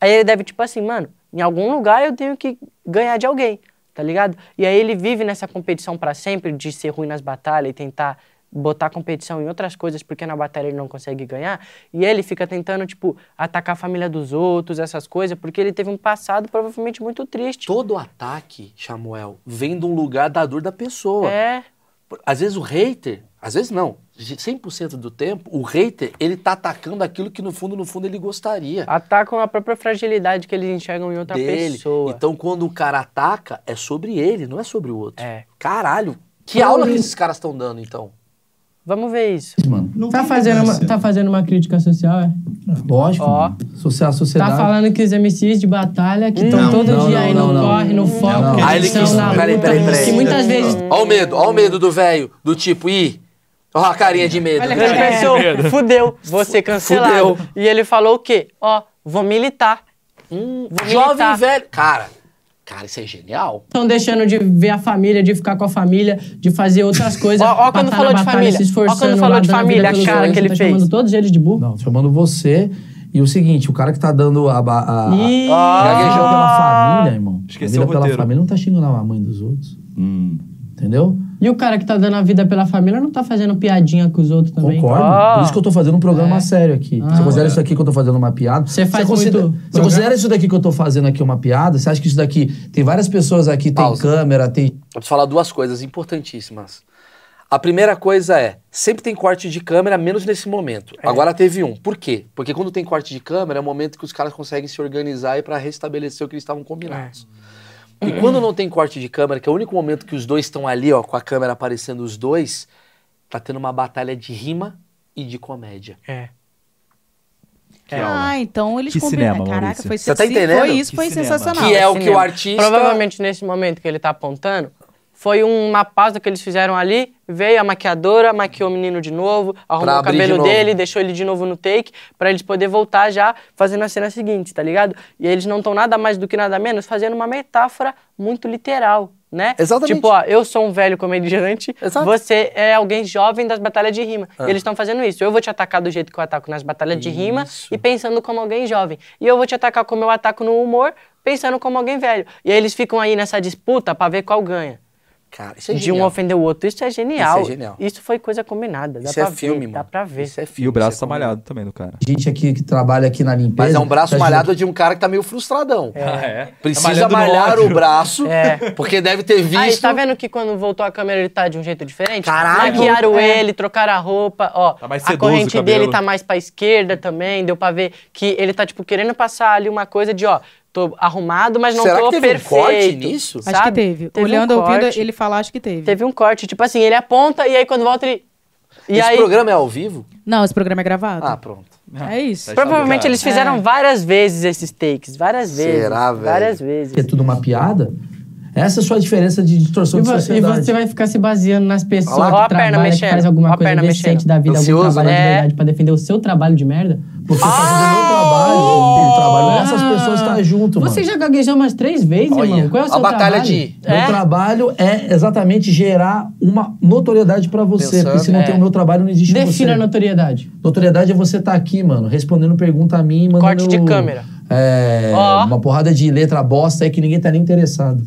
[SPEAKER 4] Aí ele deve, tipo assim, mano, em algum lugar eu tenho que ganhar de alguém, tá ligado? E aí ele vive nessa competição pra sempre de ser ruim nas batalhas e tentar botar competição em outras coisas porque na batalha ele não consegue ganhar. E ele fica tentando, tipo, atacar a família dos outros, essas coisas, porque ele teve um passado provavelmente muito triste.
[SPEAKER 1] Todo ataque, Samuel, vem de um lugar da dor da pessoa.
[SPEAKER 4] É.
[SPEAKER 1] Por- Às vezes o hater, às vezes não, 100% do tempo, o hater, ele tá atacando aquilo que no fundo, no fundo ele gostaria.
[SPEAKER 4] atacam a própria fragilidade que eles enxergam em outra
[SPEAKER 1] dele.
[SPEAKER 4] pessoa.
[SPEAKER 1] Então quando o cara ataca, é sobre ele, não é sobre o outro.
[SPEAKER 4] É.
[SPEAKER 1] Caralho, que aula que esses caras estão dando então?
[SPEAKER 4] Vamos ver isso.
[SPEAKER 9] Não
[SPEAKER 8] Tá
[SPEAKER 9] tem
[SPEAKER 8] fazendo, uma,
[SPEAKER 9] conversa.
[SPEAKER 8] tá fazendo uma crítica social, é?
[SPEAKER 7] Lógico.
[SPEAKER 4] Ó.
[SPEAKER 7] mano. Soci- A sociedade.
[SPEAKER 8] Tá falando que os MCs de batalha que estão
[SPEAKER 9] Não,
[SPEAKER 8] todo
[SPEAKER 7] não,
[SPEAKER 8] dia aí
[SPEAKER 7] não,
[SPEAKER 8] no
[SPEAKER 7] não,
[SPEAKER 8] corre,
[SPEAKER 7] não.
[SPEAKER 8] no foco,
[SPEAKER 7] Não.
[SPEAKER 8] na
[SPEAKER 1] Ah, ele
[SPEAKER 8] edição,
[SPEAKER 1] quis-
[SPEAKER 8] na
[SPEAKER 1] peraí,
[SPEAKER 8] luta,
[SPEAKER 1] peraí, peraí.
[SPEAKER 8] que muitas vezes...
[SPEAKER 1] Ó o medo, ó o medo do velho, do tipo, ih, ó a carinha de medo.
[SPEAKER 3] Olha a
[SPEAKER 4] Ele
[SPEAKER 3] É.
[SPEAKER 4] pensou, fudeu, vou ser
[SPEAKER 1] Fudeu.
[SPEAKER 4] cancelado. E ele falou o quê? Ó, vou militar.
[SPEAKER 1] Hum,
[SPEAKER 4] Vou
[SPEAKER 1] jovem
[SPEAKER 4] militar.
[SPEAKER 1] velho. Cara, cara, isso é genial.
[SPEAKER 8] Estão deixando de ver a família, de ficar com a família, de fazer outras coisas.
[SPEAKER 4] Ó- ó quando
[SPEAKER 8] pra tá
[SPEAKER 4] falou
[SPEAKER 8] na
[SPEAKER 4] de
[SPEAKER 8] batalha,
[SPEAKER 4] família.
[SPEAKER 8] se
[SPEAKER 4] Ó
[SPEAKER 8] esforçando,
[SPEAKER 4] quando falou
[SPEAKER 8] lá,
[SPEAKER 4] de
[SPEAKER 8] dando vida
[SPEAKER 4] família, a
[SPEAKER 8] pelos
[SPEAKER 4] cara
[SPEAKER 8] outros,
[SPEAKER 4] que ele
[SPEAKER 8] tá
[SPEAKER 4] fez.
[SPEAKER 8] chamando todos eles de burro.
[SPEAKER 7] Não, chamando você. E o seguinte, o cara que tá dando a. ba- a, a
[SPEAKER 8] Ih,
[SPEAKER 7] gaguejou
[SPEAKER 8] Ah!
[SPEAKER 7] pela família, irmão.
[SPEAKER 2] Esqueceu
[SPEAKER 7] a
[SPEAKER 2] o
[SPEAKER 7] vida pela
[SPEAKER 2] roteiro.
[SPEAKER 7] família não tá xingando a mãe dos outros.
[SPEAKER 9] Hum.
[SPEAKER 7] Entendeu?
[SPEAKER 8] E o cara que tá dando a vida pela família não tá fazendo piadinha com os outros também.
[SPEAKER 7] Concordo.
[SPEAKER 4] Ah.
[SPEAKER 7] Por isso que eu tô fazendo um programa sério aqui.
[SPEAKER 8] Ah.
[SPEAKER 7] você considera isso aqui que eu tô fazendo uma piada?
[SPEAKER 8] Você faz
[SPEAKER 7] considera,
[SPEAKER 8] muito
[SPEAKER 7] Você
[SPEAKER 8] programa?
[SPEAKER 7] considera isso daqui que eu tô fazendo aqui uma piada? Você acha que isso daqui... Tem várias pessoas aqui, tem
[SPEAKER 1] Pausa.
[SPEAKER 7] câmera, tem...
[SPEAKER 1] Eu preciso falar duas coisas importantíssimas. A primeira coisa é, sempre tem corte de câmera, menos nesse momento.
[SPEAKER 7] É.
[SPEAKER 1] Agora teve um. Por quê? Porque quando tem corte de câmera, é o momento que os caras conseguem se organizar e para restabelecer o que eles estavam combinados. E quando não tem corte de câmera, que é o único momento que os dois estão ali, ó, com a câmera aparecendo os dois, tá tendo uma batalha de rima e de comédia.
[SPEAKER 4] É.
[SPEAKER 2] Que aula.
[SPEAKER 3] Ah, então eles
[SPEAKER 2] Que
[SPEAKER 3] combinaram.
[SPEAKER 2] cinema,
[SPEAKER 3] Caraca,
[SPEAKER 2] Maurício.
[SPEAKER 3] foi
[SPEAKER 1] Você tá
[SPEAKER 3] se-
[SPEAKER 1] entendendo?
[SPEAKER 3] Foi isso,
[SPEAKER 2] Que
[SPEAKER 3] foi
[SPEAKER 2] cinema.
[SPEAKER 4] Tá
[SPEAKER 3] sensacional.
[SPEAKER 1] Que é o que
[SPEAKER 4] cinema.
[SPEAKER 1] o artista-
[SPEAKER 4] Provavelmente nesse momento que ele tá apontando, foi uma pausa que eles fizeram ali, veio a maquiadora, maquiou o menino de novo, arrumou
[SPEAKER 1] Pra
[SPEAKER 4] o
[SPEAKER 1] abrir de
[SPEAKER 4] cabelo
[SPEAKER 1] novo.
[SPEAKER 4] dele, deixou ele de novo no take, pra eles poder voltar já fazendo a cena seguinte, tá ligado? E eles não estão nada mais do que nada menos fazendo uma metáfora muito literal, né?
[SPEAKER 1] Exatamente.
[SPEAKER 4] Tipo, ó, eu sou um velho comediante,
[SPEAKER 1] Exato.
[SPEAKER 4] você é alguém jovem das batalhas de rima. E eles estão fazendo isso. Eu vou te atacar do jeito que eu ataco nas batalhas de rima e pensando como alguém jovem. E eu vou te atacar como eu ataco no humor, pensando como alguém velho. E aí eles ficam aí nessa disputa pra ver qual ganha.
[SPEAKER 1] Cara, isso é
[SPEAKER 4] de um
[SPEAKER 1] genial.
[SPEAKER 4] ofender o outro. Isso é genial.
[SPEAKER 1] Isso é genial.
[SPEAKER 4] Isso foi coisa combinada. Dá
[SPEAKER 1] Isso
[SPEAKER 4] pra
[SPEAKER 1] é filme,
[SPEAKER 4] ver,
[SPEAKER 1] mano.
[SPEAKER 4] Dá pra ver.
[SPEAKER 1] Isso é filme.
[SPEAKER 2] E o braço
[SPEAKER 1] isso é
[SPEAKER 2] tá malhado também do cara.
[SPEAKER 7] Gente aqui que trabalha aqui na limpeza...
[SPEAKER 1] Mas é um braço
[SPEAKER 7] tá
[SPEAKER 1] malhado de um cara que tá meio frustradão.
[SPEAKER 2] Ah, é?
[SPEAKER 1] Precisa malhar o braço, porque deve ter visto.
[SPEAKER 4] Tá É. Aí, tá vendo que quando voltou a câmera ele tá de um jeito diferente?
[SPEAKER 1] Caralho! É.
[SPEAKER 4] Maquiaram ele, trocaram a roupa, ó.
[SPEAKER 2] Tá mais
[SPEAKER 4] a
[SPEAKER 2] sedoso o
[SPEAKER 4] corrente
[SPEAKER 2] cabelo.
[SPEAKER 4] dele tá mais pra esquerda também, deu pra ver que ele tá, tipo, querendo passar ali uma coisa de, ó, tô arrumado, mas não
[SPEAKER 1] Será
[SPEAKER 4] tô
[SPEAKER 1] que teve um
[SPEAKER 4] perfeito.
[SPEAKER 1] corte nisso?
[SPEAKER 3] Acho
[SPEAKER 4] sabe?
[SPEAKER 3] que teve.
[SPEAKER 4] Teve um
[SPEAKER 3] Olhando, ouvindo,
[SPEAKER 4] corte.
[SPEAKER 3] ele falar, acho que teve.
[SPEAKER 4] Teve um corte, tipo assim, ele aponta e aí quando volta ele... E
[SPEAKER 1] Esse
[SPEAKER 4] aí,
[SPEAKER 1] programa é ao vivo?
[SPEAKER 3] Não, esse programa é gravado.
[SPEAKER 1] Ah, pronto.
[SPEAKER 3] é isso.
[SPEAKER 2] tá
[SPEAKER 4] provavelmente
[SPEAKER 2] Sabe,
[SPEAKER 4] eles fizeram um
[SPEAKER 3] É.
[SPEAKER 4] várias vezes esses takes, várias vezes.
[SPEAKER 1] Será, velho?
[SPEAKER 4] Várias vezes.
[SPEAKER 7] Que é tudo uma piada? Essa é a sua diferença de distorção
[SPEAKER 8] E,
[SPEAKER 7] de
[SPEAKER 8] vo- e
[SPEAKER 7] sociedade.
[SPEAKER 8] você vai ficar se baseando nas pessoas
[SPEAKER 4] Olha lá. Ó a
[SPEAKER 8] que
[SPEAKER 4] perna
[SPEAKER 8] trabalham, que
[SPEAKER 4] mexendo,
[SPEAKER 8] faz
[SPEAKER 4] ó
[SPEAKER 8] alguma
[SPEAKER 4] a
[SPEAKER 8] coisa
[SPEAKER 4] perna
[SPEAKER 8] decente
[SPEAKER 4] mexendo.
[SPEAKER 8] da vida, algum
[SPEAKER 1] Ansioso,
[SPEAKER 8] trabalho
[SPEAKER 4] né?
[SPEAKER 8] de verdade, pra defender o seu trabalho de merda?
[SPEAKER 7] Você tá fazendo o meu trabalho, o trabalho dessas pessoas tá junto, mano.
[SPEAKER 8] Ah! Você já gaguejou umas três vezes,
[SPEAKER 1] Olha,
[SPEAKER 8] irmão? Qual é o seu
[SPEAKER 1] a batalha
[SPEAKER 8] trabalho?
[SPEAKER 1] de.
[SPEAKER 7] Meu
[SPEAKER 4] É?
[SPEAKER 7] trabalho é exatamente gerar uma notoriedade pra você.
[SPEAKER 1] Pensando,
[SPEAKER 7] porque se não tem o meu trabalho, não existe
[SPEAKER 8] Defina a
[SPEAKER 7] você.
[SPEAKER 8] notoriedade.
[SPEAKER 7] Notoriedade é você estar aqui, mano, respondendo pergunta a mim, mandando...
[SPEAKER 4] Corte de câmera.
[SPEAKER 7] É,
[SPEAKER 4] Ó.
[SPEAKER 7] uma porrada de letra bosta aí que ninguém tá nem interessado.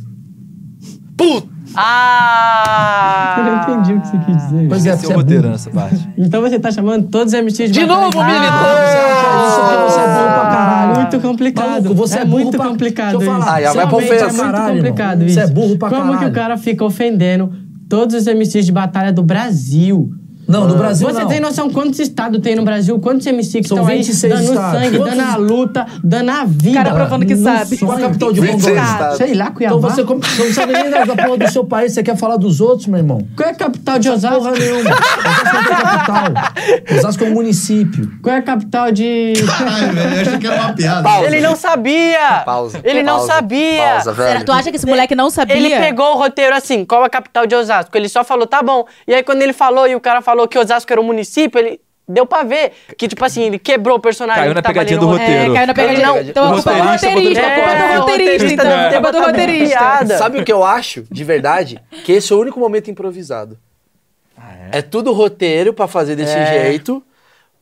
[SPEAKER 1] Puta!
[SPEAKER 4] Ah!
[SPEAKER 8] Eu não entendi o que você quis
[SPEAKER 10] Ah.
[SPEAKER 8] dizer.
[SPEAKER 7] Pois é,
[SPEAKER 2] Esqueceu o
[SPEAKER 7] você é burro.
[SPEAKER 2] roteiro nessa parte.
[SPEAKER 8] Então você tá chamando todos os MCs de
[SPEAKER 1] De
[SPEAKER 8] batalha?
[SPEAKER 1] novo,
[SPEAKER 7] Ah, Isso aqui
[SPEAKER 10] um
[SPEAKER 1] militão!
[SPEAKER 7] você é burro pra caralho.
[SPEAKER 8] Muito complicado.
[SPEAKER 7] Maluco, você é,
[SPEAKER 8] é
[SPEAKER 7] burro
[SPEAKER 8] muito
[SPEAKER 7] pra...
[SPEAKER 8] complicado
[SPEAKER 7] Deixa eu falar.
[SPEAKER 8] isso.
[SPEAKER 1] Aí, ó, vai pra ofensa.
[SPEAKER 8] Realmente É muito
[SPEAKER 7] Caralho,
[SPEAKER 8] complicado
[SPEAKER 7] irmão.
[SPEAKER 8] isso.
[SPEAKER 7] Você é burro pra
[SPEAKER 8] Como
[SPEAKER 7] caralho.
[SPEAKER 8] que o cara fica ofendendo todos os MCs de batalha do Brasil?
[SPEAKER 2] né?
[SPEAKER 7] Não, no Brasil
[SPEAKER 10] Você
[SPEAKER 7] não.
[SPEAKER 10] tem noção quantos estados tem no Brasil? Quantos MC que
[SPEAKER 7] São
[SPEAKER 10] estão aí
[SPEAKER 7] 26
[SPEAKER 10] dando
[SPEAKER 7] estados.
[SPEAKER 10] sangue,
[SPEAKER 7] Quantos-
[SPEAKER 10] dando a luta, dando a vida?
[SPEAKER 3] Cara provando que
[SPEAKER 10] No
[SPEAKER 3] sabe.
[SPEAKER 10] sonho.
[SPEAKER 7] Qual a capital de
[SPEAKER 1] 26
[SPEAKER 7] Rondônia?
[SPEAKER 1] estados.
[SPEAKER 10] Sei lá, Cuiabá.
[SPEAKER 7] Então você, como- você não sabe nem da, da porra do seu país, você quer falar dos outros, meu irmão?
[SPEAKER 10] Qual é a capital de Osasco?
[SPEAKER 7] Porra nenhuma. Osasco não tem capital. Osasco é um município.
[SPEAKER 10] Qual é a capital de...
[SPEAKER 9] Caralho, velho, eu achei que era uma piada.
[SPEAKER 1] Pausa.
[SPEAKER 8] Ele não sabia!
[SPEAKER 1] Pausa.
[SPEAKER 8] Ele não
[SPEAKER 1] pausa,
[SPEAKER 8] sabia!
[SPEAKER 1] Pausa, velho.
[SPEAKER 3] Será- Tu acha que esse moleque não sabia?
[SPEAKER 8] Ele pegou o roteiro assim, qual a capital de Osasco? Ele só falou, tá bom. E aí quando ele falou e o cara falou que Osasco era um município, ele deu pra ver que, tipo assim, ele quebrou o personagem.
[SPEAKER 2] Caiu na
[SPEAKER 8] que tava ali
[SPEAKER 2] pegadinha
[SPEAKER 8] no
[SPEAKER 2] do
[SPEAKER 8] roteiro.
[SPEAKER 3] É, caiu na pegadinha.
[SPEAKER 8] Não,
[SPEAKER 3] então a culpa é do
[SPEAKER 2] roteirista
[SPEAKER 3] roteirista.
[SPEAKER 2] botou
[SPEAKER 3] A culpa é
[SPEAKER 8] É,
[SPEAKER 3] do
[SPEAKER 8] o
[SPEAKER 3] roteirista, então.
[SPEAKER 8] deve ter
[SPEAKER 3] A culpa é do
[SPEAKER 8] botado
[SPEAKER 3] roteirista.
[SPEAKER 8] piada.
[SPEAKER 1] Sabe o que eu acho, de verdade? Que esse é o único momento improvisado. é? tudo roteiro pra fazer desse
[SPEAKER 8] É.
[SPEAKER 1] jeito,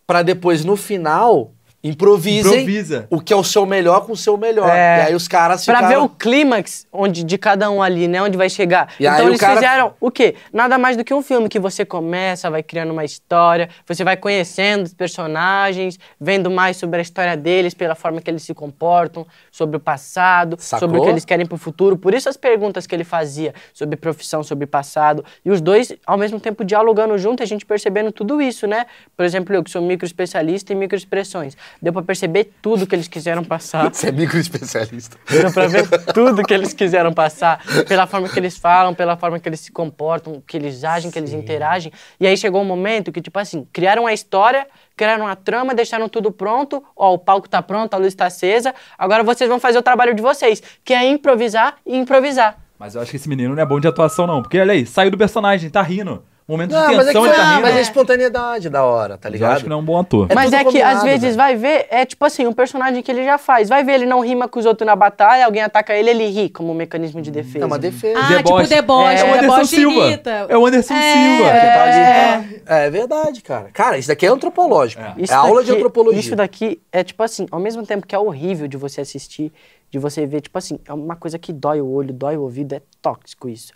[SPEAKER 1] pra depois, no final, improvisem
[SPEAKER 2] Improvisa.
[SPEAKER 1] o que é o seu melhor com o seu melhor. E
[SPEAKER 8] É.
[SPEAKER 1] aí os caras
[SPEAKER 8] Pra
[SPEAKER 1] ficaram...
[SPEAKER 8] ver o clímax onde, de cada um ali, né? Onde vai chegar.
[SPEAKER 1] E aí
[SPEAKER 8] então
[SPEAKER 1] o
[SPEAKER 8] eles
[SPEAKER 1] cara-
[SPEAKER 8] fizeram o quê? Nada mais do que um filme que você começa, vai criando uma história, você vai conhecendo os personagens, vendo mais sobre a história deles, pela forma que eles se comportam, sobre o passado,
[SPEAKER 1] Sacou?
[SPEAKER 8] sobre o que eles querem pro futuro. Por isso as perguntas que ele fazia sobre profissão, sobre passado. E os dois, ao mesmo tempo, dialogando junto, a gente percebendo tudo isso, né? Por exemplo, eu que sou micro especialista em microexpressões. Deu pra perceber tudo que eles quiseram passar.
[SPEAKER 1] Você é micro especialista.
[SPEAKER 8] Deu pra ver tudo que eles quiseram passar, pela forma que eles falam, pela forma que eles se comportam, que eles agem, que eles interagem. E aí chegou um momento que, tipo assim, criaram a história, criaram a trama, deixaram tudo pronto, ó, o palco tá pronto, a luz tá acesa, agora vocês vão fazer o trabalho de vocês, que é improvisar e improvisar.
[SPEAKER 2] Mas eu acho que esse menino não é bom de atuação, não. Porque olha aí, saiu do personagem, tá rindo. Momento de
[SPEAKER 1] Não, mas é que
[SPEAKER 2] tensão, ele
[SPEAKER 1] foi,
[SPEAKER 2] tá rindo.
[SPEAKER 1] mas é
[SPEAKER 2] Mas,
[SPEAKER 1] espontaneidade da hora, tá
[SPEAKER 2] eu
[SPEAKER 1] ligado?
[SPEAKER 2] acho que não é um bom ator.
[SPEAKER 1] É
[SPEAKER 8] Mas
[SPEAKER 1] tudo
[SPEAKER 8] é que às
[SPEAKER 1] combinado, né?
[SPEAKER 8] vezes
[SPEAKER 1] velho.
[SPEAKER 8] vai ver, é tipo assim, um personagem que ele já faz. Vai ver, ele não rima com os outros na batalha, alguém ataca ele, ele ri como um mecanismo de defesa.
[SPEAKER 1] É uma defesa.
[SPEAKER 3] Ah, tipo deboche.
[SPEAKER 2] É o Anderson
[SPEAKER 3] deboche
[SPEAKER 2] Silva.
[SPEAKER 3] irrita.
[SPEAKER 2] É o Anderson Silva.
[SPEAKER 1] Que tá ali- é verdade, cara. Cara, isso daqui é antropológico. É,
[SPEAKER 8] Isso
[SPEAKER 1] aula de
[SPEAKER 8] daqui-
[SPEAKER 1] antropologia.
[SPEAKER 8] Isso daqui é tipo assim, ao mesmo tempo que é horrível de você assistir, de você ver, tipo assim, é uma coisa que dói o olho, dói o ouvido, é tóxico isso.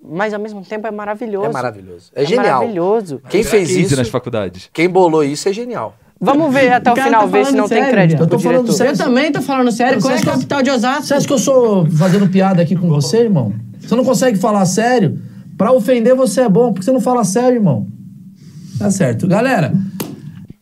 [SPEAKER 8] Mas ao mesmo tempo é maravilhoso.
[SPEAKER 1] É maravilhoso. É, genial.
[SPEAKER 8] maravilhoso.
[SPEAKER 1] Quem fez
[SPEAKER 2] 15
[SPEAKER 1] isso,
[SPEAKER 2] nas faculdades.
[SPEAKER 1] quem bolou isso é genial.
[SPEAKER 8] Vamos ver até o,
[SPEAKER 10] cara
[SPEAKER 8] final,
[SPEAKER 10] tá
[SPEAKER 8] ver se
[SPEAKER 10] falando
[SPEAKER 8] não tem
[SPEAKER 10] sério,
[SPEAKER 8] crédito.
[SPEAKER 10] viado.
[SPEAKER 8] pro
[SPEAKER 7] Eu tô falando
[SPEAKER 8] diretor.
[SPEAKER 7] sério.
[SPEAKER 10] Eu também tô falando sério. Qual é a
[SPEAKER 7] Vocês-
[SPEAKER 10] capital de
[SPEAKER 7] Você
[SPEAKER 10] Osasco?
[SPEAKER 7] acha que eu sou fazendo piada aqui com você, irmão? Você não consegue falar sério? Pra ofender você é bom, porque você não fala sério, irmão. Tá certo. Galera,
[SPEAKER 8] Tipo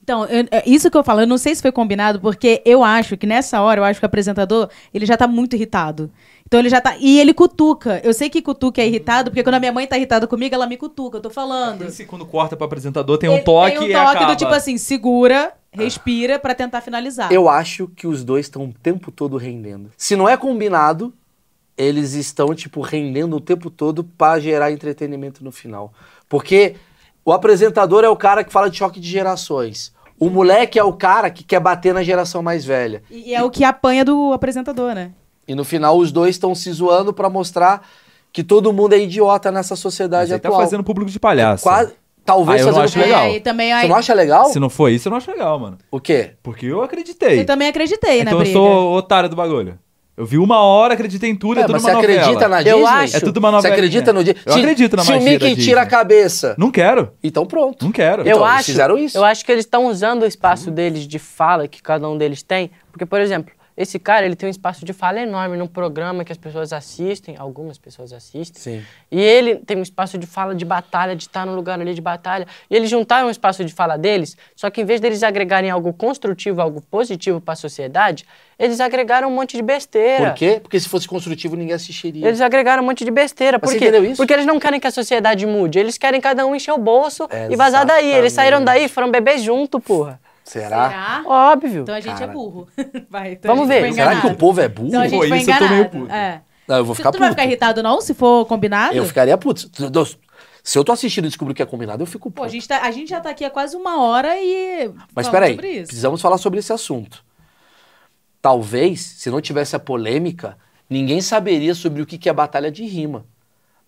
[SPEAKER 3] Então, eu- é isso que eu falo, eu não sei se foi combinado, porque eu acho que nessa hora, eu acho que o apresentador, ele já tá muito irritado. Então ele já tá. E ele cutuca. Eu sei que cutuca é irritado, porque quando a minha mãe tá irritada comigo, ela me cutuca, eu tô falando.
[SPEAKER 2] Esse quando corta pro apresentador tem
[SPEAKER 3] Ele-
[SPEAKER 2] um toque
[SPEAKER 3] Tem um
[SPEAKER 2] e
[SPEAKER 3] toque
[SPEAKER 2] acaba.
[SPEAKER 3] do tipo assim, segura, respira pra tentar finalizar.
[SPEAKER 1] Eu acho que os dois estão o tempo todo rendendo. Se não é combinado, eles estão, tipo, rendendo o tempo todo pra gerar entretenimento no final. Porque o apresentador é o cara que fala de choque de gerações. O moleque é o cara que quer bater na geração mais velha.
[SPEAKER 3] E é o que apanha do apresentador, né?
[SPEAKER 1] E no final os dois estão se zoando pra mostrar que todo mundo é idiota nessa
[SPEAKER 2] Mas
[SPEAKER 1] sociedade
[SPEAKER 2] aí tá
[SPEAKER 1] atual.
[SPEAKER 2] fazendo público de palhaço.
[SPEAKER 1] é Quase, talvez
[SPEAKER 2] Ah, eu não
[SPEAKER 1] fazendo
[SPEAKER 2] acho legal.
[SPEAKER 3] É, e também aí,
[SPEAKER 1] Você não acha legal?
[SPEAKER 2] Se não for isso, eu não acho legal, mano.
[SPEAKER 1] O quê?
[SPEAKER 2] Porque eu acreditei.
[SPEAKER 3] eu também acreditei né, na
[SPEAKER 2] então eu
[SPEAKER 3] briga.
[SPEAKER 2] sou otário do bagulho. Eu vi uma hora, acreditei em tudo, é,
[SPEAKER 1] É,
[SPEAKER 2] tudo
[SPEAKER 1] mas
[SPEAKER 2] uma
[SPEAKER 1] você
[SPEAKER 2] novela.
[SPEAKER 1] acredita na
[SPEAKER 8] Eu
[SPEAKER 1] Disney?
[SPEAKER 8] acho.
[SPEAKER 2] É tudo uma
[SPEAKER 1] Você
[SPEAKER 2] novela.
[SPEAKER 1] acredita no Disney?
[SPEAKER 2] Eu acredito na
[SPEAKER 1] Se o
[SPEAKER 2] magia da
[SPEAKER 1] Mickey tira a
[SPEAKER 2] Disney.
[SPEAKER 1] cabeça,
[SPEAKER 2] Não quero,
[SPEAKER 1] então pronto.
[SPEAKER 2] não quero.
[SPEAKER 8] Eu
[SPEAKER 1] Então, eles
[SPEAKER 8] acho,
[SPEAKER 1] fizeram isso.
[SPEAKER 8] Eu acho que eles estão usando o espaço deles de fala que cada um deles tem, porque por exemplo, esse cara, ele tem um espaço de fala enorme num programa que as pessoas assistem, algumas pessoas assistem.
[SPEAKER 1] Sim.
[SPEAKER 8] E ele tem um espaço de fala de batalha, de estar no lugar ali de batalha. E eles juntaram o espaço de fala deles, só que em vez deles agregarem algo construtivo, algo positivo para a sociedade, eles agregaram um monte de besteira.
[SPEAKER 1] Por quê? Porque se fosse construtivo, ninguém assistiria.
[SPEAKER 8] Eles agregaram um monte de besteira. Por
[SPEAKER 1] Mas você
[SPEAKER 8] quê?
[SPEAKER 1] entendeu isso?
[SPEAKER 8] Porque eles não querem que a sociedade mude. Eles querem cada um encher o bolso
[SPEAKER 1] É.
[SPEAKER 8] e vazar daí.
[SPEAKER 1] Exatamente.
[SPEAKER 8] Eles saíram daí, foram beber junto, porra.
[SPEAKER 1] Será? Será,
[SPEAKER 3] Será?
[SPEAKER 8] Óbvio.
[SPEAKER 3] Então a gente é burro. Vai, então
[SPEAKER 8] Vamos
[SPEAKER 3] a gente
[SPEAKER 8] ver.
[SPEAKER 3] foi
[SPEAKER 8] Será
[SPEAKER 1] que o
[SPEAKER 3] enganado.
[SPEAKER 1] povo é burro?
[SPEAKER 3] Então a gente
[SPEAKER 2] Pô,
[SPEAKER 3] foi
[SPEAKER 2] isso eu tô meio
[SPEAKER 3] enganado.
[SPEAKER 2] puto.
[SPEAKER 3] É.
[SPEAKER 1] Não, eu vou
[SPEAKER 3] Tu-
[SPEAKER 1] ficar
[SPEAKER 3] tu não vai
[SPEAKER 1] puto.
[SPEAKER 3] ficar irritado, não, se for combinado?
[SPEAKER 1] Eu ficaria puto. Se eu tô assistindo e descubro que é combinado, eu fico
[SPEAKER 3] Pô, a
[SPEAKER 1] puto.
[SPEAKER 3] gente, tá- a gente já tá aqui há quase uma hora e.
[SPEAKER 1] Mas
[SPEAKER 3] falando
[SPEAKER 1] peraí,
[SPEAKER 3] sobre isso.
[SPEAKER 1] precisamos falar sobre esse assunto. Talvez, se não tivesse a polêmica, ninguém saberia sobre o que que é batalha de rima.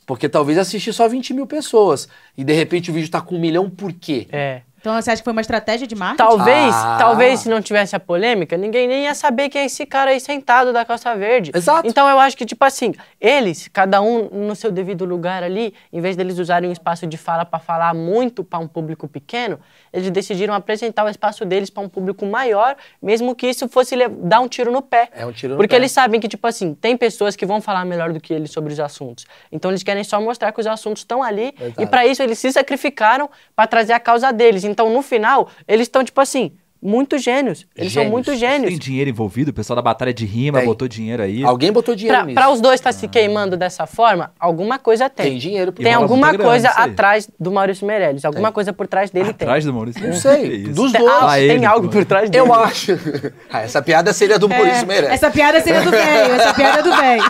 [SPEAKER 1] Porque talvez assistir só 20 mil pessoas. E de repente o vídeo tá com um milhão, por quê?
[SPEAKER 8] É.
[SPEAKER 3] Então Então você acha que foi uma estratégia de marketing?
[SPEAKER 8] Talvez,
[SPEAKER 1] Ah.
[SPEAKER 8] talvez se não tivesse a polêmica, ninguém nem ia saber quem é esse cara aí sentado da calça verde.
[SPEAKER 1] Exato.
[SPEAKER 8] Então eu acho que, tipo assim, eles, cada um no seu devido lugar ali, em vez deles usarem um espaço de fala para falar muito para um público pequeno, eles decidiram apresentar o espaço deles para um público maior, mesmo que isso fosse le- dar um tiro no pé.
[SPEAKER 1] É um tiro no
[SPEAKER 8] Porque
[SPEAKER 1] pé.
[SPEAKER 8] eles sabem que, tipo assim, tem pessoas que vão falar melhor do que eles sobre os assuntos. Então eles querem só mostrar que os assuntos estão ali e
[SPEAKER 1] Exato.
[SPEAKER 8] para isso eles se sacrificaram para trazer a causa deles. Então no final, eles estão tipo assim, muito gênios. Eles são
[SPEAKER 1] Gênios.
[SPEAKER 8] muito
[SPEAKER 2] Tem
[SPEAKER 8] gênios.
[SPEAKER 2] dinheiro envolvido? O pessoal da Batalha de Rima
[SPEAKER 1] Tem.
[SPEAKER 2] botou dinheiro aí.
[SPEAKER 1] Alguém botou dinheiro nisso.
[SPEAKER 8] Para os dois estar se queimando dessa forma, alguma coisa tem.
[SPEAKER 1] Tem dinheiro.
[SPEAKER 8] Tem
[SPEAKER 2] rola
[SPEAKER 8] alguma
[SPEAKER 2] muita grana,
[SPEAKER 8] coisa
[SPEAKER 2] isso aí.
[SPEAKER 8] atrás do Maurício Meirelles. Alguma coisa por trás dele
[SPEAKER 2] Atrás do Maurício.
[SPEAKER 1] Não sei,
[SPEAKER 2] Que isso?
[SPEAKER 1] dos
[SPEAKER 8] tem.
[SPEAKER 1] dois.
[SPEAKER 8] Ah,
[SPEAKER 2] Lá
[SPEAKER 8] tem
[SPEAKER 2] ele,
[SPEAKER 8] algo
[SPEAKER 2] pô.
[SPEAKER 8] por trás dele.
[SPEAKER 1] Eu acho. Ah, essa piada seria
[SPEAKER 8] É,
[SPEAKER 1] do Maurício Meirelles.
[SPEAKER 3] É. Essa piada seria do velho, essa piada é do velho.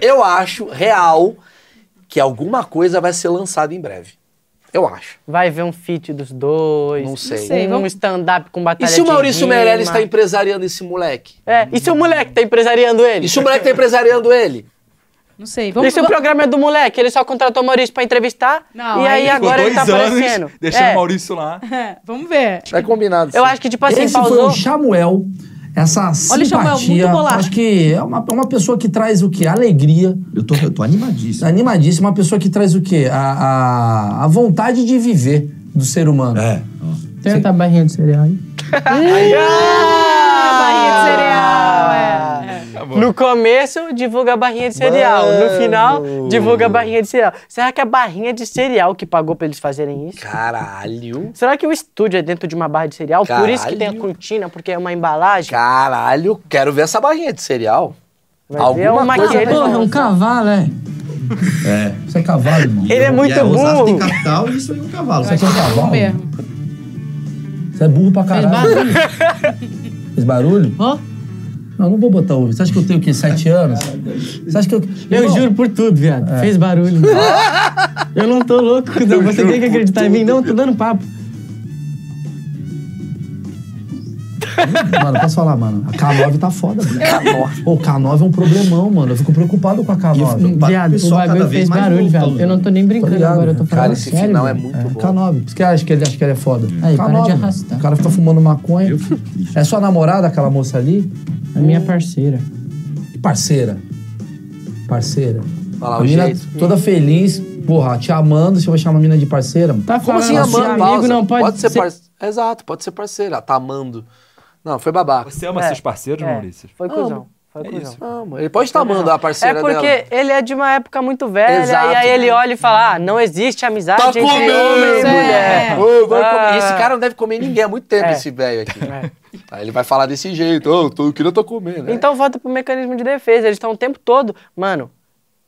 [SPEAKER 1] Eu acho real que alguma coisa vai ser lançada em breve. Eu acho.
[SPEAKER 8] Vai ver um feat dos dois.
[SPEAKER 1] Não sei. Não
[SPEAKER 3] sei,
[SPEAKER 8] um
[SPEAKER 3] vamos-
[SPEAKER 8] stand-up com
[SPEAKER 1] E
[SPEAKER 8] batalha
[SPEAKER 1] se o
[SPEAKER 8] de
[SPEAKER 1] Maurício
[SPEAKER 8] rima.
[SPEAKER 1] Meirelles tá está empresariando esse moleque?
[SPEAKER 8] É, e se o moleque tá empresariando ele?
[SPEAKER 1] E se o moleque tá empresariando ele?
[SPEAKER 3] Não sei,
[SPEAKER 8] E
[SPEAKER 3] vamos...
[SPEAKER 8] se o programa é do moleque? Ele só contratou o Maurício pra entrevistar
[SPEAKER 3] Não,
[SPEAKER 8] e
[SPEAKER 3] aí
[SPEAKER 8] aí
[SPEAKER 2] Ficou
[SPEAKER 3] ficou
[SPEAKER 8] agora ele
[SPEAKER 2] dois
[SPEAKER 8] tá aparecendo.
[SPEAKER 2] anos deixando
[SPEAKER 8] É.
[SPEAKER 2] o Maurício lá.
[SPEAKER 3] É, vamos ver.
[SPEAKER 1] É combinado.
[SPEAKER 8] Eu
[SPEAKER 1] sim.
[SPEAKER 8] acho que, tipo assim,
[SPEAKER 7] Esse foi um
[SPEAKER 8] pausou.
[SPEAKER 7] o Samuel. Essa
[SPEAKER 3] Olha o
[SPEAKER 7] simpatia.
[SPEAKER 3] Samuel, muito bolado.
[SPEAKER 7] acho que é uma, é uma pessoa que traz o quê? Alegria.
[SPEAKER 9] Eu tô, eu tô animadíssimo.
[SPEAKER 7] Animadíssima. Uma pessoa que traz o quê? A, a, a vontade de viver do ser humano.
[SPEAKER 9] É. ó.
[SPEAKER 11] Tenta a tá barrinha de cereal aí.
[SPEAKER 3] Ah, barrinha de cereal, é. é.
[SPEAKER 8] No começo, divulga a barrinha de cereal. No final, divulga a barrinha de cereal. Será que a barrinha de cereal que pagou pra eles fazerem isso?
[SPEAKER 1] Caralho.
[SPEAKER 8] Será que o estúdio é dentro de uma barra de cereal? Por isso que tem a
[SPEAKER 1] Caralho.
[SPEAKER 8] cortina, porque é uma embalagem.
[SPEAKER 1] Caralho, quero ver essa barrinha de cereal.
[SPEAKER 8] Vai ver, é
[SPEAKER 1] Alguma
[SPEAKER 8] uma
[SPEAKER 1] coisa
[SPEAKER 8] que ele-
[SPEAKER 1] vai
[SPEAKER 11] Porra, um cavalo, é.
[SPEAKER 9] É.
[SPEAKER 7] Você é cavalo, irmão.
[SPEAKER 8] Ele é muito
[SPEAKER 9] e Osasco
[SPEAKER 8] burro.
[SPEAKER 9] tem capital e isso aí é um cavalo.
[SPEAKER 7] Você é
[SPEAKER 9] Só que-
[SPEAKER 7] cavalo?
[SPEAKER 3] Vamos mesmo.
[SPEAKER 7] Você é burro pra caralho.
[SPEAKER 11] barulho.
[SPEAKER 7] Fez barulho?
[SPEAKER 11] Ó.
[SPEAKER 7] Não, não vou botar o. Você acha que eu tenho o quê? Sete anos? Você acha que eu.
[SPEAKER 11] Eu
[SPEAKER 7] Irmão,
[SPEAKER 11] juro por tudo, viado. Fez barulho. né? eu não tô louco, não. Você tem que acreditar em mim. Não, tô dando papo.
[SPEAKER 7] Mano, posso falar, mano? A K9 tá foda, mano. K9. Pô, K9 é um problemão, mano. Eu fico preocupado com a
[SPEAKER 9] E eu fico
[SPEAKER 7] K9.
[SPEAKER 9] preocupado
[SPEAKER 11] Viado,
[SPEAKER 9] com
[SPEAKER 11] o
[SPEAKER 9] pessoal
[SPEAKER 11] bagulho
[SPEAKER 9] cada vez
[SPEAKER 11] fez
[SPEAKER 9] mais
[SPEAKER 11] barulho,
[SPEAKER 9] voltando.
[SPEAKER 11] viado. Eu não tô nem
[SPEAKER 7] Tô
[SPEAKER 11] brincando
[SPEAKER 7] ligado,
[SPEAKER 11] agora, eu tô
[SPEAKER 7] cara,
[SPEAKER 11] falando
[SPEAKER 1] Cara, esse
[SPEAKER 11] sério,
[SPEAKER 1] final é
[SPEAKER 11] mano.
[SPEAKER 1] muito
[SPEAKER 7] É,
[SPEAKER 1] bom.
[SPEAKER 7] K9, por isso que acha que ele acha que ele é foda.
[SPEAKER 11] Aí, para
[SPEAKER 7] K9,
[SPEAKER 11] de arrastar.
[SPEAKER 7] O cara fica fumando maconha.
[SPEAKER 9] Eu fico triste.
[SPEAKER 7] É sua namorada, aquela moça ali?
[SPEAKER 11] A minha parceira.
[SPEAKER 7] E Parceira. Parceira.
[SPEAKER 1] Olha lá,
[SPEAKER 7] a
[SPEAKER 1] o
[SPEAKER 7] mina
[SPEAKER 1] um jeito.
[SPEAKER 7] toda feliz, porra, te amando, você vai chamar a mina de parceira? mano?
[SPEAKER 11] Tá
[SPEAKER 1] Como
[SPEAKER 11] falando
[SPEAKER 1] assim
[SPEAKER 11] nosso
[SPEAKER 1] amando?
[SPEAKER 11] amigo
[SPEAKER 1] Pausa.
[SPEAKER 11] não pode,
[SPEAKER 1] ser parceiro. Exato, pode ser parceiro. Ela tá amando. Não, foi babaca.
[SPEAKER 2] Você ama
[SPEAKER 8] É.
[SPEAKER 2] seus parceiros,
[SPEAKER 8] É,
[SPEAKER 2] Maurício?
[SPEAKER 8] Foi cuzão. Foi
[SPEAKER 2] É
[SPEAKER 8] cuzão.
[SPEAKER 2] isso.
[SPEAKER 1] Não, ele pode estar amando a parceira
[SPEAKER 8] É porque
[SPEAKER 1] dela.
[SPEAKER 8] ele é de uma época muito velha,
[SPEAKER 1] Exato.
[SPEAKER 8] e aí ele olha e fala: ah, não existe amizade
[SPEAKER 1] Tá
[SPEAKER 8] entre
[SPEAKER 1] comendo,
[SPEAKER 8] homem e mulher.
[SPEAKER 3] é.
[SPEAKER 1] Ô, vai
[SPEAKER 8] Ah.
[SPEAKER 1] comer. Esse cara não deve comer ninguém há muito tempo,
[SPEAKER 8] É.
[SPEAKER 1] esse velho aqui. Aí ele vai falar desse jeito. Ô, tô- eu queria tô comendo. né?
[SPEAKER 8] Então volta pro mecanismo de defesa. Eles estão o tempo todo. Mano,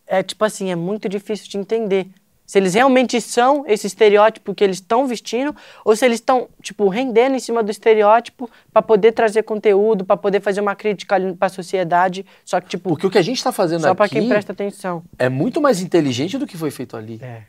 [SPEAKER 8] é tipo assim, é muito difícil de entender. Se eles realmente são esse estereótipo que eles estão vestindo, ou se eles estão, tipo, rendendo em cima do estereótipo pra poder trazer conteúdo, pra poder fazer uma crítica ali pra sociedade. Só que, tipo,
[SPEAKER 1] Porque o que a gente tá fazendo
[SPEAKER 8] só pra
[SPEAKER 1] aqui
[SPEAKER 8] quem presta atenção.
[SPEAKER 1] é muito mais inteligente do que foi feito ali.
[SPEAKER 8] É.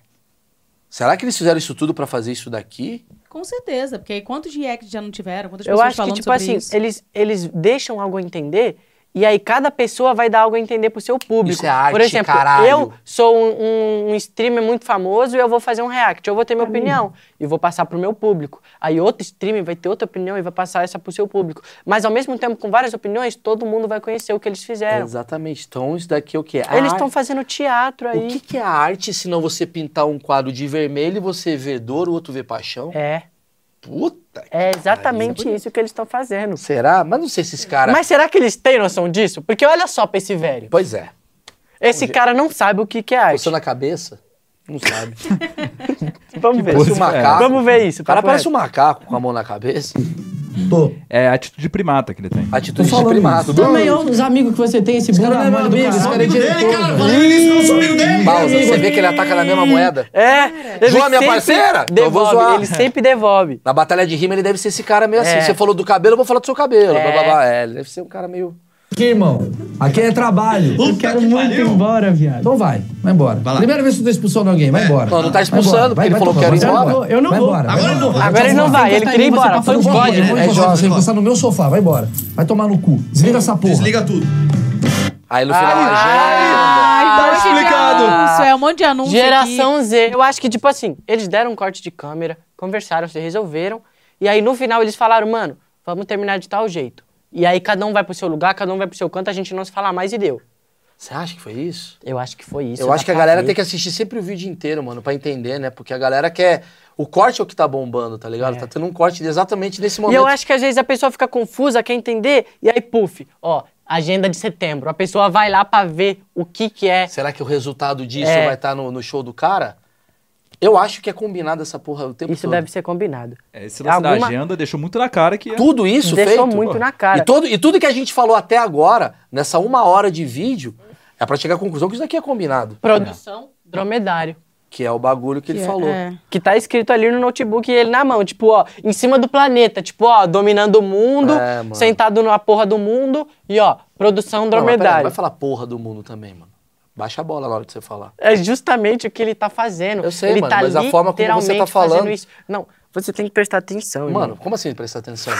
[SPEAKER 1] Será que eles fizeram isso tudo pra fazer isso daqui?
[SPEAKER 3] Com certeza, porque aí quantos reacts já não tiveram? Quantas
[SPEAKER 8] Eu
[SPEAKER 3] pessoas
[SPEAKER 8] acho que,
[SPEAKER 3] falando
[SPEAKER 8] tipo
[SPEAKER 3] sobre
[SPEAKER 8] assim,
[SPEAKER 3] isso?
[SPEAKER 8] eles, eles deixam algo a entender e aí cada pessoa vai dar algo a entender pro seu público.
[SPEAKER 1] Isso é arte,
[SPEAKER 8] Por exemplo,
[SPEAKER 1] caralho.
[SPEAKER 8] eu sou um, um- um streamer muito famoso e eu vou fazer um react. Eu vou ter minha opinião e vou passar pro meu público. Aí outro streamer vai ter outra opinião e vai passar essa pro seu público. Mas ao mesmo tempo, com várias opiniões, todo mundo vai conhecer o que eles fizeram.
[SPEAKER 1] Exatamente. Então isso daqui é o quê? A
[SPEAKER 8] É. Eles
[SPEAKER 1] arte-
[SPEAKER 8] estão fazendo teatro aí.
[SPEAKER 1] O que, que é a arte se não você pintar um quadro de vermelho e você vê dor, o outro vê paixão?
[SPEAKER 8] É,
[SPEAKER 1] Puta! que
[SPEAKER 8] é
[SPEAKER 1] pariu.
[SPEAKER 8] exatamente isso que eles estão fazendo.
[SPEAKER 1] Será? Mas não sei se esse cara.
[SPEAKER 8] Mas será que eles têm noção disso? Porque olha só pra esse velho.
[SPEAKER 1] Pois é.
[SPEAKER 8] Esse cara não sabe o que, que é arte.
[SPEAKER 1] Você na cabeça? Não sabe.
[SPEAKER 8] Vamos ver.
[SPEAKER 1] Parece um
[SPEAKER 2] é.
[SPEAKER 1] macaco.
[SPEAKER 8] Vamos ver isso.
[SPEAKER 1] O cara
[SPEAKER 8] papo
[SPEAKER 1] parece
[SPEAKER 8] reto.
[SPEAKER 1] um macaco com a mão na cabeça.
[SPEAKER 7] Tô.
[SPEAKER 2] É a atitude de primata que ele tem.
[SPEAKER 1] Atitude de
[SPEAKER 7] falando
[SPEAKER 1] primato.
[SPEAKER 11] Também, ó, os amigos que você tem, esse bunda
[SPEAKER 7] cara não é meu
[SPEAKER 11] mole do
[SPEAKER 7] amigo, esse
[SPEAKER 11] caralho.
[SPEAKER 7] cara é diretor. mano.
[SPEAKER 1] Pausa, você vê que ele ataca na mesma moeda.
[SPEAKER 8] É. ele
[SPEAKER 1] um Zoa minha
[SPEAKER 8] sempre
[SPEAKER 1] parceira? Então eu vou
[SPEAKER 8] Devolve,
[SPEAKER 1] zoar.
[SPEAKER 8] ele sempre devolve.
[SPEAKER 1] Na batalha de rima ele deve ser esse cara meio assim.
[SPEAKER 8] É.
[SPEAKER 1] Você falou do cabelo, eu vou falar do seu cabelo.
[SPEAKER 8] É.
[SPEAKER 1] Blá, blá, blá. É, ele deve ser um cara meio.
[SPEAKER 7] Aqui, irmão. Aqui é trabalho.
[SPEAKER 11] Eu quero muito ir embora, viado.
[SPEAKER 7] Então vai, vai embora.
[SPEAKER 9] Vai lá.
[SPEAKER 7] Primeira vez que eu tô expulsando alguém, vai embora.
[SPEAKER 1] Não, não tá expulsando,
[SPEAKER 7] Vai embora.
[SPEAKER 1] porque ele
[SPEAKER 7] Vai,
[SPEAKER 1] falou
[SPEAKER 7] vai
[SPEAKER 1] que era
[SPEAKER 7] tomar,
[SPEAKER 1] embora.
[SPEAKER 7] vai embora.
[SPEAKER 11] vou.
[SPEAKER 7] Eu não
[SPEAKER 9] Agora eu não vou.
[SPEAKER 8] Agora ele não
[SPEAKER 1] então
[SPEAKER 8] vai,
[SPEAKER 1] tá
[SPEAKER 8] ele queria ir embora. Foi um
[SPEAKER 7] Não pode,
[SPEAKER 8] bode,
[SPEAKER 7] né?
[SPEAKER 8] né?
[SPEAKER 7] É jovem, você encostar no meu sofá, vai embora. Vai tomar no cu. Desliga essa porra.
[SPEAKER 9] Desliga tudo.
[SPEAKER 1] Aí no final.
[SPEAKER 3] Ah, então
[SPEAKER 2] Tá
[SPEAKER 3] é que
[SPEAKER 2] explicado.
[SPEAKER 3] é Isso é um monte de anúncio.
[SPEAKER 8] Geração Z. Eu acho que, tipo assim, eles deram um corte de câmera, conversaram, se resolveram.
[SPEAKER 4] E aí no final eles falaram, mano, vamos terminar de tal jeito. E aí cada um vai pro seu lugar, cada um vai pro seu canto, a gente não se fala mais e deu.
[SPEAKER 1] Você acha que foi isso?
[SPEAKER 4] Eu acho que foi isso.
[SPEAKER 1] Eu
[SPEAKER 8] tá
[SPEAKER 4] dá
[SPEAKER 1] acho que a
[SPEAKER 4] pra
[SPEAKER 1] galera
[SPEAKER 4] ver.
[SPEAKER 1] tem que assistir sempre o vídeo inteiro, mano, pra entender, né? Porque a galera quer. O corte é o que tá bombando, tá ligado? Tá tendo um corte exatamente nesse
[SPEAKER 4] E
[SPEAKER 1] momento.
[SPEAKER 4] eu acho que às vezes a pessoa fica confusa, quer entender, e aí, puf, ó, agenda de setembro. A pessoa vai lá pra ver o que que é.
[SPEAKER 1] Será que o resultado disso
[SPEAKER 4] É.
[SPEAKER 1] vai estar no, no show do cara? Eu acho que é combinado essa porra o tempo
[SPEAKER 4] Isso
[SPEAKER 1] todo.
[SPEAKER 4] deve ser combinado.
[SPEAKER 2] É, esse lance da
[SPEAKER 4] Alguma-
[SPEAKER 2] agenda deixou muito na cara que... é-
[SPEAKER 1] Tudo isso
[SPEAKER 4] Deixou
[SPEAKER 1] feito?
[SPEAKER 4] muito
[SPEAKER 1] Pô.
[SPEAKER 4] na cara.
[SPEAKER 1] E, todo, e tudo que a gente falou até agora, nessa uma hora de vídeo, é pra chegar à conclusão que isso daqui é combinado.
[SPEAKER 4] Produção dromedário.
[SPEAKER 1] Que é o bagulho que ele
[SPEAKER 3] É,
[SPEAKER 1] falou.
[SPEAKER 3] é.
[SPEAKER 4] Que tá escrito ali no notebook e ele na mão, tipo, ó, em cima do planeta, tipo, ó, dominando o mundo,
[SPEAKER 1] É, mano.
[SPEAKER 4] sentado na porra do mundo e, ó, produção
[SPEAKER 1] Não, mas peraí,
[SPEAKER 4] dromedário.
[SPEAKER 1] vai falar porra do mundo também, mano. Baixa a bola na hora de você falar.
[SPEAKER 4] É justamente o que ele tá fazendo.
[SPEAKER 1] Eu sei,
[SPEAKER 4] ele
[SPEAKER 1] mano,
[SPEAKER 4] tá
[SPEAKER 1] mas a forma como você tá
[SPEAKER 4] literalmente
[SPEAKER 1] falando-
[SPEAKER 4] fazendo Isso. Não, você tem que prestar atenção,
[SPEAKER 1] Mano,
[SPEAKER 4] irmão.
[SPEAKER 1] como assim prestar atenção?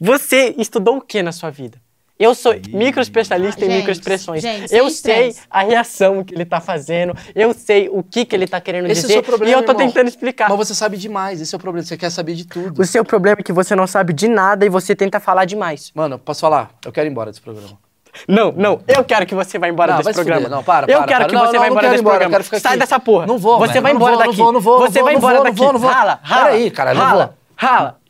[SPEAKER 4] Você estudou o que na sua vida? Eu sou microespecialista
[SPEAKER 3] Ah,
[SPEAKER 4] em
[SPEAKER 3] gente,
[SPEAKER 4] microexpressões.
[SPEAKER 3] gente, sem
[SPEAKER 4] eu sei
[SPEAKER 3] estresse.
[SPEAKER 4] a reação que ele tá fazendo, eu sei o que que ele tá querendo
[SPEAKER 1] Esse é o
[SPEAKER 4] dizer
[SPEAKER 1] seu problema,
[SPEAKER 4] e eu tô
[SPEAKER 1] irmão.
[SPEAKER 4] tentando explicar.
[SPEAKER 1] Mas você sabe demais, esse é o problema. Você quer saber de tudo.
[SPEAKER 4] O seu problema é que você não sabe de nada e você tenta falar demais.
[SPEAKER 1] Mano, posso falar? Eu quero ir embora desse programa.
[SPEAKER 4] Não, não, eu quero que você vá embora
[SPEAKER 1] Não,
[SPEAKER 4] desse
[SPEAKER 1] vai se
[SPEAKER 4] programa.
[SPEAKER 1] fuder, não, para,
[SPEAKER 4] eu
[SPEAKER 1] para,
[SPEAKER 4] quero
[SPEAKER 1] para.
[SPEAKER 4] que
[SPEAKER 1] Não,
[SPEAKER 4] você
[SPEAKER 1] não,
[SPEAKER 4] vá
[SPEAKER 1] não
[SPEAKER 4] embora
[SPEAKER 1] quero ir
[SPEAKER 4] desse
[SPEAKER 1] embora, eu
[SPEAKER 4] programa.
[SPEAKER 1] quero ficar
[SPEAKER 4] Sai
[SPEAKER 1] aqui.
[SPEAKER 4] dessa porra.
[SPEAKER 1] Não vou,
[SPEAKER 4] Você
[SPEAKER 1] velho,
[SPEAKER 4] vai
[SPEAKER 1] não
[SPEAKER 4] embora
[SPEAKER 1] vou, não
[SPEAKER 4] daqui.
[SPEAKER 1] vou, não vou,
[SPEAKER 4] você
[SPEAKER 1] não
[SPEAKER 4] vai
[SPEAKER 1] vou,
[SPEAKER 4] embora
[SPEAKER 1] não vou,
[SPEAKER 4] daqui.
[SPEAKER 1] não vou, não vou.
[SPEAKER 4] Rala, rala.
[SPEAKER 1] Peraí, cara, não
[SPEAKER 4] rala,
[SPEAKER 1] vou.
[SPEAKER 4] rala.